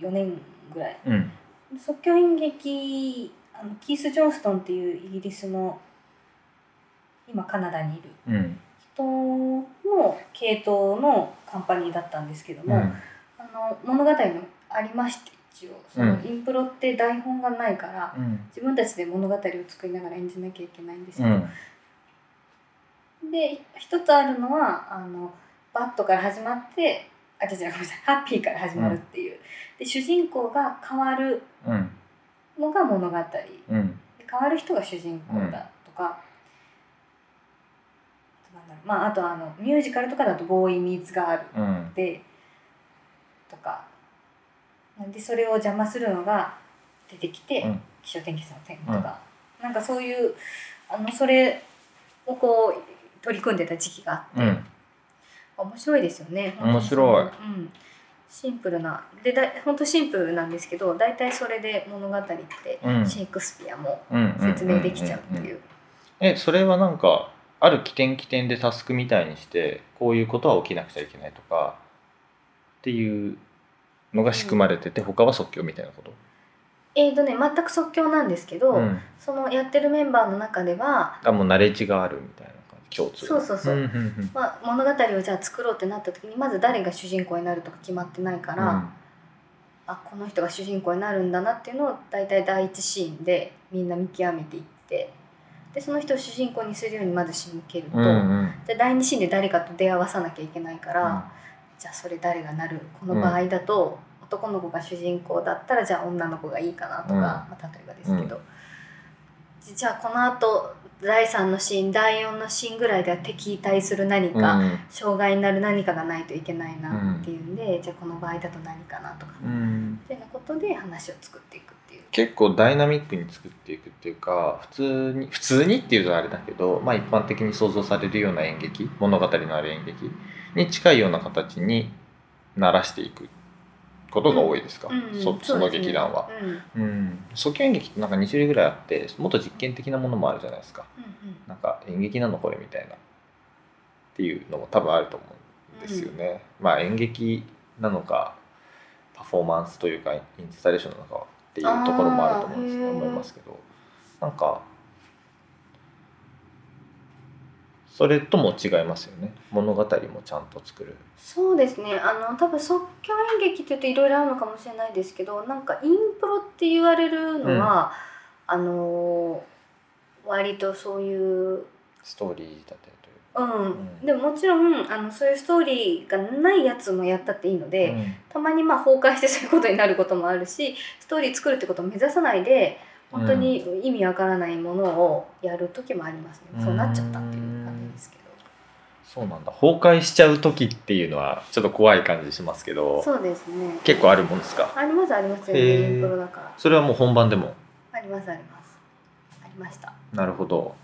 [SPEAKER 2] 4年ぐらい
[SPEAKER 1] うん
[SPEAKER 2] 即興演劇あのキース・ジョンストンっていうイギリスの今カナダにいる
[SPEAKER 1] うん
[SPEAKER 2] 人の系統のカンパニーだったんですけど
[SPEAKER 1] う
[SPEAKER 2] も、
[SPEAKER 1] ん
[SPEAKER 2] あの物語もありまして一応その
[SPEAKER 1] うん
[SPEAKER 2] インプロって台本がないから、
[SPEAKER 1] うん
[SPEAKER 2] 自分たちで物語を作りながら演じなきゃいけないんです
[SPEAKER 1] う
[SPEAKER 2] よ、
[SPEAKER 1] ん
[SPEAKER 2] で一つあるのはあのバットから始まってあ違う違うごめんなさいハッピーから始まるっていう、で主人公が変わる
[SPEAKER 1] うん
[SPEAKER 2] のが物語で
[SPEAKER 1] うん
[SPEAKER 2] 変わる人が主人公だとか、あとなんだろうまああとあのミュージカルとかだとボーイ・ミーツ・ガール
[SPEAKER 1] うん
[SPEAKER 2] でとかなんでそれを邪魔するのが出てきて、
[SPEAKER 1] うん
[SPEAKER 2] 気象天気さんの点とか、なんかそういうあのそれをこう取り組んでた時期があって、
[SPEAKER 1] うん
[SPEAKER 2] 面白いですよね
[SPEAKER 1] 面白い、
[SPEAKER 2] 本当にそのうん、シンプルなでだい本当シンプルなんですけど大体それで物語って
[SPEAKER 1] うん
[SPEAKER 2] シェイクスピアも
[SPEAKER 1] うんうん
[SPEAKER 2] 説明できちゃうって
[SPEAKER 1] んん
[SPEAKER 2] い
[SPEAKER 1] ん
[SPEAKER 2] う。
[SPEAKER 1] えそれはなんかある起点起点でタスクみたいにしてこういうことは起きなくちゃいけないとかっていうのが仕組まれてて、他は即興みたいなこと、
[SPEAKER 2] えーとね、全く即興なんですけど、
[SPEAKER 1] ん、
[SPEAKER 2] そのやってるメンバーの中では
[SPEAKER 1] あもうナレッジがあるみたいな感じ共通の
[SPEAKER 2] そうそうそうん
[SPEAKER 1] んん
[SPEAKER 2] まあ、物語をじゃあ作ろうってなった時にまず誰が主人公になるとか決まってないから、あこの人が主人公になるんだなっていうのを大体第一シーンでみんな見極めていってでその人を主人公にするようにまず仕向けると、
[SPEAKER 1] うんうんうん
[SPEAKER 2] じゃあ第二シーンで誰かと出会わさなきゃいけないから、じゃあそれ誰がなるこの場合だと、男の子が主人公だったらじゃあ女の子がいいかなとか、
[SPEAKER 1] うん
[SPEAKER 2] まあ、例えばですけど、じじゃあこのあと第3のシーン第4のシーンぐらいでは敵対する何
[SPEAKER 1] うん
[SPEAKER 2] か、
[SPEAKER 1] うん
[SPEAKER 2] 障害になる何かがないといけないなっていうんで、じゃあこの場合だと何かなとか、
[SPEAKER 1] う
[SPEAKER 2] み
[SPEAKER 1] ん
[SPEAKER 2] たいなことで話を作っていくっていう。
[SPEAKER 1] 結構ダイナミックに作っていくっていうか普通に普通にっていうとあれだけど、まあ、一般的に想像されるような演劇物語のある演劇に近いような形にならしていくことが多いですか、
[SPEAKER 2] うん
[SPEAKER 1] そその劇団は。。
[SPEAKER 2] うんうん
[SPEAKER 1] うん、即興演劇ってなんか2種類ぐらいあってもっと実験的なものもあるじゃないですかなんか演劇なのこれみたいなっていうのも多分あると思うんですよね、まあ演劇なのかパフォーマンスというかインスタレーションなのかっていうところもあると思うんです
[SPEAKER 2] あーへー
[SPEAKER 1] 思いますけどなんかそれとも違いますよね物語もちゃんと作る
[SPEAKER 2] そうですねあの多分即興演劇って言っていろいろあるのかもしれないですけどなんかインプロって言われるのは、あの割とそういう
[SPEAKER 1] ストーリー仕立てという
[SPEAKER 2] うん、
[SPEAKER 1] ん
[SPEAKER 2] でももちろんあのそういうストーリーがないやつもやったっていいので、
[SPEAKER 1] か、
[SPEAKER 2] たまにまあ崩壊してそういうことになることもあるしストーリー作るってことを目指さないで本当に意味わからないものをやる時もありますね、
[SPEAKER 1] うん
[SPEAKER 2] そうなっちゃったっていう感じですけど
[SPEAKER 1] そうなんだ崩壊しちゃう時っていうのはちょっと怖い感じしますけど
[SPEAKER 2] そうですね
[SPEAKER 1] 結構あるもんですか
[SPEAKER 2] ありますありますよ
[SPEAKER 1] へ
[SPEAKER 2] ね
[SPEAKER 1] ー
[SPEAKER 2] インプロだから
[SPEAKER 1] それはもう本番でも
[SPEAKER 2] ありますありますありました
[SPEAKER 1] なるほど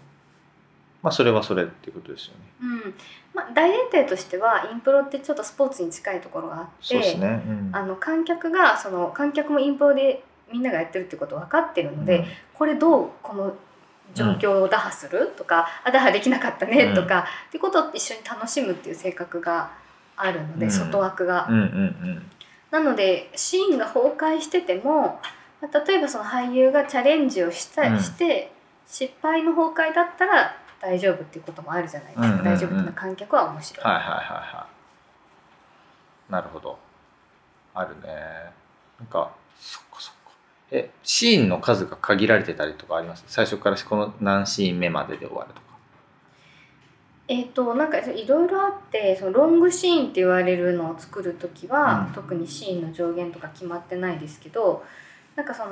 [SPEAKER 1] まあそれはそれっていうことですよね
[SPEAKER 2] うんまあ大前提としてはインプロってちょっとスポーツに近いところがあって
[SPEAKER 1] そうですね、うん
[SPEAKER 2] あの観客がその観客もインプロでみんながやってるってこと分かってるので、これどうこの状況を打破するとか、あ打破できなかったねとか、ってことを一緒に楽しむっていう性格があるので、
[SPEAKER 1] うん
[SPEAKER 2] 外枠が。
[SPEAKER 1] うんうんうん
[SPEAKER 2] なのでシーンが崩壊しててもまあ例えばその俳優がチャレンジをした、
[SPEAKER 1] うん
[SPEAKER 2] して失敗の崩壊だったら大丈夫っていうこともあるじゃないですか、
[SPEAKER 1] うんうんうん
[SPEAKER 2] 大丈夫っていうのは観客は面白い、
[SPEAKER 1] はいはいはいはいなるほどあるねなんかそっかそっかえシーンの数が限られてたりとかあります最初からこの何シーン目までで終わるとか
[SPEAKER 2] えっ、となんかいろいろあってそのロングシーンって言われるのを作る時は、
[SPEAKER 1] うん
[SPEAKER 2] 特にシーンの上限とか決まってないですけどなんかその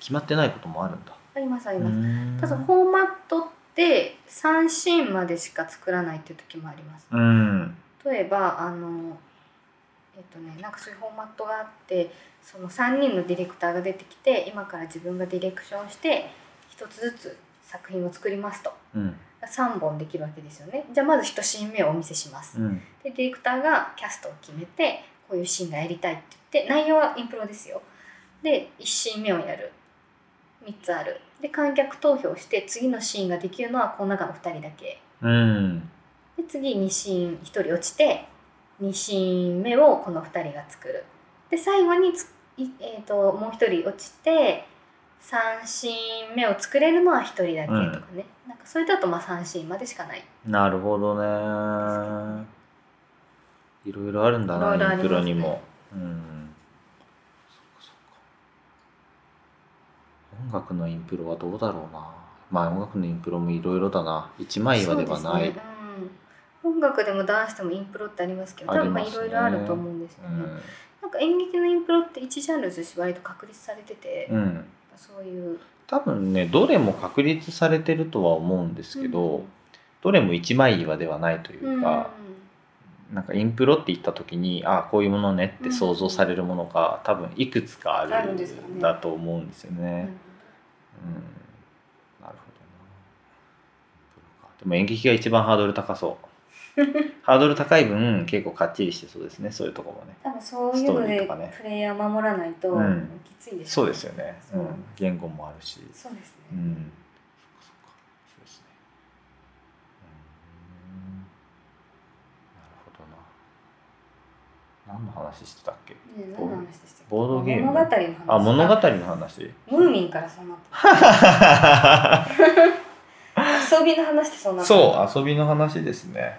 [SPEAKER 1] 決まってないこともあるんだ
[SPEAKER 2] ありますあり
[SPEAKER 1] う
[SPEAKER 2] ます、
[SPEAKER 1] ーん
[SPEAKER 2] ただフォーマットって3シーンまでしか作らないっていう時もあります
[SPEAKER 1] うん
[SPEAKER 2] 例えばあのえっとねなんかそういうフォーマットがあってその3人のディレクターが出てきて今から自分がディレクションして一つずつ作品を作りますと
[SPEAKER 1] うん
[SPEAKER 2] 3本できるわけですよねじゃあまず1シーン目をお見せします、
[SPEAKER 1] うん
[SPEAKER 2] でディレクターがキャストを決めてこういうシーンがやりたいって言って内容はインプロですよで1シーン目をやる3つあるで観客投票して次のシーンができるのはこの中の2人だけ
[SPEAKER 1] うん
[SPEAKER 2] で次2シーン1人落ちて2シーン目をこの2人が作るで最後につ、いえー、ともう1人落ちて3シーン目を作れるのは1人だけとかね、なんかそれだとまあ3シーンまでしかない
[SPEAKER 1] なるほど
[SPEAKER 2] ど
[SPEAKER 1] ねいろいろあるんだ
[SPEAKER 2] いろいろあ
[SPEAKER 1] なイン
[SPEAKER 2] りますね
[SPEAKER 1] プロにもうんそっかそっか音楽のインプロはどうだろうなまあ音楽のインプロもいろいろだな一枚岩ではな
[SPEAKER 2] そう
[SPEAKER 1] い
[SPEAKER 2] ですねうん、音楽でもダンスでもインプロってありますけど多分まあ
[SPEAKER 1] ありま
[SPEAKER 2] い
[SPEAKER 1] す
[SPEAKER 2] ろ
[SPEAKER 1] ね
[SPEAKER 2] いろあると思うんですよ
[SPEAKER 1] う
[SPEAKER 2] ね、
[SPEAKER 1] ん
[SPEAKER 2] なんか演劇のインプロって一ジャンルずし割と確立されてて、
[SPEAKER 1] うん
[SPEAKER 2] そういう
[SPEAKER 1] 多分ねどれも確立されてるとは思うんですけど、どれも一枚岩ではないというか、なんかインプロって言った時にああこういうものねって想像されるものが、多分いくつかあ
[SPEAKER 2] あ
[SPEAKER 1] る
[SPEAKER 2] る
[SPEAKER 1] ん
[SPEAKER 2] んですかね
[SPEAKER 1] だと思うんですよ
[SPEAKER 2] うん
[SPEAKER 1] ね。う
[SPEAKER 2] うん
[SPEAKER 1] んなるほどなでも演劇が一番ハードル高 そう。ハードル高い分結構かっちりしてそうですねそういうとこもね。
[SPEAKER 2] 多分そういうの
[SPEAKER 1] ストーリー
[SPEAKER 2] で
[SPEAKER 1] とかね
[SPEAKER 2] プレイヤー守らないと
[SPEAKER 1] うん
[SPEAKER 2] きついでしょ
[SPEAKER 1] そうですよね、う、
[SPEAKER 2] そうん
[SPEAKER 1] 言語もあるし。
[SPEAKER 2] そうです
[SPEAKER 1] う
[SPEAKER 2] ね、
[SPEAKER 1] んそっかそっかそうですねうんなるほどな何の話してたっけ
[SPEAKER 2] ね何の話でしたっけ
[SPEAKER 1] ボードゲーム
[SPEAKER 2] 物語の話
[SPEAKER 1] あ物語の話
[SPEAKER 2] ムーミンからそんな 遊びの話ってそんな
[SPEAKER 1] そう遊びの話ですね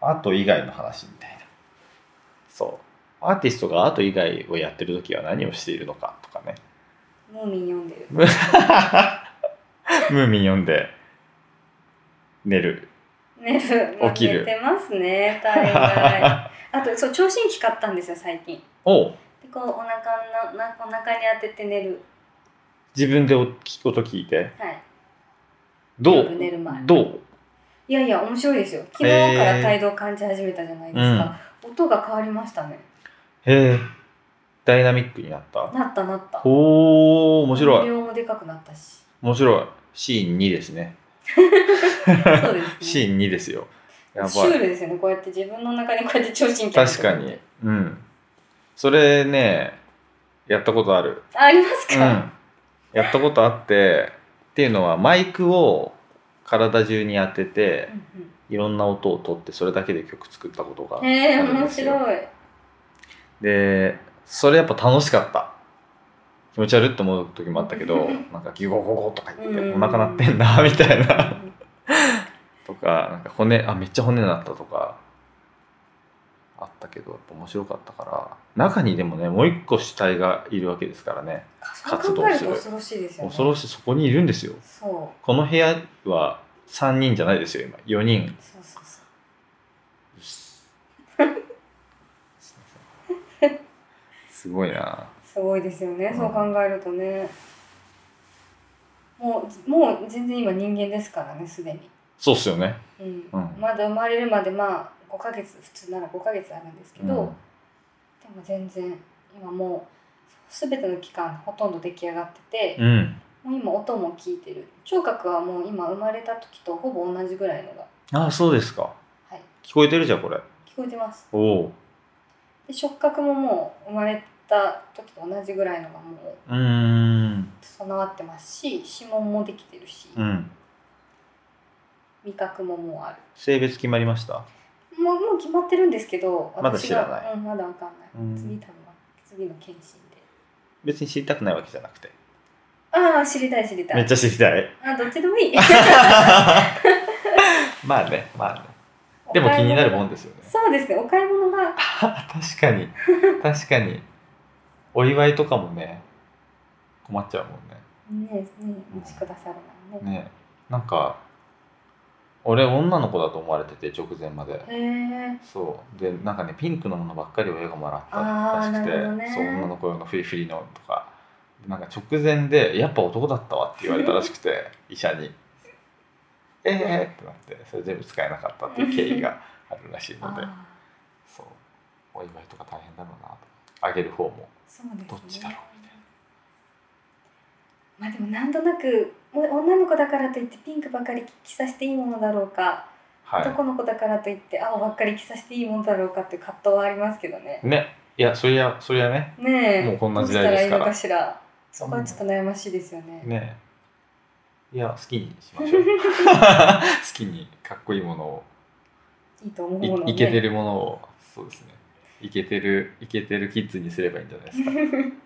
[SPEAKER 1] アート以外の話みたいなそうアーティストがアート以外をやってる時は何をしているのかとかね
[SPEAKER 2] ムーミン読んでる
[SPEAKER 1] ムーミン読んで寝る
[SPEAKER 2] 寝る、まあ
[SPEAKER 1] 起きる
[SPEAKER 2] 寝てますね大 概あとそう聴診器買ったんですよ最近
[SPEAKER 1] おう
[SPEAKER 2] でこうお腹のなお腹に当てて寝る
[SPEAKER 1] 自分でお聞くこと聞いて
[SPEAKER 2] はい
[SPEAKER 1] ど
[SPEAKER 2] 夜
[SPEAKER 1] う
[SPEAKER 2] 寝る前
[SPEAKER 1] どう
[SPEAKER 2] いやいや面白いですよ昨日から態度を感じ始めたじゃないですか、音が変わりましたね
[SPEAKER 1] へえダイナミックになった
[SPEAKER 2] なったなった
[SPEAKER 1] おお面白
[SPEAKER 2] 音
[SPEAKER 1] い
[SPEAKER 2] 量もでかくなったし
[SPEAKER 1] 面白いシーン2ですね
[SPEAKER 2] そうですね
[SPEAKER 1] シーン2ですよやば
[SPEAKER 2] シュー
[SPEAKER 1] い
[SPEAKER 2] ルですよねこうやって自分の中にこうやって聴診器
[SPEAKER 1] 確かにうんそれねやったことある
[SPEAKER 2] ああります
[SPEAKER 1] うん
[SPEAKER 2] か、
[SPEAKER 1] やったことあってっていうのはマイクを体中に当てて
[SPEAKER 2] うん
[SPEAKER 1] いろんな音を取ってそれだけで曲作ったことがあ
[SPEAKER 2] うん、えー、
[SPEAKER 1] るん
[SPEAKER 2] 面
[SPEAKER 1] ですよ
[SPEAKER 2] 白い
[SPEAKER 1] でそれやっぱ楽しかった気持ち悪いって思う時もあったけどなんかギュゴゴゴとか言って
[SPEAKER 2] うん
[SPEAKER 1] お腹鳴ってんなみたいな
[SPEAKER 2] うん
[SPEAKER 1] とかなんか骨あめっちゃ骨鳴ったとかあったけどやっぱ面白かったから中にでもねもう一個主体がいるわけですからね
[SPEAKER 2] そう考えると恐ろしいですよね
[SPEAKER 1] 恐ろしいそこにいるんですよ
[SPEAKER 2] そう
[SPEAKER 1] この部屋は3人じゃないですよ今4人
[SPEAKER 2] そうそうそう
[SPEAKER 1] すすいませんすごいな
[SPEAKER 2] すごいですよね、
[SPEAKER 1] うん
[SPEAKER 2] そう考えるとねもうもう全然今人間ですからねすでに、
[SPEAKER 1] そうっすよね
[SPEAKER 2] うん
[SPEAKER 1] うん
[SPEAKER 2] まだ生まれるまでまあ5ヶ月普通なら5ヶ月あるんですけど、
[SPEAKER 1] うん
[SPEAKER 2] でも全然今もう全ての期間ほとんど出来上がってて、
[SPEAKER 1] うん
[SPEAKER 2] もう今音も聞いてる聴覚はもう今生まれた時とほぼ同じぐらいのが
[SPEAKER 1] ああそうですか
[SPEAKER 2] はい
[SPEAKER 1] 聞こえてるじゃんこれ
[SPEAKER 2] 聞こえてます
[SPEAKER 1] おお
[SPEAKER 2] で触覚ももう生まれった時と同じぐらいのがもう
[SPEAKER 4] うーん
[SPEAKER 2] 備わってますし指紋もできてるし、
[SPEAKER 4] うん
[SPEAKER 2] 味覚ももうある
[SPEAKER 4] 性別決まりました
[SPEAKER 2] もうもう決まってるんですけど
[SPEAKER 4] まだ知らない
[SPEAKER 2] 私がうん、まだわかんない、
[SPEAKER 4] うん
[SPEAKER 2] 次多分次の検診で
[SPEAKER 4] 別に知りたくないわけじゃなくて
[SPEAKER 2] ああ知りたい知りた
[SPEAKER 4] めっ
[SPEAKER 2] い
[SPEAKER 4] ちゃ知りたい
[SPEAKER 2] あどっちでもいい
[SPEAKER 4] まあねまあね でも気になるもん
[SPEAKER 2] で
[SPEAKER 4] ですよね
[SPEAKER 2] そうですねお買い物が
[SPEAKER 1] あ 確かに確かにお祝いとかもね困っちゃうもんね
[SPEAKER 2] ねね持ちくださるのね
[SPEAKER 1] ねなんか俺女の子だと思われてて直前まで
[SPEAKER 2] へえ
[SPEAKER 1] そうでなんかねピンクのものばっかり親がもらった
[SPEAKER 2] あー
[SPEAKER 1] らしくて
[SPEAKER 2] なるほどね
[SPEAKER 1] そう女の子用のフリフリのとかでなんか直前で「やっぱ男だったわ」って言われたらしくて 医者に「ええー!」ってなってそれ全部使えなかったっていう経緯があるらしいので
[SPEAKER 2] あ
[SPEAKER 1] そうお祝いとか大変だろうなとあげる方も
[SPEAKER 2] ーそうですね
[SPEAKER 1] どっちだろうみたいな
[SPEAKER 2] まあでもなんとなくもう女の子だからといってピンクばかり着させていいものだろうか、
[SPEAKER 1] は
[SPEAKER 2] 男の子だからといって青ばっかり着させていいものだろうかっていう葛藤はありますけどね
[SPEAKER 1] いねいやそりゃそりゃね
[SPEAKER 2] ねえ
[SPEAKER 1] もうこんな時代ですから
[SPEAKER 2] どうしたらいいのかしらそこはちょっと悩ましいですよね
[SPEAKER 1] ねいや好きにしま しょう好きにかっこいいものを
[SPEAKER 2] いいと思うものを
[SPEAKER 1] い
[SPEAKER 2] ね
[SPEAKER 1] いけてるものをそうですねいけてるいけてるキッズにすればいいんじゃない ですか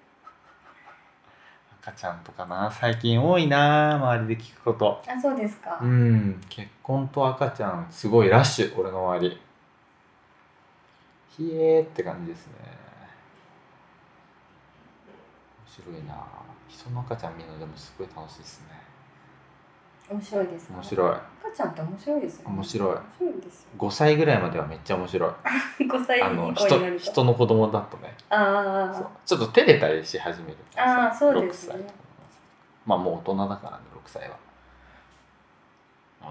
[SPEAKER 1] 赤ちゃんとかな最近多いな周りで聞くこと
[SPEAKER 2] あそうですか、
[SPEAKER 1] うん結婚と赤ちゃんすごいラッシュ俺の周りひえーって感じですね面白いな人の赤ちゃん見るのでもすごい楽しいですね
[SPEAKER 2] 面白いですか
[SPEAKER 1] 面白い
[SPEAKER 2] 赤ちゃんって面白いですよね
[SPEAKER 1] 面白い
[SPEAKER 2] 面白いですよ
[SPEAKER 1] 5歳ぐらいまではめっちゃ面白い
[SPEAKER 2] 5歳
[SPEAKER 1] あ
[SPEAKER 2] 児
[SPEAKER 1] の
[SPEAKER 2] に声
[SPEAKER 1] 人
[SPEAKER 2] になると
[SPEAKER 1] 人の子供だとね
[SPEAKER 2] あ
[SPEAKER 1] そう
[SPEAKER 2] あ
[SPEAKER 1] ちょっと照れたりし始めるから
[SPEAKER 2] あーそうですね
[SPEAKER 1] 6歳とかまあもう大人だからね6歳はうん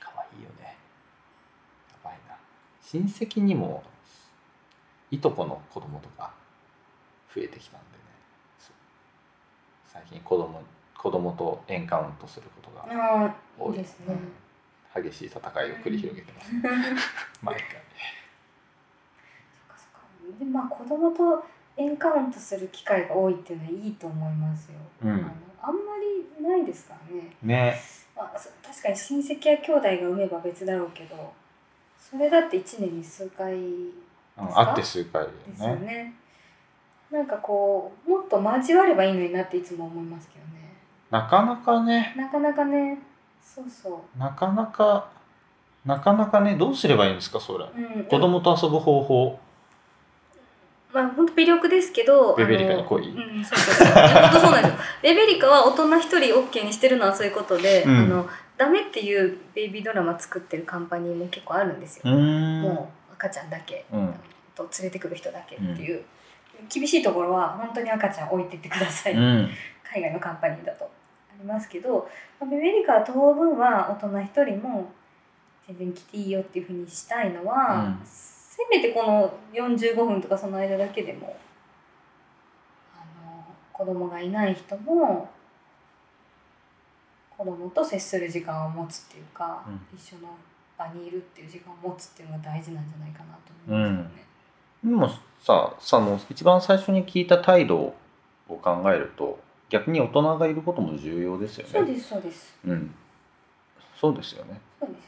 [SPEAKER 1] かわいいよねやばいな親戚にもいとこの子供とか増えてきたんでねそう最近子供子供とエンカウントすることが
[SPEAKER 2] ああい
[SPEAKER 1] 多
[SPEAKER 2] い
[SPEAKER 1] い
[SPEAKER 2] ですね、
[SPEAKER 1] うん激しい戦いを繰り広げて ます、毎回
[SPEAKER 2] そっかそっかでまあ子供とエンカウントする機会が多いっていうのはいいと思いますよ、
[SPEAKER 1] うん
[SPEAKER 2] あのあんまりないですからね、
[SPEAKER 1] ね
[SPEAKER 2] まあ、そ確かに親戚や兄弟が産めば別だろうけどそれだって1年に数回
[SPEAKER 1] うん
[SPEAKER 2] ですか
[SPEAKER 1] 会って数回だよ
[SPEAKER 2] ですよねなんかこうもっと交わればいいのになっていつも思いますけどね
[SPEAKER 1] なかなかね
[SPEAKER 2] なかなかねそうそ
[SPEAKER 1] なかなかなかなかねどうすればいいんですかそれ
[SPEAKER 2] う、うん、
[SPEAKER 1] 子供と遊ぶ方法
[SPEAKER 2] まあ本当微力ですけど
[SPEAKER 1] ベベリカ
[SPEAKER 2] あの
[SPEAKER 1] に来い
[SPEAKER 2] うんそうそうそう 本当そうなんですよベベリカは大人一人 OK にしてるのはそういうことで、
[SPEAKER 1] うん
[SPEAKER 2] あのダメっていうベイビードラマ作ってるカンパニーも結構あるんですよ、
[SPEAKER 1] ーん
[SPEAKER 2] もう赤ちゃんだけ
[SPEAKER 1] うん
[SPEAKER 2] と連れてくる人だけっていう、厳しいところは本当に赤ちゃん置いてってください、
[SPEAKER 1] うん
[SPEAKER 2] 海外のカンパニーだとありますけどまあベベリカは当分は大人一人も全然来ていいよっていうふうにしたいのは、
[SPEAKER 1] うん
[SPEAKER 2] せめてこの45分とかその間だけでもあの子供がいない人も子供と接する時間を持つっていうか、
[SPEAKER 1] うん
[SPEAKER 2] 一緒の場にいるっていう時間を持つっていうのが大事なんじゃないかなと思いますよね。
[SPEAKER 1] でもささの一番最初に聞いた態度を考えると逆に大人がいることも重要ですよね
[SPEAKER 2] そうですそうです
[SPEAKER 1] うん、そうですよね、
[SPEAKER 2] そうです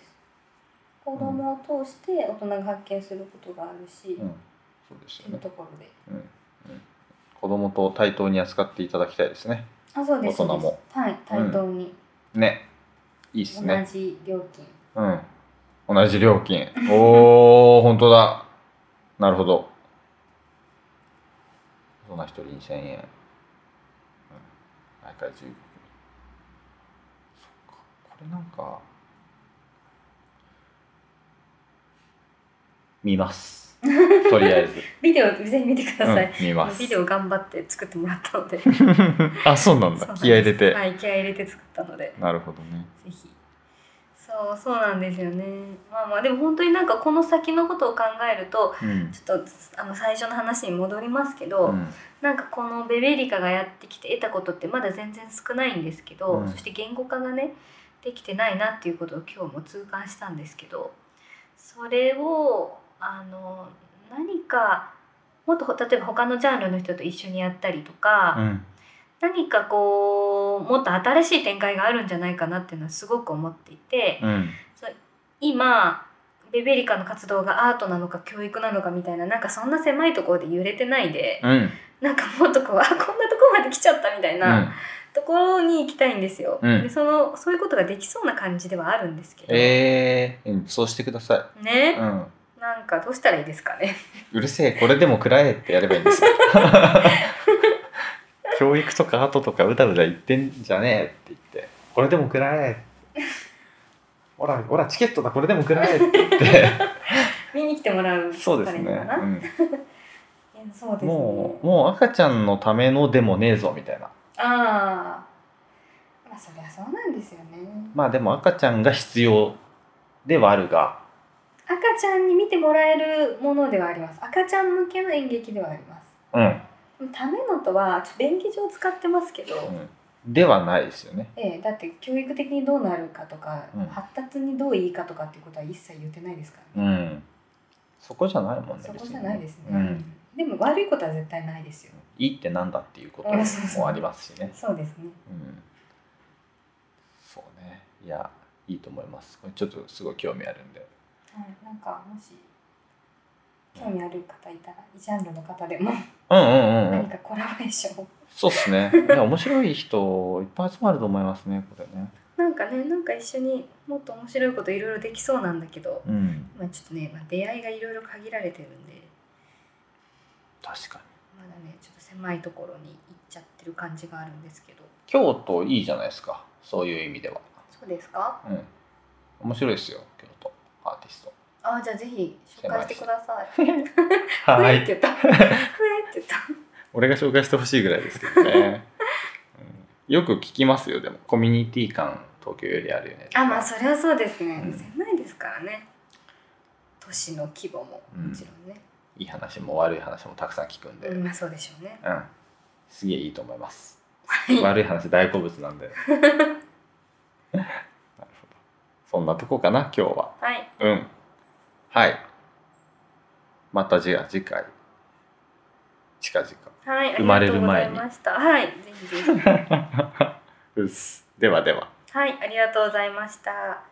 [SPEAKER 2] 子供を通して大人が発見することがあるし、
[SPEAKER 1] うん、そうです
[SPEAKER 2] っ
[SPEAKER 1] よ
[SPEAKER 2] ていう
[SPEAKER 1] ね、
[SPEAKER 2] ところで。
[SPEAKER 1] うんうん、子供と対等に扱っていただきたいですね
[SPEAKER 2] あ、そうです。
[SPEAKER 1] 大人も
[SPEAKER 2] そうですはい、対等に、
[SPEAKER 1] ねいいっすね
[SPEAKER 2] 同じ料金。
[SPEAKER 1] うん。同じ料金。おー、本当だ。なるほど。大人一人2000円。うん。毎回15組。そっか。これなんか、見ます。とりあえず。
[SPEAKER 2] ビデオぜひ見てください。
[SPEAKER 1] うん、見ます。
[SPEAKER 2] ビデオ頑張って作ってもらったので
[SPEAKER 1] あ、そうなん
[SPEAKER 2] そう
[SPEAKER 1] だ
[SPEAKER 2] なん。です
[SPEAKER 1] 気合い入れて。
[SPEAKER 2] はい気合い入れて作ったので
[SPEAKER 1] なるほどね。
[SPEAKER 2] ぜひそうそうなんですよねまあまあでも本当になんかこの先のことを考えると
[SPEAKER 1] うん。
[SPEAKER 2] ちょっとあの最初の話に戻りますけ
[SPEAKER 1] う
[SPEAKER 2] ど、
[SPEAKER 1] ん
[SPEAKER 2] なんかこのベベリカがやってきて得たことってまだ全然少ないんですけど、
[SPEAKER 1] うん
[SPEAKER 2] そして言語化がねできてないなっていうことを今日も痛感したんですけどそれをあの何かもっとほ例えば他のジャンルの人と一緒にやったりとか、
[SPEAKER 1] うん
[SPEAKER 2] 何かこうもっと新しい展開があるんじゃないかなっていうのはすごく思っていて、
[SPEAKER 1] うん
[SPEAKER 2] 今ベベリカの活動がアートなのか教育なのかみたいななんかそんな狭いところで揺れてないで、
[SPEAKER 1] うん
[SPEAKER 2] なんかもっとこうあこんなとこまで来ちゃったみたいな、ところに行きたいんですよ、
[SPEAKER 1] うん
[SPEAKER 2] でそのそういうことができそうな感じではあるんですけど、
[SPEAKER 1] えーうんそうしてください、
[SPEAKER 2] ね、
[SPEAKER 1] うん、
[SPEAKER 2] なんかどうしたらいいですかね
[SPEAKER 1] うるせえこれでも食らえってやればいいん ですよ教育とかアートとかうだうだ言ってんじゃねえって言ってこれでも食らえほらほらチケットだこれでも食らえって言って
[SPEAKER 2] 見に来てもらう
[SPEAKER 1] そうです
[SPEAKER 2] 彼の
[SPEAKER 1] ね
[SPEAKER 2] かな、
[SPEAKER 1] うん
[SPEAKER 2] いやそうですね
[SPEAKER 1] もうもう赤ちゃんのためのでもねえぞみたいな
[SPEAKER 2] ああまあそりゃそうなんですよね、
[SPEAKER 1] まあでも赤ちゃんが必要ではあるが
[SPEAKER 2] 赤ちゃんに見てもらえるものではあります赤ちゃん向けの演劇ではあります
[SPEAKER 1] うん、
[SPEAKER 2] でもためのとはちょっと便宜上使ってますけど、
[SPEAKER 1] うん、ではないですよね
[SPEAKER 2] ええ、だって教育的にどうなるかとか、
[SPEAKER 1] うん
[SPEAKER 2] 発達にどういいかとかっていうことは一切言ってないですからね
[SPEAKER 1] うんそこじゃないもんね
[SPEAKER 2] そこじゃないですね、
[SPEAKER 1] うん、
[SPEAKER 2] でも悪いことは絶対ないですよ
[SPEAKER 1] いいってなんだっていうこと
[SPEAKER 2] うんそうそう
[SPEAKER 1] もありますしね
[SPEAKER 2] そうですね
[SPEAKER 1] うんそうねいやいいと思いますこれちょっとすごい興味あるんで
[SPEAKER 2] はいなんかもし興味ある方いたら異ジャンルの方でも
[SPEAKER 1] うんうんうんう
[SPEAKER 2] 何
[SPEAKER 1] ん
[SPEAKER 2] かコラボレーションを
[SPEAKER 1] そうっすね いや面白い人いっぱい集まると思いますねこれね
[SPEAKER 2] なんかねなんか一緒にもっと面白いこといろいろできそうなんだけど、
[SPEAKER 1] うん
[SPEAKER 2] まあ、ちょっとね、まあ、出会いがいろいろ限られてるんで
[SPEAKER 1] 確かに
[SPEAKER 2] まだねちょっと狭いところに行っちゃってる感じがあるんですけど
[SPEAKER 1] 京都いいじゃないですかそういう意味では
[SPEAKER 2] そうですか
[SPEAKER 1] うん面白いですよ京都アーティスト
[SPEAKER 2] あーじゃあぜひ紹介してください。 ふ
[SPEAKER 1] は
[SPEAKER 2] え
[SPEAKER 1] い
[SPEAKER 2] って言った。ふえって言った。
[SPEAKER 1] 俺が紹介してほしいぐらいですけどね、 うんよく聞きますよでもコミュニティ感東京よりあるよね
[SPEAKER 2] あまあそれはそうですね、
[SPEAKER 1] うん
[SPEAKER 2] 狭いですからね都市の規模も
[SPEAKER 1] うん
[SPEAKER 2] もちろんね、
[SPEAKER 1] いい話も悪い話もたくさん聞くんで、
[SPEAKER 2] うんまあそうでしょうね
[SPEAKER 1] うん、すげえいいと思います。
[SPEAKER 2] い
[SPEAKER 1] 悪い話大好物なんで。なるほど。そんなとこかな、今日は。
[SPEAKER 2] はい
[SPEAKER 1] うん。はい。またじゃあ次回。近々。
[SPEAKER 2] はいあ
[SPEAKER 1] 生
[SPEAKER 2] り
[SPEAKER 1] ま
[SPEAKER 2] が
[SPEAKER 1] れ
[SPEAKER 2] と
[SPEAKER 1] る
[SPEAKER 2] うござ
[SPEAKER 1] 前
[SPEAKER 2] い
[SPEAKER 1] に
[SPEAKER 2] ましたはいぜひぜひ
[SPEAKER 1] うっす。ではでは。
[SPEAKER 2] はいありがとうございました